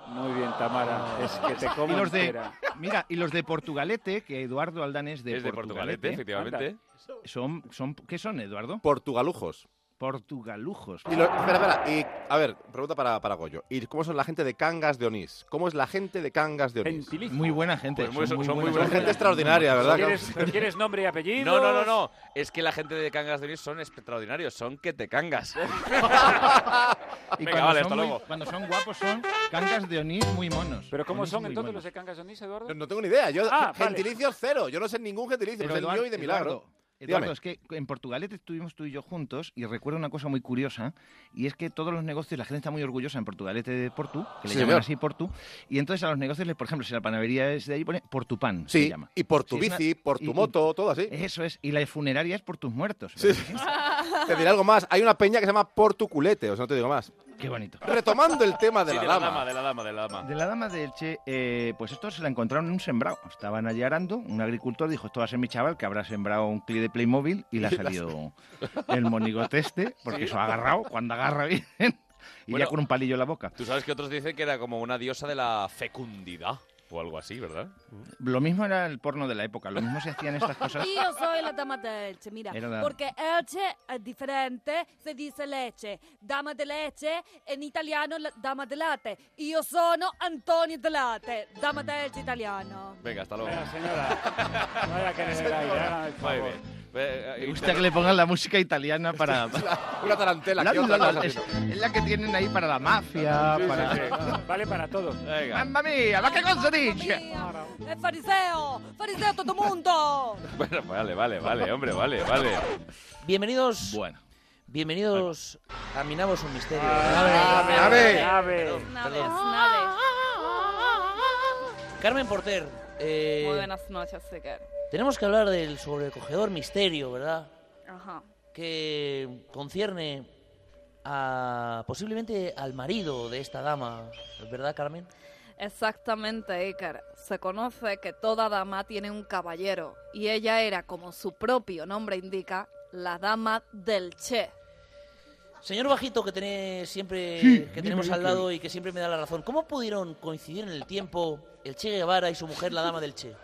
Speaker 3: Muy bien, Tamara. Es que te como
Speaker 7: y los de,
Speaker 3: entera.
Speaker 7: mira, y los de Portugalete, que Eduardo Aldán es de
Speaker 1: Es de
Speaker 7: Portugalete.
Speaker 1: Portugalete, efectivamente.
Speaker 7: Son, son, ¿Qué son, Eduardo?
Speaker 10: Portugalujos.
Speaker 7: Portugalujos.
Speaker 10: Y lo- espera, espera. Y, a ver, pregunta para, para Goyo. ¿Y cómo son la gente de Cangas de Onís? ¿Cómo es la gente de Cangas de Onís?
Speaker 7: Muy buena gente.
Speaker 1: Pues muy- son muy
Speaker 7: buena
Speaker 1: buena
Speaker 7: gente.
Speaker 10: gente extraordinaria, ¿verdad?
Speaker 3: ¿Quieres, quieres nombre y apellido?
Speaker 1: No, no, no, no. Es que la gente de Cangas de Onís son extraordinarios, son que te cangas.
Speaker 7: Y
Speaker 1: Venga,
Speaker 7: cuando
Speaker 1: vale,
Speaker 7: son
Speaker 1: hasta
Speaker 7: muy-
Speaker 1: luego.
Speaker 7: cuando son guapos son cangas de onís muy monos.
Speaker 3: ¿Pero cómo
Speaker 7: Onís
Speaker 3: son
Speaker 7: muy
Speaker 3: entonces
Speaker 7: monos.
Speaker 3: los de Cangas de Onís, Eduardo?
Speaker 10: No, no tengo ni idea. Yo,
Speaker 3: Ah, vale.
Speaker 10: gentilicios cero. Yo no sé ningún gentilicio.
Speaker 7: Pero
Speaker 10: pues el mío y de milagro.
Speaker 7: Eduardo,
Speaker 10: Dígame.
Speaker 7: Eduardo, es que en Portugalete estuvimos tú y yo juntos y recuerdo una cosa muy curiosa y es que todos los negocios, la gente está muy orgullosa en Portugalete de Portu, que le
Speaker 10: Sí,
Speaker 7: llaman
Speaker 10: señor.
Speaker 7: así Portu, y entonces a los negocios, les- por ejemplo, si la panadería es de ahí, pone Portupan, se
Speaker 10: Sí,
Speaker 7: llama.
Speaker 10: y por tu
Speaker 7: Sí, es una-
Speaker 10: bici, por
Speaker 7: y-
Speaker 10: tu
Speaker 7: y-
Speaker 10: moto, todo así.
Speaker 7: Eso es, y la funeraria es por tus muertos.
Speaker 10: Te diré algo más. Hay una peña que se llama Por tu culete, o sea, no te digo más.
Speaker 7: Qué bonito.
Speaker 10: Retomando el tema de,
Speaker 1: Sí,
Speaker 10: la,
Speaker 1: de la
Speaker 10: dama.
Speaker 1: dama, de la dama, de la dama.
Speaker 7: De la dama de Elche, eh, pues esto se la encontraron en un sembrado. Estaban allí arando, un agricultor dijo, esto va a ser mi chaval, que habrá sembrado un clip de Playmobil y le ha
Speaker 10: Y la-
Speaker 7: salido el monigote este, porque se ha agarrado, cuando agarra bien, y
Speaker 1: Bueno.
Speaker 7: ya con un palillo en la boca.
Speaker 1: Tú sabes que otros dicen que era como una diosa de la fecundidad o algo así, ¿verdad?
Speaker 7: Lo mismo era el porno de la época, lo mismo se hacían estas cosas.
Speaker 6: Y yo soy la dama de Elche, mira,
Speaker 7: Era la-
Speaker 6: porque Elche es diferente, se dice leche. Dama de leche, en italiano la- dama de latte. Y Yo sono Antonio de latte, dama de Elche italiano.
Speaker 1: Venga, hasta luego.
Speaker 3: Venga, señora. Vaya que en el aire, hágame el
Speaker 1: Muy
Speaker 3: favor.
Speaker 1: bien. Eh, eh,
Speaker 7: Me gusta que le pongan la música italiana para...
Speaker 10: Una tarantela.
Speaker 7: La-
Speaker 10: ¿qué otra
Speaker 7: la-
Speaker 10: cosa
Speaker 7: es,
Speaker 10: tiene?
Speaker 7: es la que tienen ahí para la mafia, para...
Speaker 3: Vale para todo.
Speaker 1: Venga.
Speaker 7: ¡Mamma mía, ma che cosa dice?
Speaker 6: ¡Es fariseo! ¡Fariseo todo mundo!
Speaker 1: Bueno, vale, vale, vale, hombre, vale, vale.
Speaker 20: Bienvenidos.
Speaker 7: Bueno.
Speaker 20: Bienvenidos. Caminamos un misterio.
Speaker 10: ¡Ave!
Speaker 3: Ave.
Speaker 12: Eh.
Speaker 20: Carmen Porter. eh,
Speaker 19: Muy buenas noches, Sequer.
Speaker 20: tenemos que hablar del sobrecogedor misterio, ¿verdad?
Speaker 19: Ajá.
Speaker 20: Que concierne a posiblemente al marido de esta dama, ¿verdad, Carmen?
Speaker 18: Exactamente, Iker. Se conoce que toda dama tiene un caballero y ella era, como su propio nombre indica, la dama del Che.
Speaker 20: Señor Bajito, que tiene siempre que tenemos al lado y que siempre me da la razón, ¿cómo pudieron coincidir en el tiempo el Che Guevara y su mujer, la dama del Che?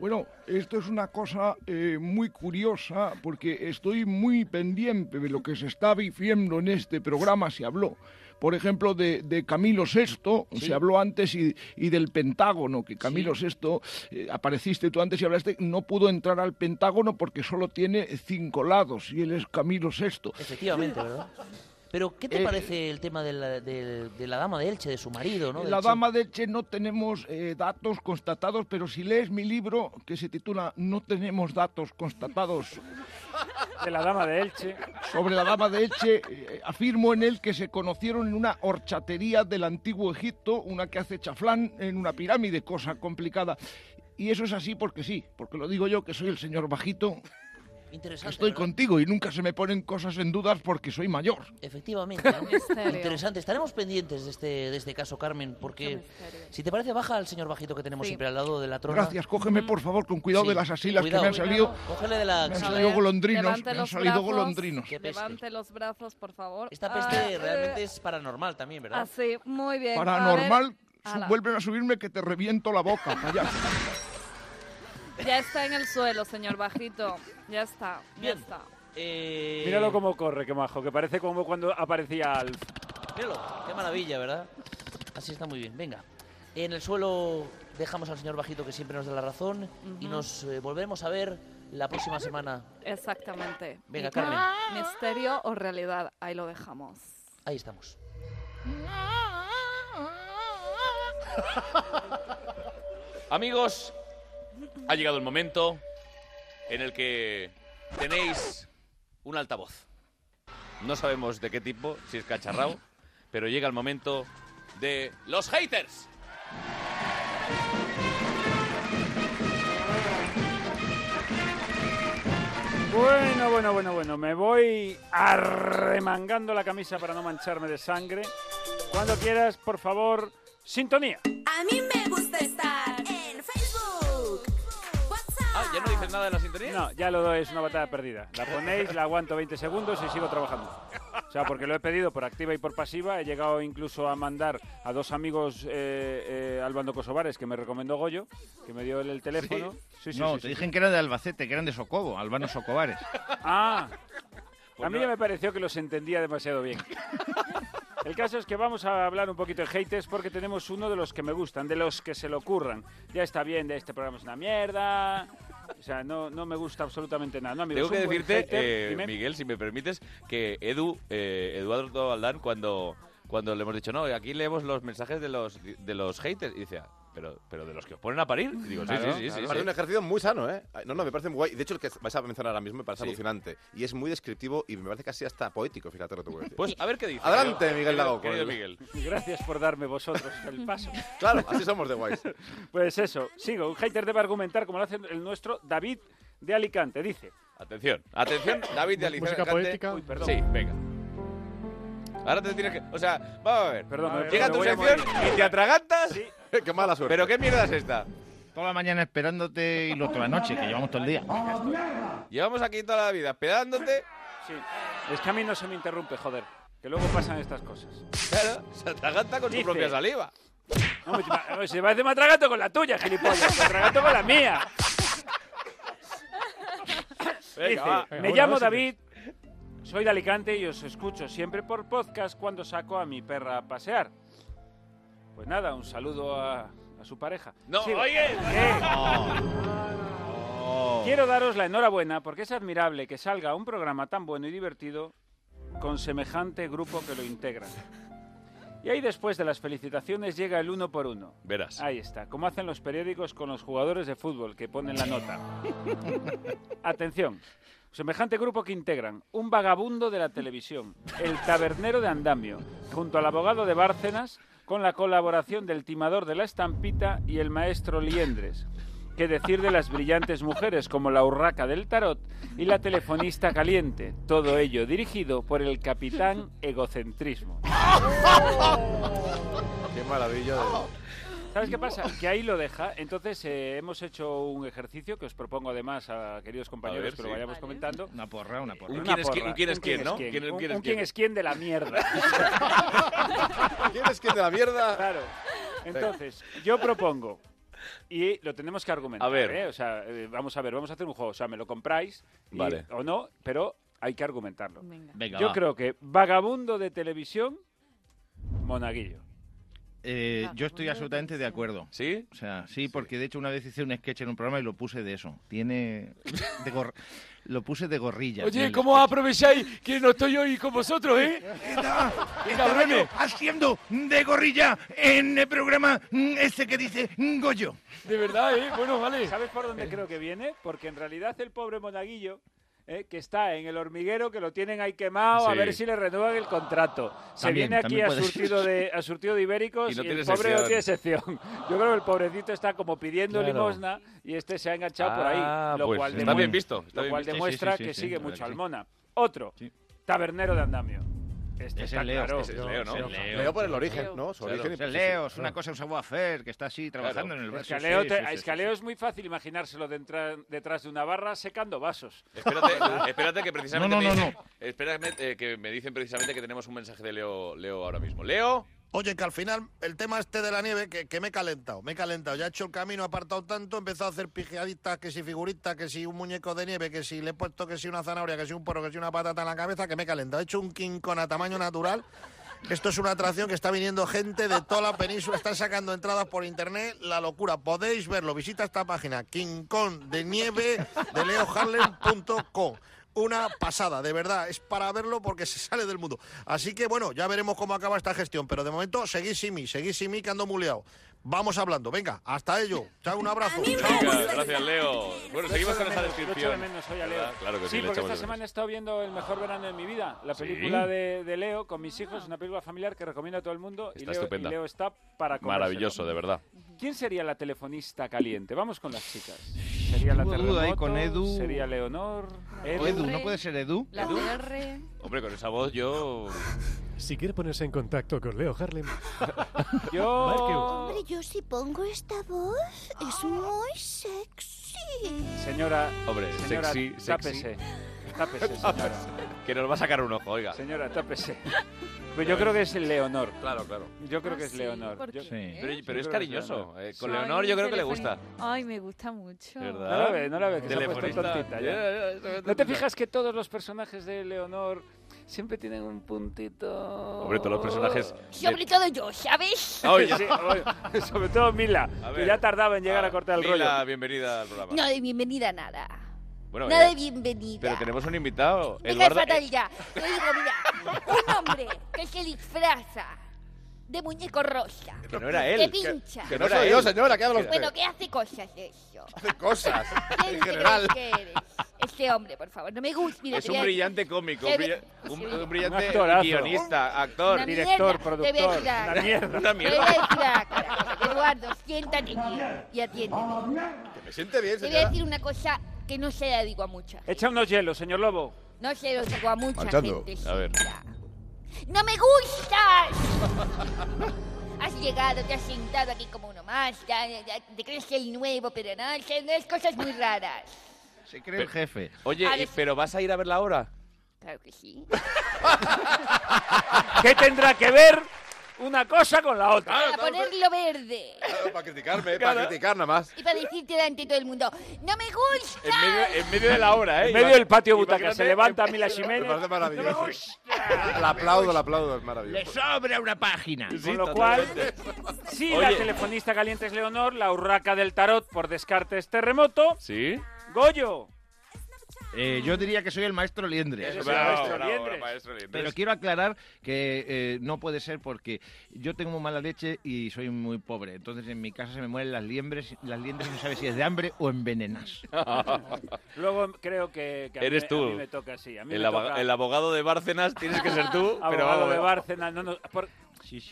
Speaker 24: Bueno, esto es una cosa eh, muy curiosa porque estoy muy pendiente de lo que se está viviendo en este programa. Se habló por ejemplo, de, de Camilo VI,
Speaker 12: Sí.
Speaker 24: se habló antes, y, y del Pentágono, que Camilo VI, eh, apareciste tú antes y hablaste, no pudo entrar al Pentágono porque solo tiene cinco lados, y él es Camilo VI.
Speaker 12: Efectivamente, ¿verdad? Pero, ¿qué te
Speaker 24: Eh,
Speaker 12: parece el tema de la, del- de la dama de Elche, de su marido, no? Del
Speaker 24: La
Speaker 12: Che?
Speaker 24: dama de Elche no tenemos eh, datos constatados, pero si lees mi libro que se titula No tenemos datos constatados
Speaker 3: De la dama de Elche.
Speaker 24: sobre la dama de Elche, eh, afirmo en él que se conocieron en una horchatería del antiguo Egipto, una que hace chaflán en una pirámide, cosa complicada. Y eso es así porque sí, porque lo digo yo que soy el señor bajito.
Speaker 12: Interesante,
Speaker 24: Estoy
Speaker 12: ¿verdad?
Speaker 24: contigo y nunca se me ponen cosas en dudas porque soy mayor.
Speaker 12: Efectivamente. ¿no? Misterio. Interesante. Estaremos pendientes de este, de este caso, Carmen, porque si te parece, baja al señor bajito que tenemos
Speaker 24: Sí.
Speaker 12: siempre al lado de la trona.
Speaker 24: Gracias, cógeme por favor con cuidado
Speaker 12: Sí,
Speaker 24: de las asilas
Speaker 12: cuidado.
Speaker 24: que me han salido.
Speaker 12: Cógele de la-
Speaker 24: Me
Speaker 12: A
Speaker 24: han salido
Speaker 12: ver,
Speaker 24: golondrinos,
Speaker 12: levante
Speaker 24: me han
Speaker 12: los
Speaker 24: salido
Speaker 12: brazos.
Speaker 24: golondrinos.
Speaker 12: Qué peste.
Speaker 6: Levante los brazos, por favor.
Speaker 12: Esta peste
Speaker 6: Ah,
Speaker 12: este realmente
Speaker 6: eh,
Speaker 12: es paranormal también, ¿verdad?
Speaker 6: Así, muy bien.
Speaker 24: Paranormal,
Speaker 6: A ver, ala.
Speaker 24: vuelven a subirme que te reviento la boca. Vaya.
Speaker 6: Ya está en el suelo, señor Bajito. Ya está,
Speaker 12: Bien.
Speaker 6: ya está.
Speaker 12: Eh,
Speaker 3: Míralo cómo corre, qué majo, que parece como cuando aparecía Alf.
Speaker 12: Míralo, qué maravilla, ¿verdad? Así está muy bien. Venga, en el suelo dejamos al señor Bajito que siempre nos da la razón y
Speaker 6: Ujú.
Speaker 12: nos eh, volvemos a ver la próxima semana.
Speaker 6: Exactamente.
Speaker 12: Venga, Carmen.
Speaker 6: Misterio o realidad, ahí lo dejamos.
Speaker 12: Ahí estamos.
Speaker 1: Amigos, ha llegado el momento en el que tenéis un altavoz. No sabemos de qué tipo, si es cacharrao, pero llega el momento de los haters.
Speaker 3: Bueno, bueno, bueno, bueno, me voy arremangando la camisa para no mancharme de sangre. Cuando quieras, por favor, sintonía.
Speaker 13: A mí me gusta estar en Facebook.
Speaker 1: Ah, ¿ya no dices nada de la sintonía?
Speaker 3: No, ya lo doy, es una batalla perdida. La ponéis, la aguanto 20 segundos y sigo trabajando. O sea, porque lo he pedido por activa y por pasiva. He llegado incluso a mandar a dos amigos eh, eh, al bando Kosovares que me recomendó Goyo, que me dio él el teléfono. Sí, sí,
Speaker 7: no,
Speaker 3: sí,
Speaker 7: te
Speaker 3: sí,
Speaker 7: dijeron
Speaker 3: sí.
Speaker 7: que era de Albacete, que eran de Socobo, Albano Socobares.
Speaker 3: Ah, a
Speaker 7: Pues
Speaker 3: mí
Speaker 7: no.
Speaker 3: ya me pareció que los entendía demasiado bien. El caso es que vamos a hablar un poquito de haters porque tenemos uno de los que me gustan, de los que se le ocurran. Ya está bien, de este programa es una mierda. O sea, no, no me gusta absolutamente nada. No, amigo,
Speaker 1: Tengo
Speaker 3: es
Speaker 1: que
Speaker 3: un buen
Speaker 1: decirte,
Speaker 3: hater,
Speaker 1: eh,
Speaker 3: dime.
Speaker 1: Miguel, si me permites, que Edu, eh, Eduardo Aldán, cuando, cuando le hemos dicho, no, aquí leemos los mensajes de los, de los haters, y dice, "Ah, pero, pero de los que os ponen a parir. Y digo, sí,
Speaker 10: Claro,
Speaker 1: sí, sí, sí,
Speaker 10: claro. Parece
Speaker 1: sí.
Speaker 10: un ejercicio muy sano, ¿eh? No, no, me parece muy guay. De hecho, el que vais a mencionar ahora mismo me parece
Speaker 1: Sí.
Speaker 10: alucinante. Y es muy descriptivo y me parece casi hasta poético, fíjate lo que te voy a decir.
Speaker 1: Pues a ver qué dice.
Speaker 10: Adelante,
Speaker 1: querido-
Speaker 10: Miguel Lago.
Speaker 1: querido
Speaker 10: con el-
Speaker 1: Miguel.
Speaker 3: Gracias por darme vosotros el paso.
Speaker 10: Claro, así somos de guays.
Speaker 3: Pues eso, sigo. Un hater debe argumentar como lo hace el nuestro David de Alicante. Dice,
Speaker 1: Atención, atención, David de Alicante.
Speaker 3: Música poética. Uy, perdón.
Speaker 1: Sí, venga. Ahora te tienes que. O sea, vamos a ver.
Speaker 3: Perdón, me-
Speaker 1: Llega
Speaker 3: me
Speaker 1: tu
Speaker 3: voy a
Speaker 1: sección
Speaker 3: morir.
Speaker 1: y te atragantas.
Speaker 10: qué mala suerte.
Speaker 1: ¿Pero qué mierda es esta?
Speaker 7: Toda la mañana esperándote y lo toda la noche, que llevamos todo el día.
Speaker 1: Llevamos aquí toda la vida pedándote.
Speaker 3: Sí. Es que a mí no se me interrumpe, joder. Que luego pasan estas cosas.
Speaker 1: Claro, se atraganta con
Speaker 3: Dice-
Speaker 1: su propia saliva.
Speaker 3: No, me- ma- se parece más tragato con la tuya, gilipollas. Me atraganto con la mía.
Speaker 1: Venga,
Speaker 3: Dice,
Speaker 1: va.
Speaker 3: me
Speaker 1: Venga,
Speaker 3: llamo
Speaker 1: bueno,
Speaker 3: David, soy de Alicante y os escucho siempre por podcast cuando saco a mi perra a pasear. Pues nada, un saludo a, a su pareja.
Speaker 1: No,
Speaker 3: Sigo.
Speaker 1: oye.
Speaker 3: Eh, Quiero daros la enhorabuena porque es admirable que salga un programa tan bueno y divertido con semejante grupo que lo integran. Y ahí después de las felicitaciones llega el uno por uno.
Speaker 1: Verás.
Speaker 3: Ahí está, como hacen los periódicos con los jugadores de fútbol que ponen la nota. Atención. Semejante grupo que integran un vagabundo de la televisión, el tabernero de andamio, junto al abogado de Bárcenas, con la colaboración del timador de la estampita y el maestro Liendres. Qué decir de las brillantes mujeres como la urraca del tarot y la telefonista caliente, todo ello dirigido por el capitán egocentrismo.
Speaker 10: Qué maravilla.
Speaker 3: ¿Sabes qué pasa? Que ahí lo deja. Entonces eh, hemos hecho un ejercicio que os propongo además a queridos compañeros
Speaker 7: ver,
Speaker 3: que lo
Speaker 7: sí.
Speaker 3: vayamos comentando.
Speaker 7: Una porra, una porra.
Speaker 3: Una porra,
Speaker 1: ¿no?
Speaker 3: quién, un-
Speaker 1: ¿Quién- quién es
Speaker 3: un quién
Speaker 1: quién?
Speaker 3: es quién de la mierda.
Speaker 10: ¿Quién es quién de la mierda?
Speaker 3: Claro. Entonces, yo propongo, y lo tenemos que argumentar.
Speaker 1: A ver.
Speaker 3: ¿eh? O sea, eh, vamos a ver, vamos a hacer un juego. O sea, me lo compráis y-
Speaker 1: Vale.
Speaker 3: o no, pero hay que argumentarlo.
Speaker 7: Venga,
Speaker 3: yo
Speaker 7: va.
Speaker 3: creo que Vagabundo de Televisión Monaguillo.
Speaker 7: Eh, yo estoy absolutamente de acuerdo.
Speaker 1: ¿Sí?
Speaker 7: O sea, sí, porque de hecho una vez hice un sketch en un programa y lo puse de eso. Tiene. de gor- lo puse de gorrilla.
Speaker 1: Oye,
Speaker 7: El-
Speaker 1: ¿cómo aprovecháis que no estoy hoy con vosotros, eh?
Speaker 24: ¡Qué cabrones! Haciendo de gorrilla en el programa mm, ese que dice mm, Goyo.
Speaker 3: De verdad, ¿eh? Bueno, vale. ¿Sabes por dónde creo que viene? Porque en realidad el pobre monaguillo, eh, que está en el hormiguero, que lo tienen ahí quemado, a
Speaker 1: Sí.
Speaker 3: ver si le renuevan el contrato. Se
Speaker 1: También,
Speaker 3: viene aquí
Speaker 1: también
Speaker 3: a
Speaker 1: puede ser.
Speaker 3: surtido, de, a surtido de ibéricos
Speaker 1: Y
Speaker 3: y,
Speaker 1: no tiene
Speaker 3: el pobre
Speaker 1: sección.
Speaker 3: no tiene sección. Yo creo que el pobrecito está como pidiendo
Speaker 1: Claro.
Speaker 3: limosna y este se ha enganchado por
Speaker 1: Ah,
Speaker 3: ahí. Lo
Speaker 1: pues,
Speaker 3: cual
Speaker 1: está bien
Speaker 3: demue-
Speaker 1: visto, está
Speaker 3: lo
Speaker 1: bien
Speaker 3: cual
Speaker 1: visto. Sí, sí,
Speaker 3: demuestra
Speaker 1: sí,
Speaker 3: que
Speaker 1: sí,
Speaker 3: sigue
Speaker 1: la verdad
Speaker 3: mucho
Speaker 1: que
Speaker 3: al
Speaker 1: sí.
Speaker 3: Mona. Otro, tabernero de andamio. Este
Speaker 7: Es
Speaker 3: está
Speaker 7: el Leo,
Speaker 3: claro.
Speaker 7: este es Leo, ¿no? Es el
Speaker 10: Leo por el origen, ¿no? Su
Speaker 7: Claro,
Speaker 10: origen y-
Speaker 7: es el Leo, es
Speaker 10: sí, sí.
Speaker 7: una cosa, un savoir-faire que está así trabajando en el
Speaker 3: Es
Speaker 7: brazo.
Speaker 3: que a Leo
Speaker 7: Sí,
Speaker 3: te-
Speaker 7: sí, sí,
Speaker 3: es que a Leo es muy fácil imaginárselo de entra- detrás de una barra secando vasos.
Speaker 1: Espérate, espérate que precisamente
Speaker 24: No, no,
Speaker 1: me
Speaker 24: no,
Speaker 1: dicen- espérame, eh, que me dicen precisamente que tenemos un mensaje de Leo, Leo ahora mismo. Leo,
Speaker 5: Oye, que al final el tema este de la nieve, que, que me he calentado, me he calentado. Ya he hecho el camino, he apartado tanto, he empezado a hacer pijeaditas, que si figuritas, que si un muñeco de nieve, que si le he puesto que si una zanahoria, que si un porro, que si una patata en la cabeza, que me he calentado. He hecho un quincón a tamaño natural. Esto es una atracción que está viniendo gente de toda la península, están sacando entradas por internet, la locura. Podéis verlo, visita esta página, quincón de nieve de leoharlem.com. Una pasada, de verdad, es para verlo porque se sale del mundo. Así que bueno, ya veremos cómo acaba esta gestión, pero de momento seguid sin mí, seguid sin mí que ando muleado. Vamos hablando, venga, hasta ello. Chao, un abrazo. Chao.
Speaker 1: Venga, gracias Leo. Bueno, seguimos con esa
Speaker 3: Lo echo de
Speaker 1: descripción.
Speaker 3: menos hoy a Leo.
Speaker 1: ¿Verdad? Ah, Claro que sí,
Speaker 3: sí,
Speaker 1: le
Speaker 3: porque
Speaker 1: echamos
Speaker 3: esta
Speaker 1: de menos.
Speaker 3: semana he estado viendo El mejor verano de mi vida, la película de, de Leo con mis hijos, una película familiar que recomiendo a todo el mundo. y
Speaker 1: Está
Speaker 3: Leo, y
Speaker 1: estupenda.
Speaker 3: Leo está para comérselo.
Speaker 1: Maravilloso, de verdad.
Speaker 3: ¿Quién sería la telefonista caliente? Vamos con las chicas. Sería la
Speaker 7: Tengo duda ahí
Speaker 3: telefonista.
Speaker 7: con Edu.
Speaker 3: Sería Leonor.
Speaker 7: O Edu, ¿no puede ser Edu?
Speaker 3: La
Speaker 7: Edu.
Speaker 3: R.
Speaker 1: Hombre, con esa voz yo...
Speaker 8: Si quiere ponerse en contacto con Leo Harlem,
Speaker 7: Oh.
Speaker 4: Hombre, yo si pongo esta voz
Speaker 14: Ah.
Speaker 4: es muy sexy.
Speaker 3: Señora,
Speaker 1: Hombre,
Speaker 3: señora,
Speaker 1: sexy, sexy.
Speaker 3: tápese. Tápese, señora.
Speaker 1: Que nos va a sacar un ojo, oiga.
Speaker 3: Señora, tápese. Pues yo creo que es Leonor.
Speaker 1: Claro, claro.
Speaker 3: Yo
Speaker 1: Ah,
Speaker 18: Ah,
Speaker 3: creo que es Leonor. Yo-
Speaker 1: Pero,
Speaker 3: Yo
Speaker 1: pero es
Speaker 3: creo que
Speaker 1: cariñoso.
Speaker 3: Leonor.
Speaker 1: eh, con Leonor yo creo que le gusta.
Speaker 14: Ay, me gusta mucho.
Speaker 1: De ¿Verdad?
Speaker 3: No la ve, no la ve, que se ha puesto
Speaker 1: Telefonista.
Speaker 3: tontita ya.
Speaker 1: Ya, ya, se ha puesto
Speaker 3: ¿No te
Speaker 1: tontita.
Speaker 3: fijas que todos los personajes de Leonor siempre tienen un puntito?
Speaker 1: Hombre, todos los personajes...
Speaker 18: Sobre todo yo, ¿sabes?
Speaker 1: Oye.
Speaker 3: Sí, oye, sobre todo Mila, que ya tardaba en llegar a cortar el
Speaker 1: Mila,
Speaker 3: rollo.
Speaker 1: Ah, bienvenida al programa.
Speaker 18: No de bienvenida nada.
Speaker 1: Bueno,
Speaker 18: nada
Speaker 1: eh,
Speaker 18: de bienvenida.
Speaker 1: pero tenemos un invitado.
Speaker 18: Deja de
Speaker 1: Eduardo, eh,
Speaker 18: fatalidad. Te digo, mira, un hombre que se disfraza de muñeco rosa.
Speaker 1: que no era él.
Speaker 18: Que pincha.
Speaker 10: que no soy yo, señora, que habla usted.
Speaker 18: Bueno, que hace cosas eso.
Speaker 10: Hace cosas, en
Speaker 18: ¿Quién crees
Speaker 10: general.
Speaker 18: que eres? Este hombre, por favor, no me gusta. Mira,
Speaker 1: Es
Speaker 18: te
Speaker 1: un
Speaker 18: voy a-
Speaker 1: brillante cómico, un,
Speaker 18: Te-
Speaker 1: brilla- un- un brillante
Speaker 3: actorazo.
Speaker 1: guionista, actor,
Speaker 18: Una mierda, te voy a decir algo.
Speaker 1: Una
Speaker 18: Te voy a
Speaker 1: mierda.
Speaker 18: decir algo. Eduardo, siéntate aquí y atiéndeme.
Speaker 10: Que me siente bien,
Speaker 18: Te voy a
Speaker 10: señora.
Speaker 18: decir una cosa que no se la digo a mucha.
Speaker 3: Echa unos hielos, señor Lobo.
Speaker 18: No se lo digo a mucha
Speaker 3: Marchando.
Speaker 18: gente.
Speaker 3: A ver.
Speaker 18: ¡No me gustas! Has llegado, te has sentado aquí como uno más, ya, ya, ya, te crees el nuevo, pero no, es que no es cosas muy raras.
Speaker 7: Se cree el jefe.
Speaker 1: Oye,
Speaker 18: A
Speaker 1: ¿y-
Speaker 18: ver.
Speaker 1: ¿pero vas a ir a verla ahora?
Speaker 18: Claro que sí.
Speaker 3: ¿Qué tendrá que ver una cosa con la otra?
Speaker 18: Para ponerlo verde
Speaker 10: Para criticarme, eh,
Speaker 3: Claro.
Speaker 10: para criticar nada más.
Speaker 18: y para decirte delante de todo el mundo, ¡No me gusta!
Speaker 1: En medio, en medio de la hora, ¿eh?
Speaker 3: En medio del patio
Speaker 1: Imagínate-
Speaker 3: butaca se levanta Mila Jiménez.
Speaker 10: Me parece maravilloso.
Speaker 3: No me
Speaker 10: Le aplaudo, le aplaudo, es maravilloso.
Speaker 3: Le
Speaker 7: sobra una página.
Speaker 3: Con lo cual, si la
Speaker 10: Oye.
Speaker 3: telefonista caliente es Leonor, la urraca del tarot por Descartes Terremoto,
Speaker 1: Sí.
Speaker 3: Goyo.
Speaker 7: Eh, yo diría que soy el maestro Liendres.
Speaker 3: Eres el Bravo, maestro bravo, Liendres.
Speaker 1: maestro Liendres.
Speaker 7: Pero quiero aclarar que eh, no puede ser porque yo tengo muy mala leche y soy muy pobre. Entonces en mi casa se me mueren las liendres, las liendres no sabe si es de hambre o envenenas.
Speaker 3: Luego creo que, que a mí
Speaker 1: Eres
Speaker 3: me-
Speaker 1: tú.
Speaker 3: A mí me toca, sí. A mí
Speaker 1: el,
Speaker 3: me
Speaker 1: abo-
Speaker 3: toca
Speaker 1: el abogado de Bárcenas tienes que ser tú, pero
Speaker 3: abogado
Speaker 1: vamos.
Speaker 3: de Bárcenas. No, no, por-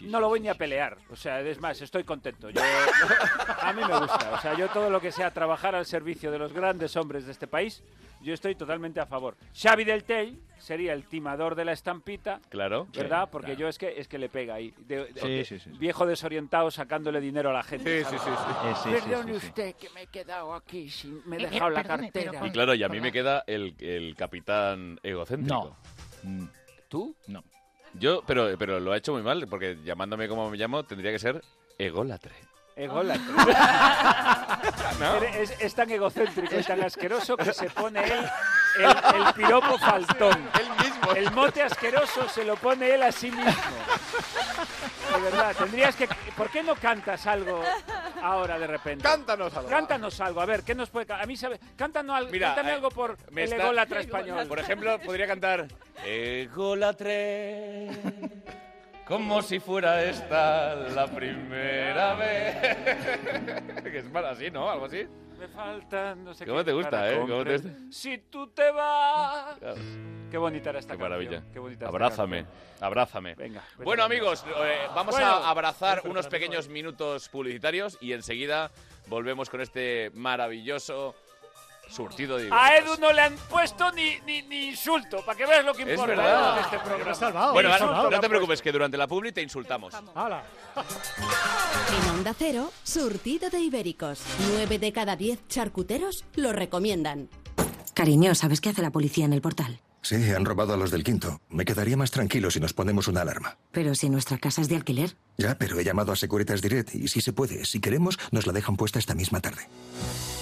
Speaker 3: no lo voy ni a pelear. O sea, es más, estoy contento. Yo- a mí me gusta. O sea, yo todo lo que sea trabajar al servicio de los grandes hombres de este país, yo estoy totalmente a favor. Xavi del Tell sería el timador de la estampita.
Speaker 1: Claro.
Speaker 3: ¿Verdad?
Speaker 1: Sí,
Speaker 3: Porque
Speaker 1: claro.
Speaker 3: yo es que es que le pega ahí. De- de-
Speaker 1: Sí,
Speaker 3: de-
Speaker 1: sí, sí, sí.
Speaker 3: Viejo desorientado sacándole dinero a la gente.
Speaker 1: Sí, sí, sí, sí. Eh, sí, sí,
Speaker 3: Perdone
Speaker 1: sí, sí.
Speaker 3: usted que me he quedado aquí sin me he
Speaker 20: Eh, eh,
Speaker 3: dejado la
Speaker 20: perdone, pero
Speaker 3: cartera.
Speaker 1: Y claro, y a mí me queda el, el capitán egocéntrico.
Speaker 7: No.
Speaker 3: Mm. ¿Tú?
Speaker 7: No.
Speaker 1: Yo, pero, pero lo ha hecho muy mal, porque llamándome como me llamo, tendría que ser ególatre.
Speaker 3: Ególatra.
Speaker 1: ¿No?
Speaker 3: Eres- Es, es tan egocéntrico y tan asqueroso que se pone él El, el piropo faltón. El mote asqueroso se lo pone él a sí mismo. De verdad, tendrías que. ¿Por qué no cantas algo ahora de repente?
Speaker 27: Cántanos algo.
Speaker 3: Cántanos algo. A ver, ¿qué nos puede. ca- A mí sabe. Cántanos algo.
Speaker 1: Mira,
Speaker 3: cántame
Speaker 1: eh,
Speaker 3: algo por
Speaker 1: me
Speaker 3: el
Speaker 1: está-
Speaker 3: ególatra español.
Speaker 1: Por ejemplo, podría cantar Egolatre. Como si fuera esta la primera vez. que es para así, ¿no? Algo así.
Speaker 3: Me faltan, no sé
Speaker 1: ¿Cómo
Speaker 3: qué
Speaker 1: te gusta,
Speaker 3: para
Speaker 1: eh? ¿Cómo te
Speaker 3: comprender. Si tú te vas.
Speaker 1: Claro.
Speaker 3: Qué bonita era esta
Speaker 1: Qué
Speaker 3: canción,
Speaker 1: maravilla. Ah,
Speaker 3: Qué bonita esta
Speaker 1: Abrázame, abrázame.
Speaker 3: Venga.
Speaker 1: Bueno, amigos, eh, vamos
Speaker 3: Bueno.
Speaker 1: a abrazar unos pequeños minutos publicitarios y enseguida volvemos con este maravilloso surtido de
Speaker 3: A
Speaker 1: ideas.
Speaker 3: Edu no le han puesto ni, ni, ni insulto, para que veas lo que
Speaker 1: Es
Speaker 3: importa
Speaker 1: verdad.
Speaker 3: en este programa.
Speaker 1: Bueno,
Speaker 3: Ni
Speaker 1: ahora,
Speaker 3: insulto le
Speaker 1: no
Speaker 3: han
Speaker 1: te preocupes, que durante la publi te insultamos.
Speaker 2: En Onda Cero, surtido de ibéricos. 9 de cada 10 charcuteros lo recomiendan.
Speaker 9: Cariño, ¿sabes qué hace la policía en el portal?
Speaker 28: Sí, han robado a los del quinto. Me quedaría más tranquilo si nos ponemos una alarma.
Speaker 9: Pero si nuestra casa es de alquiler.
Speaker 28: Ya, pero he llamado a Securitas Direct y si se puede, si queremos, nos la dejan puesta esta misma tarde.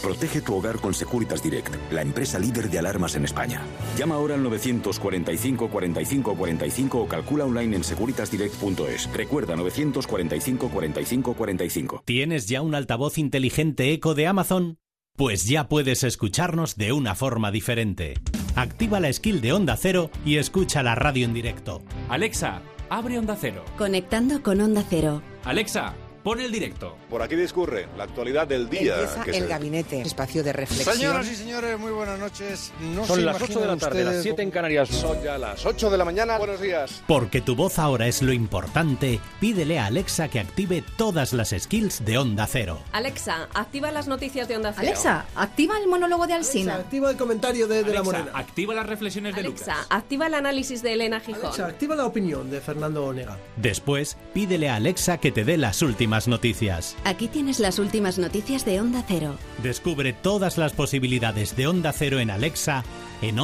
Speaker 29: Protege tu hogar con Securitas Direct, la empresa líder de alarmas en España. Llama ahora al 945 45 45 o calcula online en securitasdirect.es. Recuerda 945 45 45.
Speaker 30: ¿Tienes ya un altavoz inteligente eco de Amazon? Pues ya puedes escucharnos de una forma diferente. Activa la skill de Onda Cero y escucha la radio en directo.
Speaker 11: Alexa, abre Onda Cero.
Speaker 2: Conectando con Onda Cero.
Speaker 11: Alexa, pon el directo.
Speaker 10: Por aquí discurre la actualidad del día. que se-
Speaker 5: gabinete, espacio de reflexión.
Speaker 10: Señoras y
Speaker 5: señores, muy buenas noches.
Speaker 10: Son las 8 de la tarde, las 7 en Canarias. Son ya las 8 de la mañana. Buenos días.
Speaker 30: Porque tu voz ahora es lo importante, pídele a Alexa que active todas las skills de Onda Cero.
Speaker 31: Alexa, activa las noticias de Onda Cero.
Speaker 32: Alexa, activa el monólogo de Alsina.
Speaker 31: activa el comentario de,
Speaker 11: Alexa, activa las reflexiones de Lucas.
Speaker 31: Alexa, activa el análisis de Elena Gijón.
Speaker 5: activa la opinión de Fernando Onega.
Speaker 30: Después, pídele a Alexa que te dé las últimas noticias.
Speaker 2: Aquí tienes las últimas noticias de Onda Cero.
Speaker 30: Descubre todas las posibilidades de Onda Cero en Alexa en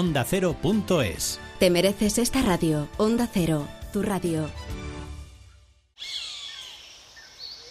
Speaker 30: ondacero.es.
Speaker 2: Te mereces esta radio. Onda Cero, tu radio.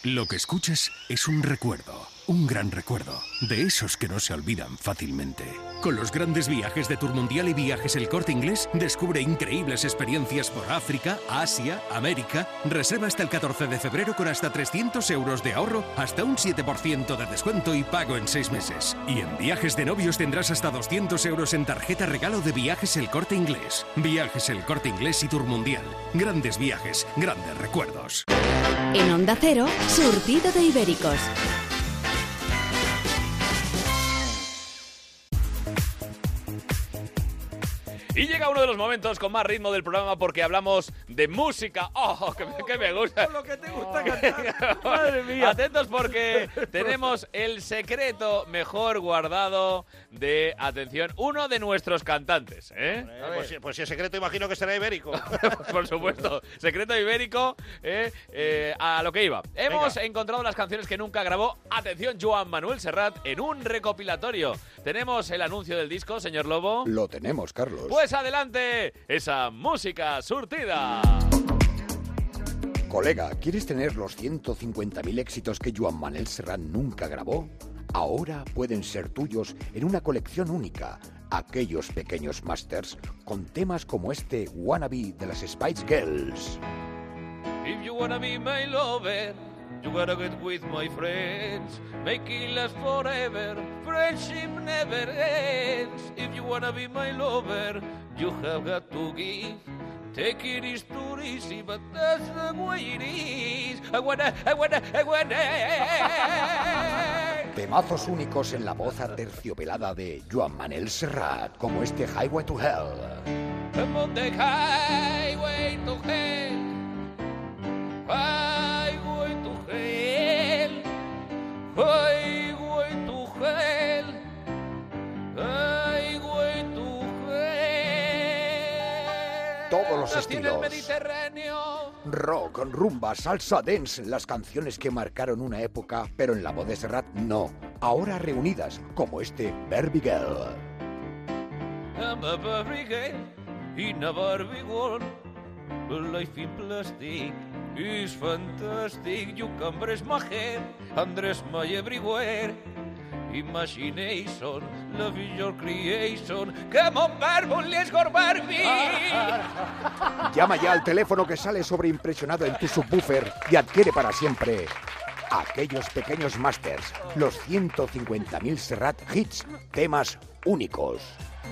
Speaker 5: Lo que escuchas es un recuerdo, un gran recuerdo, de esos que no se olvidan fácilmente. Con los grandes viajes de Tour Mundial y Viajes El Corte Inglés, descubre increíbles experiencias por África, Asia, América. Reserva hasta el 14 de febrero con hasta 300 euros de ahorro, hasta un 7% de descuento y pago en seis meses. Y en Viajes de Novios tendrás hasta 200 euros en tarjeta regalo de Viajes El Corte Inglés. Viajes El Corte Inglés y Tour Mundial. Grandes viajes, grandes recuerdos.
Speaker 2: En Onda Cero, surtido de ibéricos.
Speaker 1: Y llega uno de los momentos con más ritmo del programa porque hablamos de música. ¡Oh, que me, que me gusta! lo que te gusta ¡Madre mía! Atentos porque tenemos el secreto mejor guardado de, atención, uno de nuestros cantantes. ¿eh?
Speaker 21: Pues, si- pues si es secreto, imagino que será ibérico.
Speaker 1: Por supuesto, secreto ibérico eh, eh, a lo que iba. Hemos encontrado las canciones que nunca grabó. Atención, Joan Manuel Serrat en un recopilatorio. Tenemos el anuncio del disco, señor Lobo.
Speaker 31: Lo tenemos, Carlos.
Speaker 1: Pues adelante, esa música surtida.
Speaker 31: Colega, ¿quieres tener los 150.000 éxitos que Joan Manuel Serrat nunca grabó? Ahora pueden ser tuyos en una colección única. Aquellos pequeños masters con temas como este Wannabe de las Spice Girls.
Speaker 1: If you wanna be my lover, you gotta get with my friends. Make it last forever, friendship never ends. If you wanna be my lover, you have got to give. Take it is too easy, but that's the way it is. I wanna, I wanna, I wanna.
Speaker 31: Temazos únicos en la voz aterciopelada de Joan Manuel Serrat, como este Highway to Hell.
Speaker 1: I'm on the highway to hell. Highway to hell. Highway to hell. Highway to hell.
Speaker 31: Todos los
Speaker 1: Nací en el
Speaker 31: estilos.
Speaker 1: Mediterráneo.
Speaker 31: Rock, rumba, salsa, dance, las canciones que marcaron una época, pero en la voz de Serrat no. Ahora reunidas, como este Barbie Girl.
Speaker 1: I'm a Barbie girl in a Barbie world. Life in plastic is fantastic. You can dress my hair and dress my everywhere. Imagination, love is your creation. Come on, Barbie, let's go,
Speaker 22: Ah,
Speaker 1: Barbie.
Speaker 31: Llama ya al teléfono que sale sobreimpresionado en tu subwoofer y adquiere para siempre aquellos pequeños masters, los 150.000 Serrat hits, temas únicos.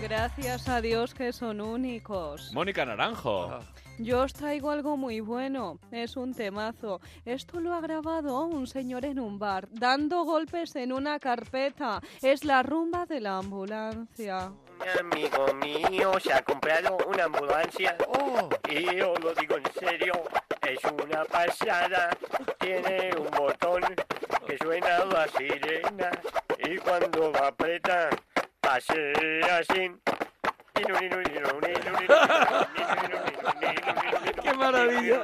Speaker 6: Gracias a Dios que son únicos.
Speaker 1: Mónica Naranjo.
Speaker 6: Yo os traigo algo muy bueno, es un temazo. Esto lo ha grabado un señor en un bar, dando golpes en una carpeta. Es la rumba de la ambulancia.
Speaker 21: Un amigo mío se ha comprado una ambulancia.
Speaker 16: Oh.
Speaker 21: Y yo lo digo en serio, es una pasada. Tiene un botón que suena la sirena. Y cuando la aprieta, pasea sin.
Speaker 1: ¡Qué maravilla!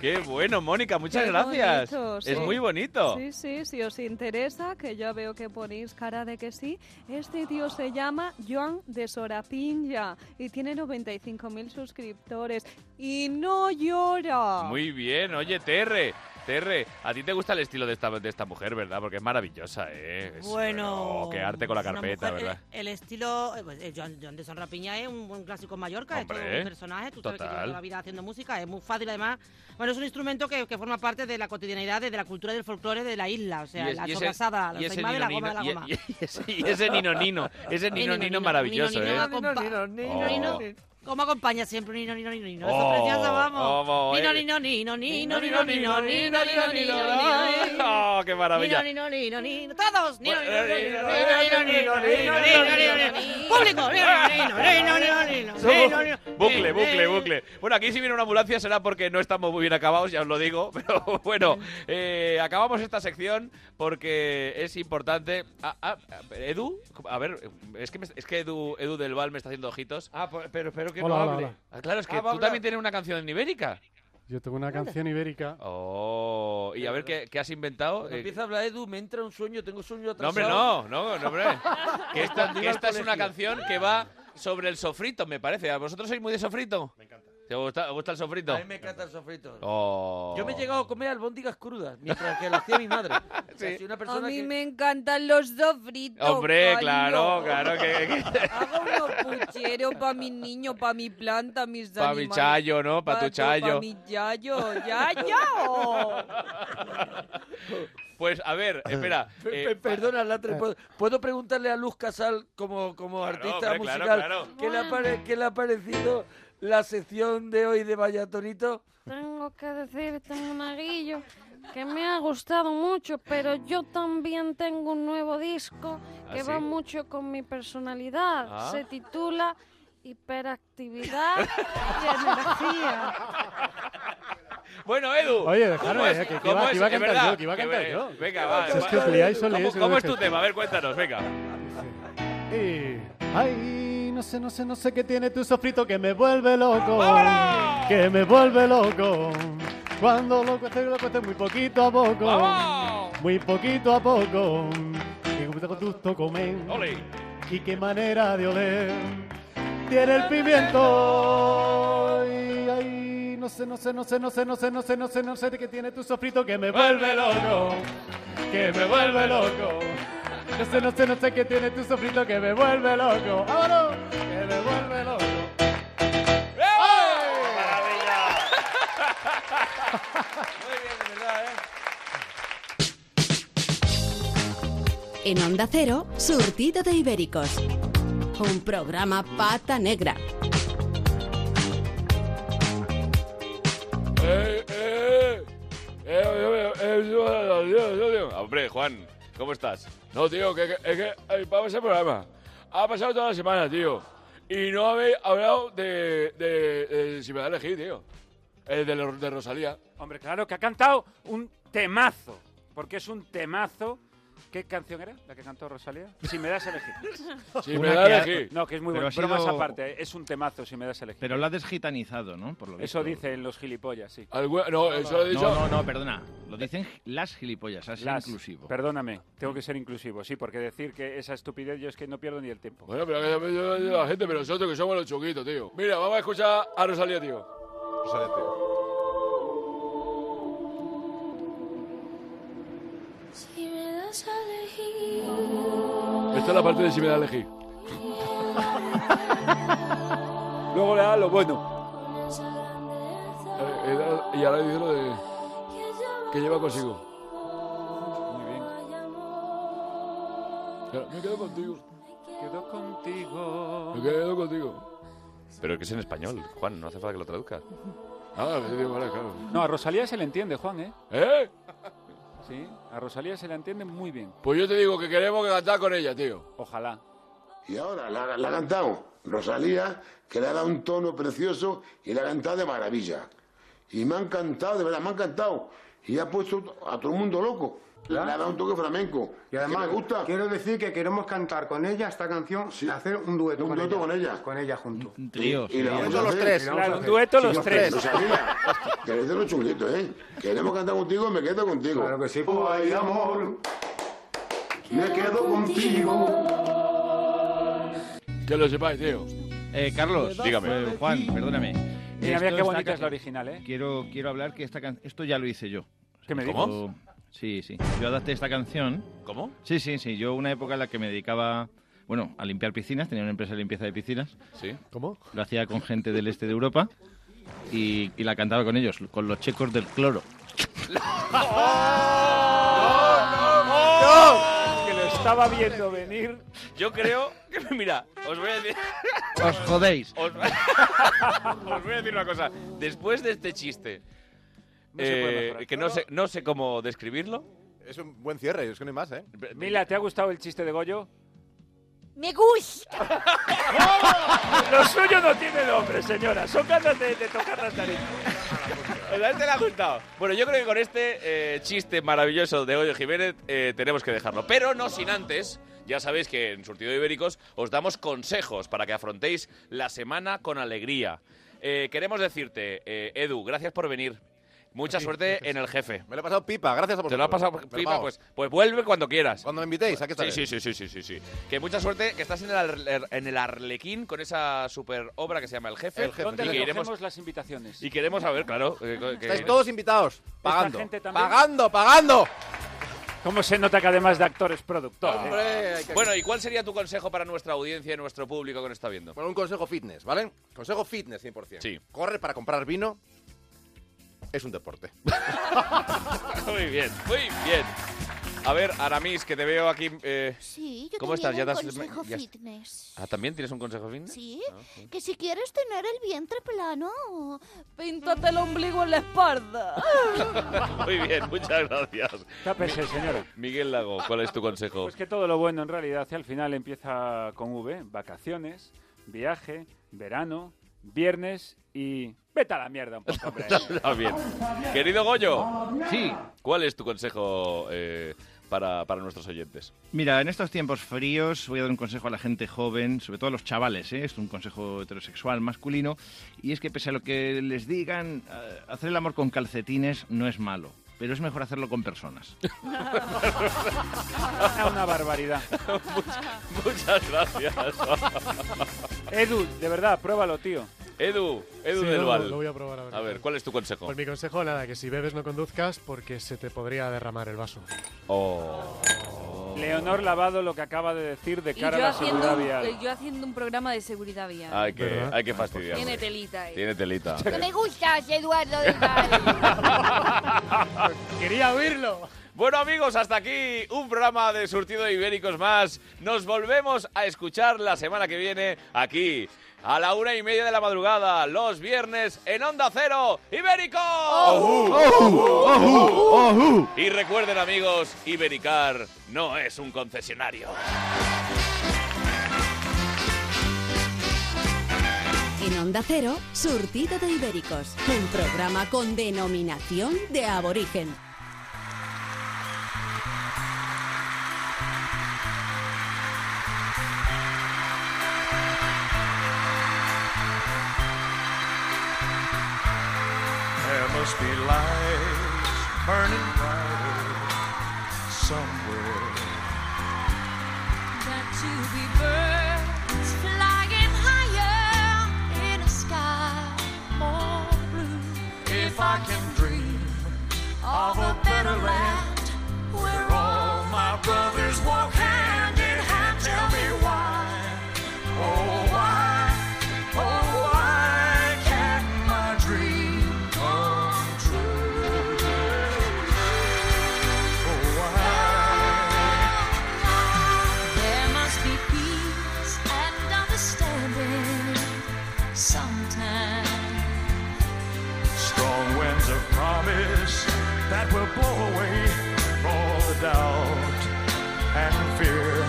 Speaker 1: ¡Qué bueno, Mónica! Muchas
Speaker 6: Qué
Speaker 1: gracias.
Speaker 6: bonito,
Speaker 1: Es
Speaker 6: sí.
Speaker 1: muy bonito.
Speaker 6: Sí, sí, si os interesa, que ya veo que ponéis cara de que sí, este tío se llama Joan de Sorapinja y tiene 95.000 suscriptores y no llora.
Speaker 1: Muy bien, oye, Terre. Terre, a ti te gusta el estilo de esta, de esta mujer, ¿verdad? Porque es maravillosa, ¿eh? Es-
Speaker 33: Bueno,
Speaker 1: oh, qué arte con la
Speaker 33: es una
Speaker 1: carpeta,
Speaker 33: mujer, eh,
Speaker 1: ¿verdad?
Speaker 33: El, el estilo, eh, pues, eh, Joan, Joan de San Rapiña es un, un clásico en Mallorca, es
Speaker 1: Hombre,
Speaker 33: todo un personaje, tú sabes que lleva
Speaker 1: total.
Speaker 33: toda la vida haciendo música, es muy fácil además. Bueno, es un instrumento que, que forma parte de la cotidianidad, de, de la cultura y del folclore de la isla, o sea,
Speaker 1: es-
Speaker 33: la
Speaker 1: ese-
Speaker 33: sobrasada, la
Speaker 1: y ese
Speaker 33: soimada y la
Speaker 1: nino,
Speaker 33: goma de la
Speaker 1: nino,
Speaker 33: goma.
Speaker 1: y- y- y ese- y ese nino, nino, ese
Speaker 33: El
Speaker 1: nino, nino maravilloso,
Speaker 33: nino,
Speaker 1: ¿eh?
Speaker 33: acompa-
Speaker 1: nino, nino.
Speaker 33: nino, ¿Cómo acompaña siempre un nino, nino, nino, nino?
Speaker 1: Oh,
Speaker 33: Eso es precioso,
Speaker 1: oh,
Speaker 33: vamos. Nino,
Speaker 1: eh.
Speaker 33: nino, nino, nino,
Speaker 1: Nino,
Speaker 33: nino,
Speaker 1: nino,
Speaker 33: nino,
Speaker 1: nino,
Speaker 33: nino,
Speaker 1: nino,
Speaker 33: nino,
Speaker 1: nino.
Speaker 33: nino, nino.
Speaker 1: ¡Oh, qué maravilla!
Speaker 33: Nino, nino, nino, nino. Todos. Nino, nino, nino,
Speaker 1: nino,
Speaker 33: nino, nino, nino, nino, nino, nino. Público. Nino, nino, nino, nino, nino, nino, nino.
Speaker 1: Bucle, bucle, bucle. Bueno, aquí si viene una ambulancia será porque no estamos muy bien acabados, ya os lo digo. Pero bueno, eh, acabamos esta sección porque es importante. Ah, ah, Edu, a ver, es que, me- es que Edu, Edu del Val me está haciendo ojitos. Ah, pero espero
Speaker 33: que Hola, no hola, hable.
Speaker 34: hola.
Speaker 1: claro, es que
Speaker 34: Ah, va a
Speaker 1: tú también tienes una canción en ibérica.
Speaker 34: Yo tengo una canción ibérica.
Speaker 1: Oh, y a ver qué, qué has inventado.
Speaker 22: Cuando
Speaker 1: Eh,
Speaker 22: empieza a hablar Edu, me entra un sueño, tengo sueño
Speaker 1: no,
Speaker 22: atrasado.
Speaker 1: hombre, no, no, no, hombre. Que esta,
Speaker 22: Cuando
Speaker 1: que
Speaker 22: iba al
Speaker 1: esta es una
Speaker 22: colegio.
Speaker 1: canción que va sobre el sofrito, me parece. ¿A vosotros sois muy de sofrito? Me encanta. ¿Te gusta, os gusta el sofrito?
Speaker 22: A mí me encanta el sofrito.
Speaker 1: Oh.
Speaker 22: Yo me he llegado a comer albóndigas crudas, mientras que lo hacía mi madre. O sea, soy una
Speaker 6: A
Speaker 22: persona
Speaker 6: mí
Speaker 22: que...
Speaker 6: me encantan los sofritos.
Speaker 1: Hombre,
Speaker 6: coño.
Speaker 1: claro, claro. Que,
Speaker 6: Hago unos pucheros para mi niño, para mi planta, mis
Speaker 1: Pa' mi
Speaker 6: animales.
Speaker 1: chayo, ¿no? Pa' tu chayo.
Speaker 6: Para mi yayo, yayo.
Speaker 1: Pues a ver, espera.
Speaker 22: Pe-
Speaker 1: eh,
Speaker 22: pe- perdona, Latre, ¿puedo, puedo preguntarle a Luz Casal como, como artista
Speaker 1: hombre, claro,
Speaker 22: musical
Speaker 1: claro.
Speaker 22: ¿qué, le ha pare- qué le ha parecido la sección de hoy de Vallatonito?
Speaker 19: Tengo que decirte, monaguillo, que me ha gustado mucho, pero yo también tengo un nuevo disco
Speaker 22: ¿Ah,
Speaker 19: que
Speaker 22: sí?
Speaker 19: va mucho con mi personalidad.
Speaker 22: Ah.
Speaker 19: Se titula Hiperactividad y Energía.
Speaker 1: Bueno, Edu.
Speaker 34: Oye, dejadme, eh, que- que iba- que iba a
Speaker 1: Es
Speaker 34: cantar
Speaker 1: verdad,
Speaker 34: yo, que iba a cantar
Speaker 1: ve-
Speaker 34: yo.
Speaker 1: Venga,
Speaker 34: Si
Speaker 1: va.
Speaker 34: es este
Speaker 1: va.
Speaker 34: que os liáis, os liáis,
Speaker 1: ¿Cómo, cómo
Speaker 34: os
Speaker 1: es tu
Speaker 34: liáis.
Speaker 1: tema? A ver, cuéntanos, venga.
Speaker 34: Y- Ay, no sé, no sé, no sé qué tiene tu sofrito que me vuelve loco. Que me vuelve loco. Cuando lo cueste, lo cueste muy poquito a poco. Muy poquito a poco. Que gusta con gusto comer. Y qué manera de oler. Tiene el pimiento. Y, ay, no sé, no sé, no sé, no sé, no sé, no sé, no sé, no sé qué tiene tu sofrito que me vuelve loco. Que me vuelve loco. No sé, no sé, no sé qué tiene tu sofrito que me vuelve loco. Ah. ¡Vámonos! Que me vuelve loco.
Speaker 16: ¡Eh!
Speaker 2: En Onda Cero, Surtido de Ibéricos. Un programa pata negra.
Speaker 1: Eh, eh, eh, eh, eh, eh, eh, Hombre, Juan, ¿cómo estás?
Speaker 22: No, tío, que, que- es que eh, vamos a ese programa. Ha pasado toda la semana, tío. Y no habéis hablado de, de- de- si me da a elegir, tío. Eh, de, lo- de Rosalía.
Speaker 3: Hombre, claro, que ha cantado un temazo. Porque es un temazo. ¿Qué canción era la que cantó Rosalía? Si me das a elegir.
Speaker 22: Si me das a
Speaker 7: que ha-
Speaker 22: elegir.
Speaker 3: No, que es muy
Speaker 7: Pero
Speaker 3: bueno.
Speaker 7: ha sido-
Speaker 3: Bromas aparte, ¿eh? es un temazo si me das a elegir.
Speaker 7: Pero lo ha desgitanizado, ¿no? Por lo
Speaker 3: Eso
Speaker 7: visto.
Speaker 3: dicen los gilipollas, sí.
Speaker 22: no, eso lo he dicho-
Speaker 7: No, no, no, perdona. Lo dicen las gilipollas, así
Speaker 3: Las.
Speaker 7: inclusivo.
Speaker 3: Perdóname, tengo que ser inclusivo, sí, porque decir que esa estupidez yo es que no pierdo ni el tiempo.
Speaker 22: Bueno, pero que- que- que la gente, pero nosotros que somos los chuquitos, tío. Mira, vamos a escuchar a Rosalía, tío. Rosalía, tío.
Speaker 19: Si me das
Speaker 16: está la Eh, parte de si me da a elegir. Luego le da lo bueno. Eh, eh, da- Y ahora dice lo de. que lleva consigo. Muy bien. Claro, Me quedo contigo.
Speaker 3: Quedo contigo.
Speaker 16: Me quedo contigo.
Speaker 1: Pero es que es en español, Juan, no hace falta que lo traduzcas.
Speaker 16: Ah, le digo, vale, claro.
Speaker 3: No, a Rosalía se le entiende, Juan, ¿eh?
Speaker 16: ¿Eh?
Speaker 3: Sí, a Rosalía se le entiende muy bien.
Speaker 16: Pues yo te digo que queremos que cantar con ella, tío.
Speaker 3: Ojalá.
Speaker 13: Y ahora la, la ha cantado Rosalía, que le ha dado un tono precioso y la ha cantado de maravilla. Y me ha encantado, de verdad, me ha encantado. Y ha puesto a todo el mundo loco. Le ha dado un toque flamenco. Y además me gusta.
Speaker 35: quiero decir que queremos cantar con ella esta canción, hacer un dueto,
Speaker 13: Un dueto con ella.
Speaker 35: Con ella junto.
Speaker 7: trío,
Speaker 13: Y la vamos a hacer, y la vamos a
Speaker 35: Claro, un
Speaker 13: hacer.
Speaker 35: dueto
Speaker 13: Sí,
Speaker 35: los tres.
Speaker 13: Rosalía, que eres de los chunguitos, ¿eh? Queremos cantar contigo y me quedo contigo. Claro que sí. Ay, amor, me quedo contigo.
Speaker 16: Que lo sepáis, tío.
Speaker 7: Eh, Carlos,
Speaker 1: Dígame.
Speaker 7: eh, Juan, perdóname.
Speaker 3: Mira, mira
Speaker 7: Esto
Speaker 3: qué
Speaker 7: esta
Speaker 3: bonita
Speaker 7: canción-
Speaker 3: es la original, ¿eh?
Speaker 7: Quiero, quiero hablar que esta canción. Esto ya lo hice yo.
Speaker 3: ¿Qué me
Speaker 7: Esto-
Speaker 3: dices?
Speaker 7: Sí, sí. Yo adapté esta canción.
Speaker 1: ¿Cómo?
Speaker 7: Sí, sí, sí. Yo una época en la que me dedicaba. Bueno, a limpiar piscinas, tenía una empresa de limpieza de piscinas.
Speaker 1: Sí.
Speaker 7: ¿Cómo? Lo hacía con gente del este de Europa y, y la cantaba con ellos, con los checos del cloro.
Speaker 3: ¡No! Que lo estaba viendo venir.
Speaker 1: Yo creo que, mira, os voy a decir.
Speaker 7: Os jodéis.
Speaker 1: Os, os voy a decir una cosa. Después de este chiste,
Speaker 10: No se puede
Speaker 1: eh,
Speaker 10: mejorar.
Speaker 1: que no sé, no sé cómo describirlo.
Speaker 10: Es un buen cierre, es que no hay más, ¿eh?
Speaker 3: Mila, ¿te ha gustado el chiste de Goyo?
Speaker 4: ¡Me gusta!
Speaker 3: Lo suyo no tiene nombre, señora. Son ganas de, de tocar las narices.
Speaker 1: ¿A este le ha gustado? Bueno, yo creo que con este eh, chiste maravilloso de Goyo Jiménez eh, tenemos que dejarlo. Pero no sin antes. Ya sabéis que en Surtido de Ibéricos os damos consejos para que afrontéis la semana con alegría. Eh, queremos decirte, eh, Edu, gracias por venir. Mucha suerte en el jefe.
Speaker 10: Me lo he pasado pipa, gracias a vosotros.
Speaker 1: Te lo has pasado
Speaker 10: Pero
Speaker 1: pipa,
Speaker 10: vamos.
Speaker 1: pues, pues vuelve cuando quieras.
Speaker 10: Cuando me invitéis, aquí estaré.
Speaker 1: Sí, sí, sí, sí, sí, sí. Que mucha suerte, que estás en el, Arle- en el Arlequín con esa super obra que se llama El Jefe.
Speaker 3: ¿Dónde
Speaker 1: y,
Speaker 3: le
Speaker 1: que iremos,
Speaker 3: cogemos las invitaciones?
Speaker 1: y queremos saber, claro. eh, que-
Speaker 10: Estáis todos invitados, pagando.
Speaker 3: gente también.
Speaker 10: Pagando, pagando.
Speaker 3: ¿Cómo se nota que además de actores, productor?
Speaker 1: Bueno, ¿y cuál sería tu consejo para nuestra audiencia y nuestro público que nos está viendo?
Speaker 10: Bueno, un consejo fitness, ¿vale? Consejo fitness 100%.
Speaker 1: Sí.
Speaker 10: Corre para comprar vino. Es un deporte.
Speaker 1: muy bien, muy bien. A ver, Aramis, que te veo aquí. eh,
Speaker 4: Sí, yo
Speaker 1: ¿Cómo estás?
Speaker 4: también
Speaker 1: ¿Ya
Speaker 4: un
Speaker 1: te has-
Speaker 4: consejo
Speaker 1: ya-
Speaker 4: fitness.
Speaker 1: Ah, ¿también tienes un consejo fitness?
Speaker 4: Sí,
Speaker 1: Ah, sí.
Speaker 4: que si quieres tener el vientre plano, píntate el ombligo en la espalda.
Speaker 1: Muy bien, muchas gracias.
Speaker 3: Tápese, señora.
Speaker 1: Miguel Lago, ¿cuál es tu consejo?
Speaker 3: Pues que todo lo bueno en realidad al final empieza con V, vacaciones, viaje, verano, viernes y vete a la mierda un poco, hombre.
Speaker 1: Está bien. Querido Goyo.
Speaker 7: Sí.
Speaker 1: ¿Cuál es tu consejo eh, para, para nuestros oyentes?
Speaker 7: Mira, en estos tiempos fríos voy a dar un consejo a la gente joven, sobre todo a los chavales, ¿eh? es un consejo heterosexual masculino, y es que pese a lo que les digan, eh, hacer el amor con calcetines no es malo, pero es mejor hacerlo con personas.
Speaker 3: una barbaridad.
Speaker 1: Muchas gracias.
Speaker 3: Edu, de verdad, pruébalo, tío.
Speaker 1: Edu, Edu
Speaker 3: Sí,
Speaker 1: del
Speaker 3: no,
Speaker 1: Val.
Speaker 3: lo
Speaker 8: voy a probar, a ver.
Speaker 1: ¿cuál es tu consejo?
Speaker 8: Pues mi consejo, nada, que si bebes no conduzcas porque se te podría derramar el vaso.
Speaker 1: Oh.
Speaker 3: Leonor Lavado lo que acaba de decir de
Speaker 6: Y
Speaker 3: cara a
Speaker 6: yo
Speaker 3: la
Speaker 6: haciendo,
Speaker 3: seguridad
Speaker 6: un,
Speaker 3: vial.
Speaker 6: eh, yo haciendo un programa de seguridad vial.
Speaker 1: Hay que,
Speaker 6: ¿Verdad?
Speaker 1: hay que fastidiar.
Speaker 6: Tiene telita, eh.
Speaker 1: Tiene telita.
Speaker 4: Que me gustas, Eduardo del Val.
Speaker 1: Quería oírlo. Bueno amigos, hasta aquí un programa de Surtido de Ibéricos más. Nos volvemos a escuchar la semana que viene aquí a la una y media de la madrugada, los viernes en Onda Cero Ibérico. Y recuerden amigos, Ibericar no es un concesionario.
Speaker 2: En Onda Cero, Surtido de Ibéricos, un programa con denominación de aborigen.
Speaker 12: There must be lights burning brighter somewhere.
Speaker 21: Got to be birds flying higher in a sky more blue. If I can dream of a better land where all my brothers walk hand in hand till Oh, time. Strong winds of promise that will blow away all the doubt and fear.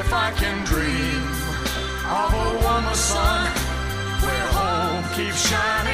Speaker 21: If I can dream of a warmer sun where hope keeps shining. Oh,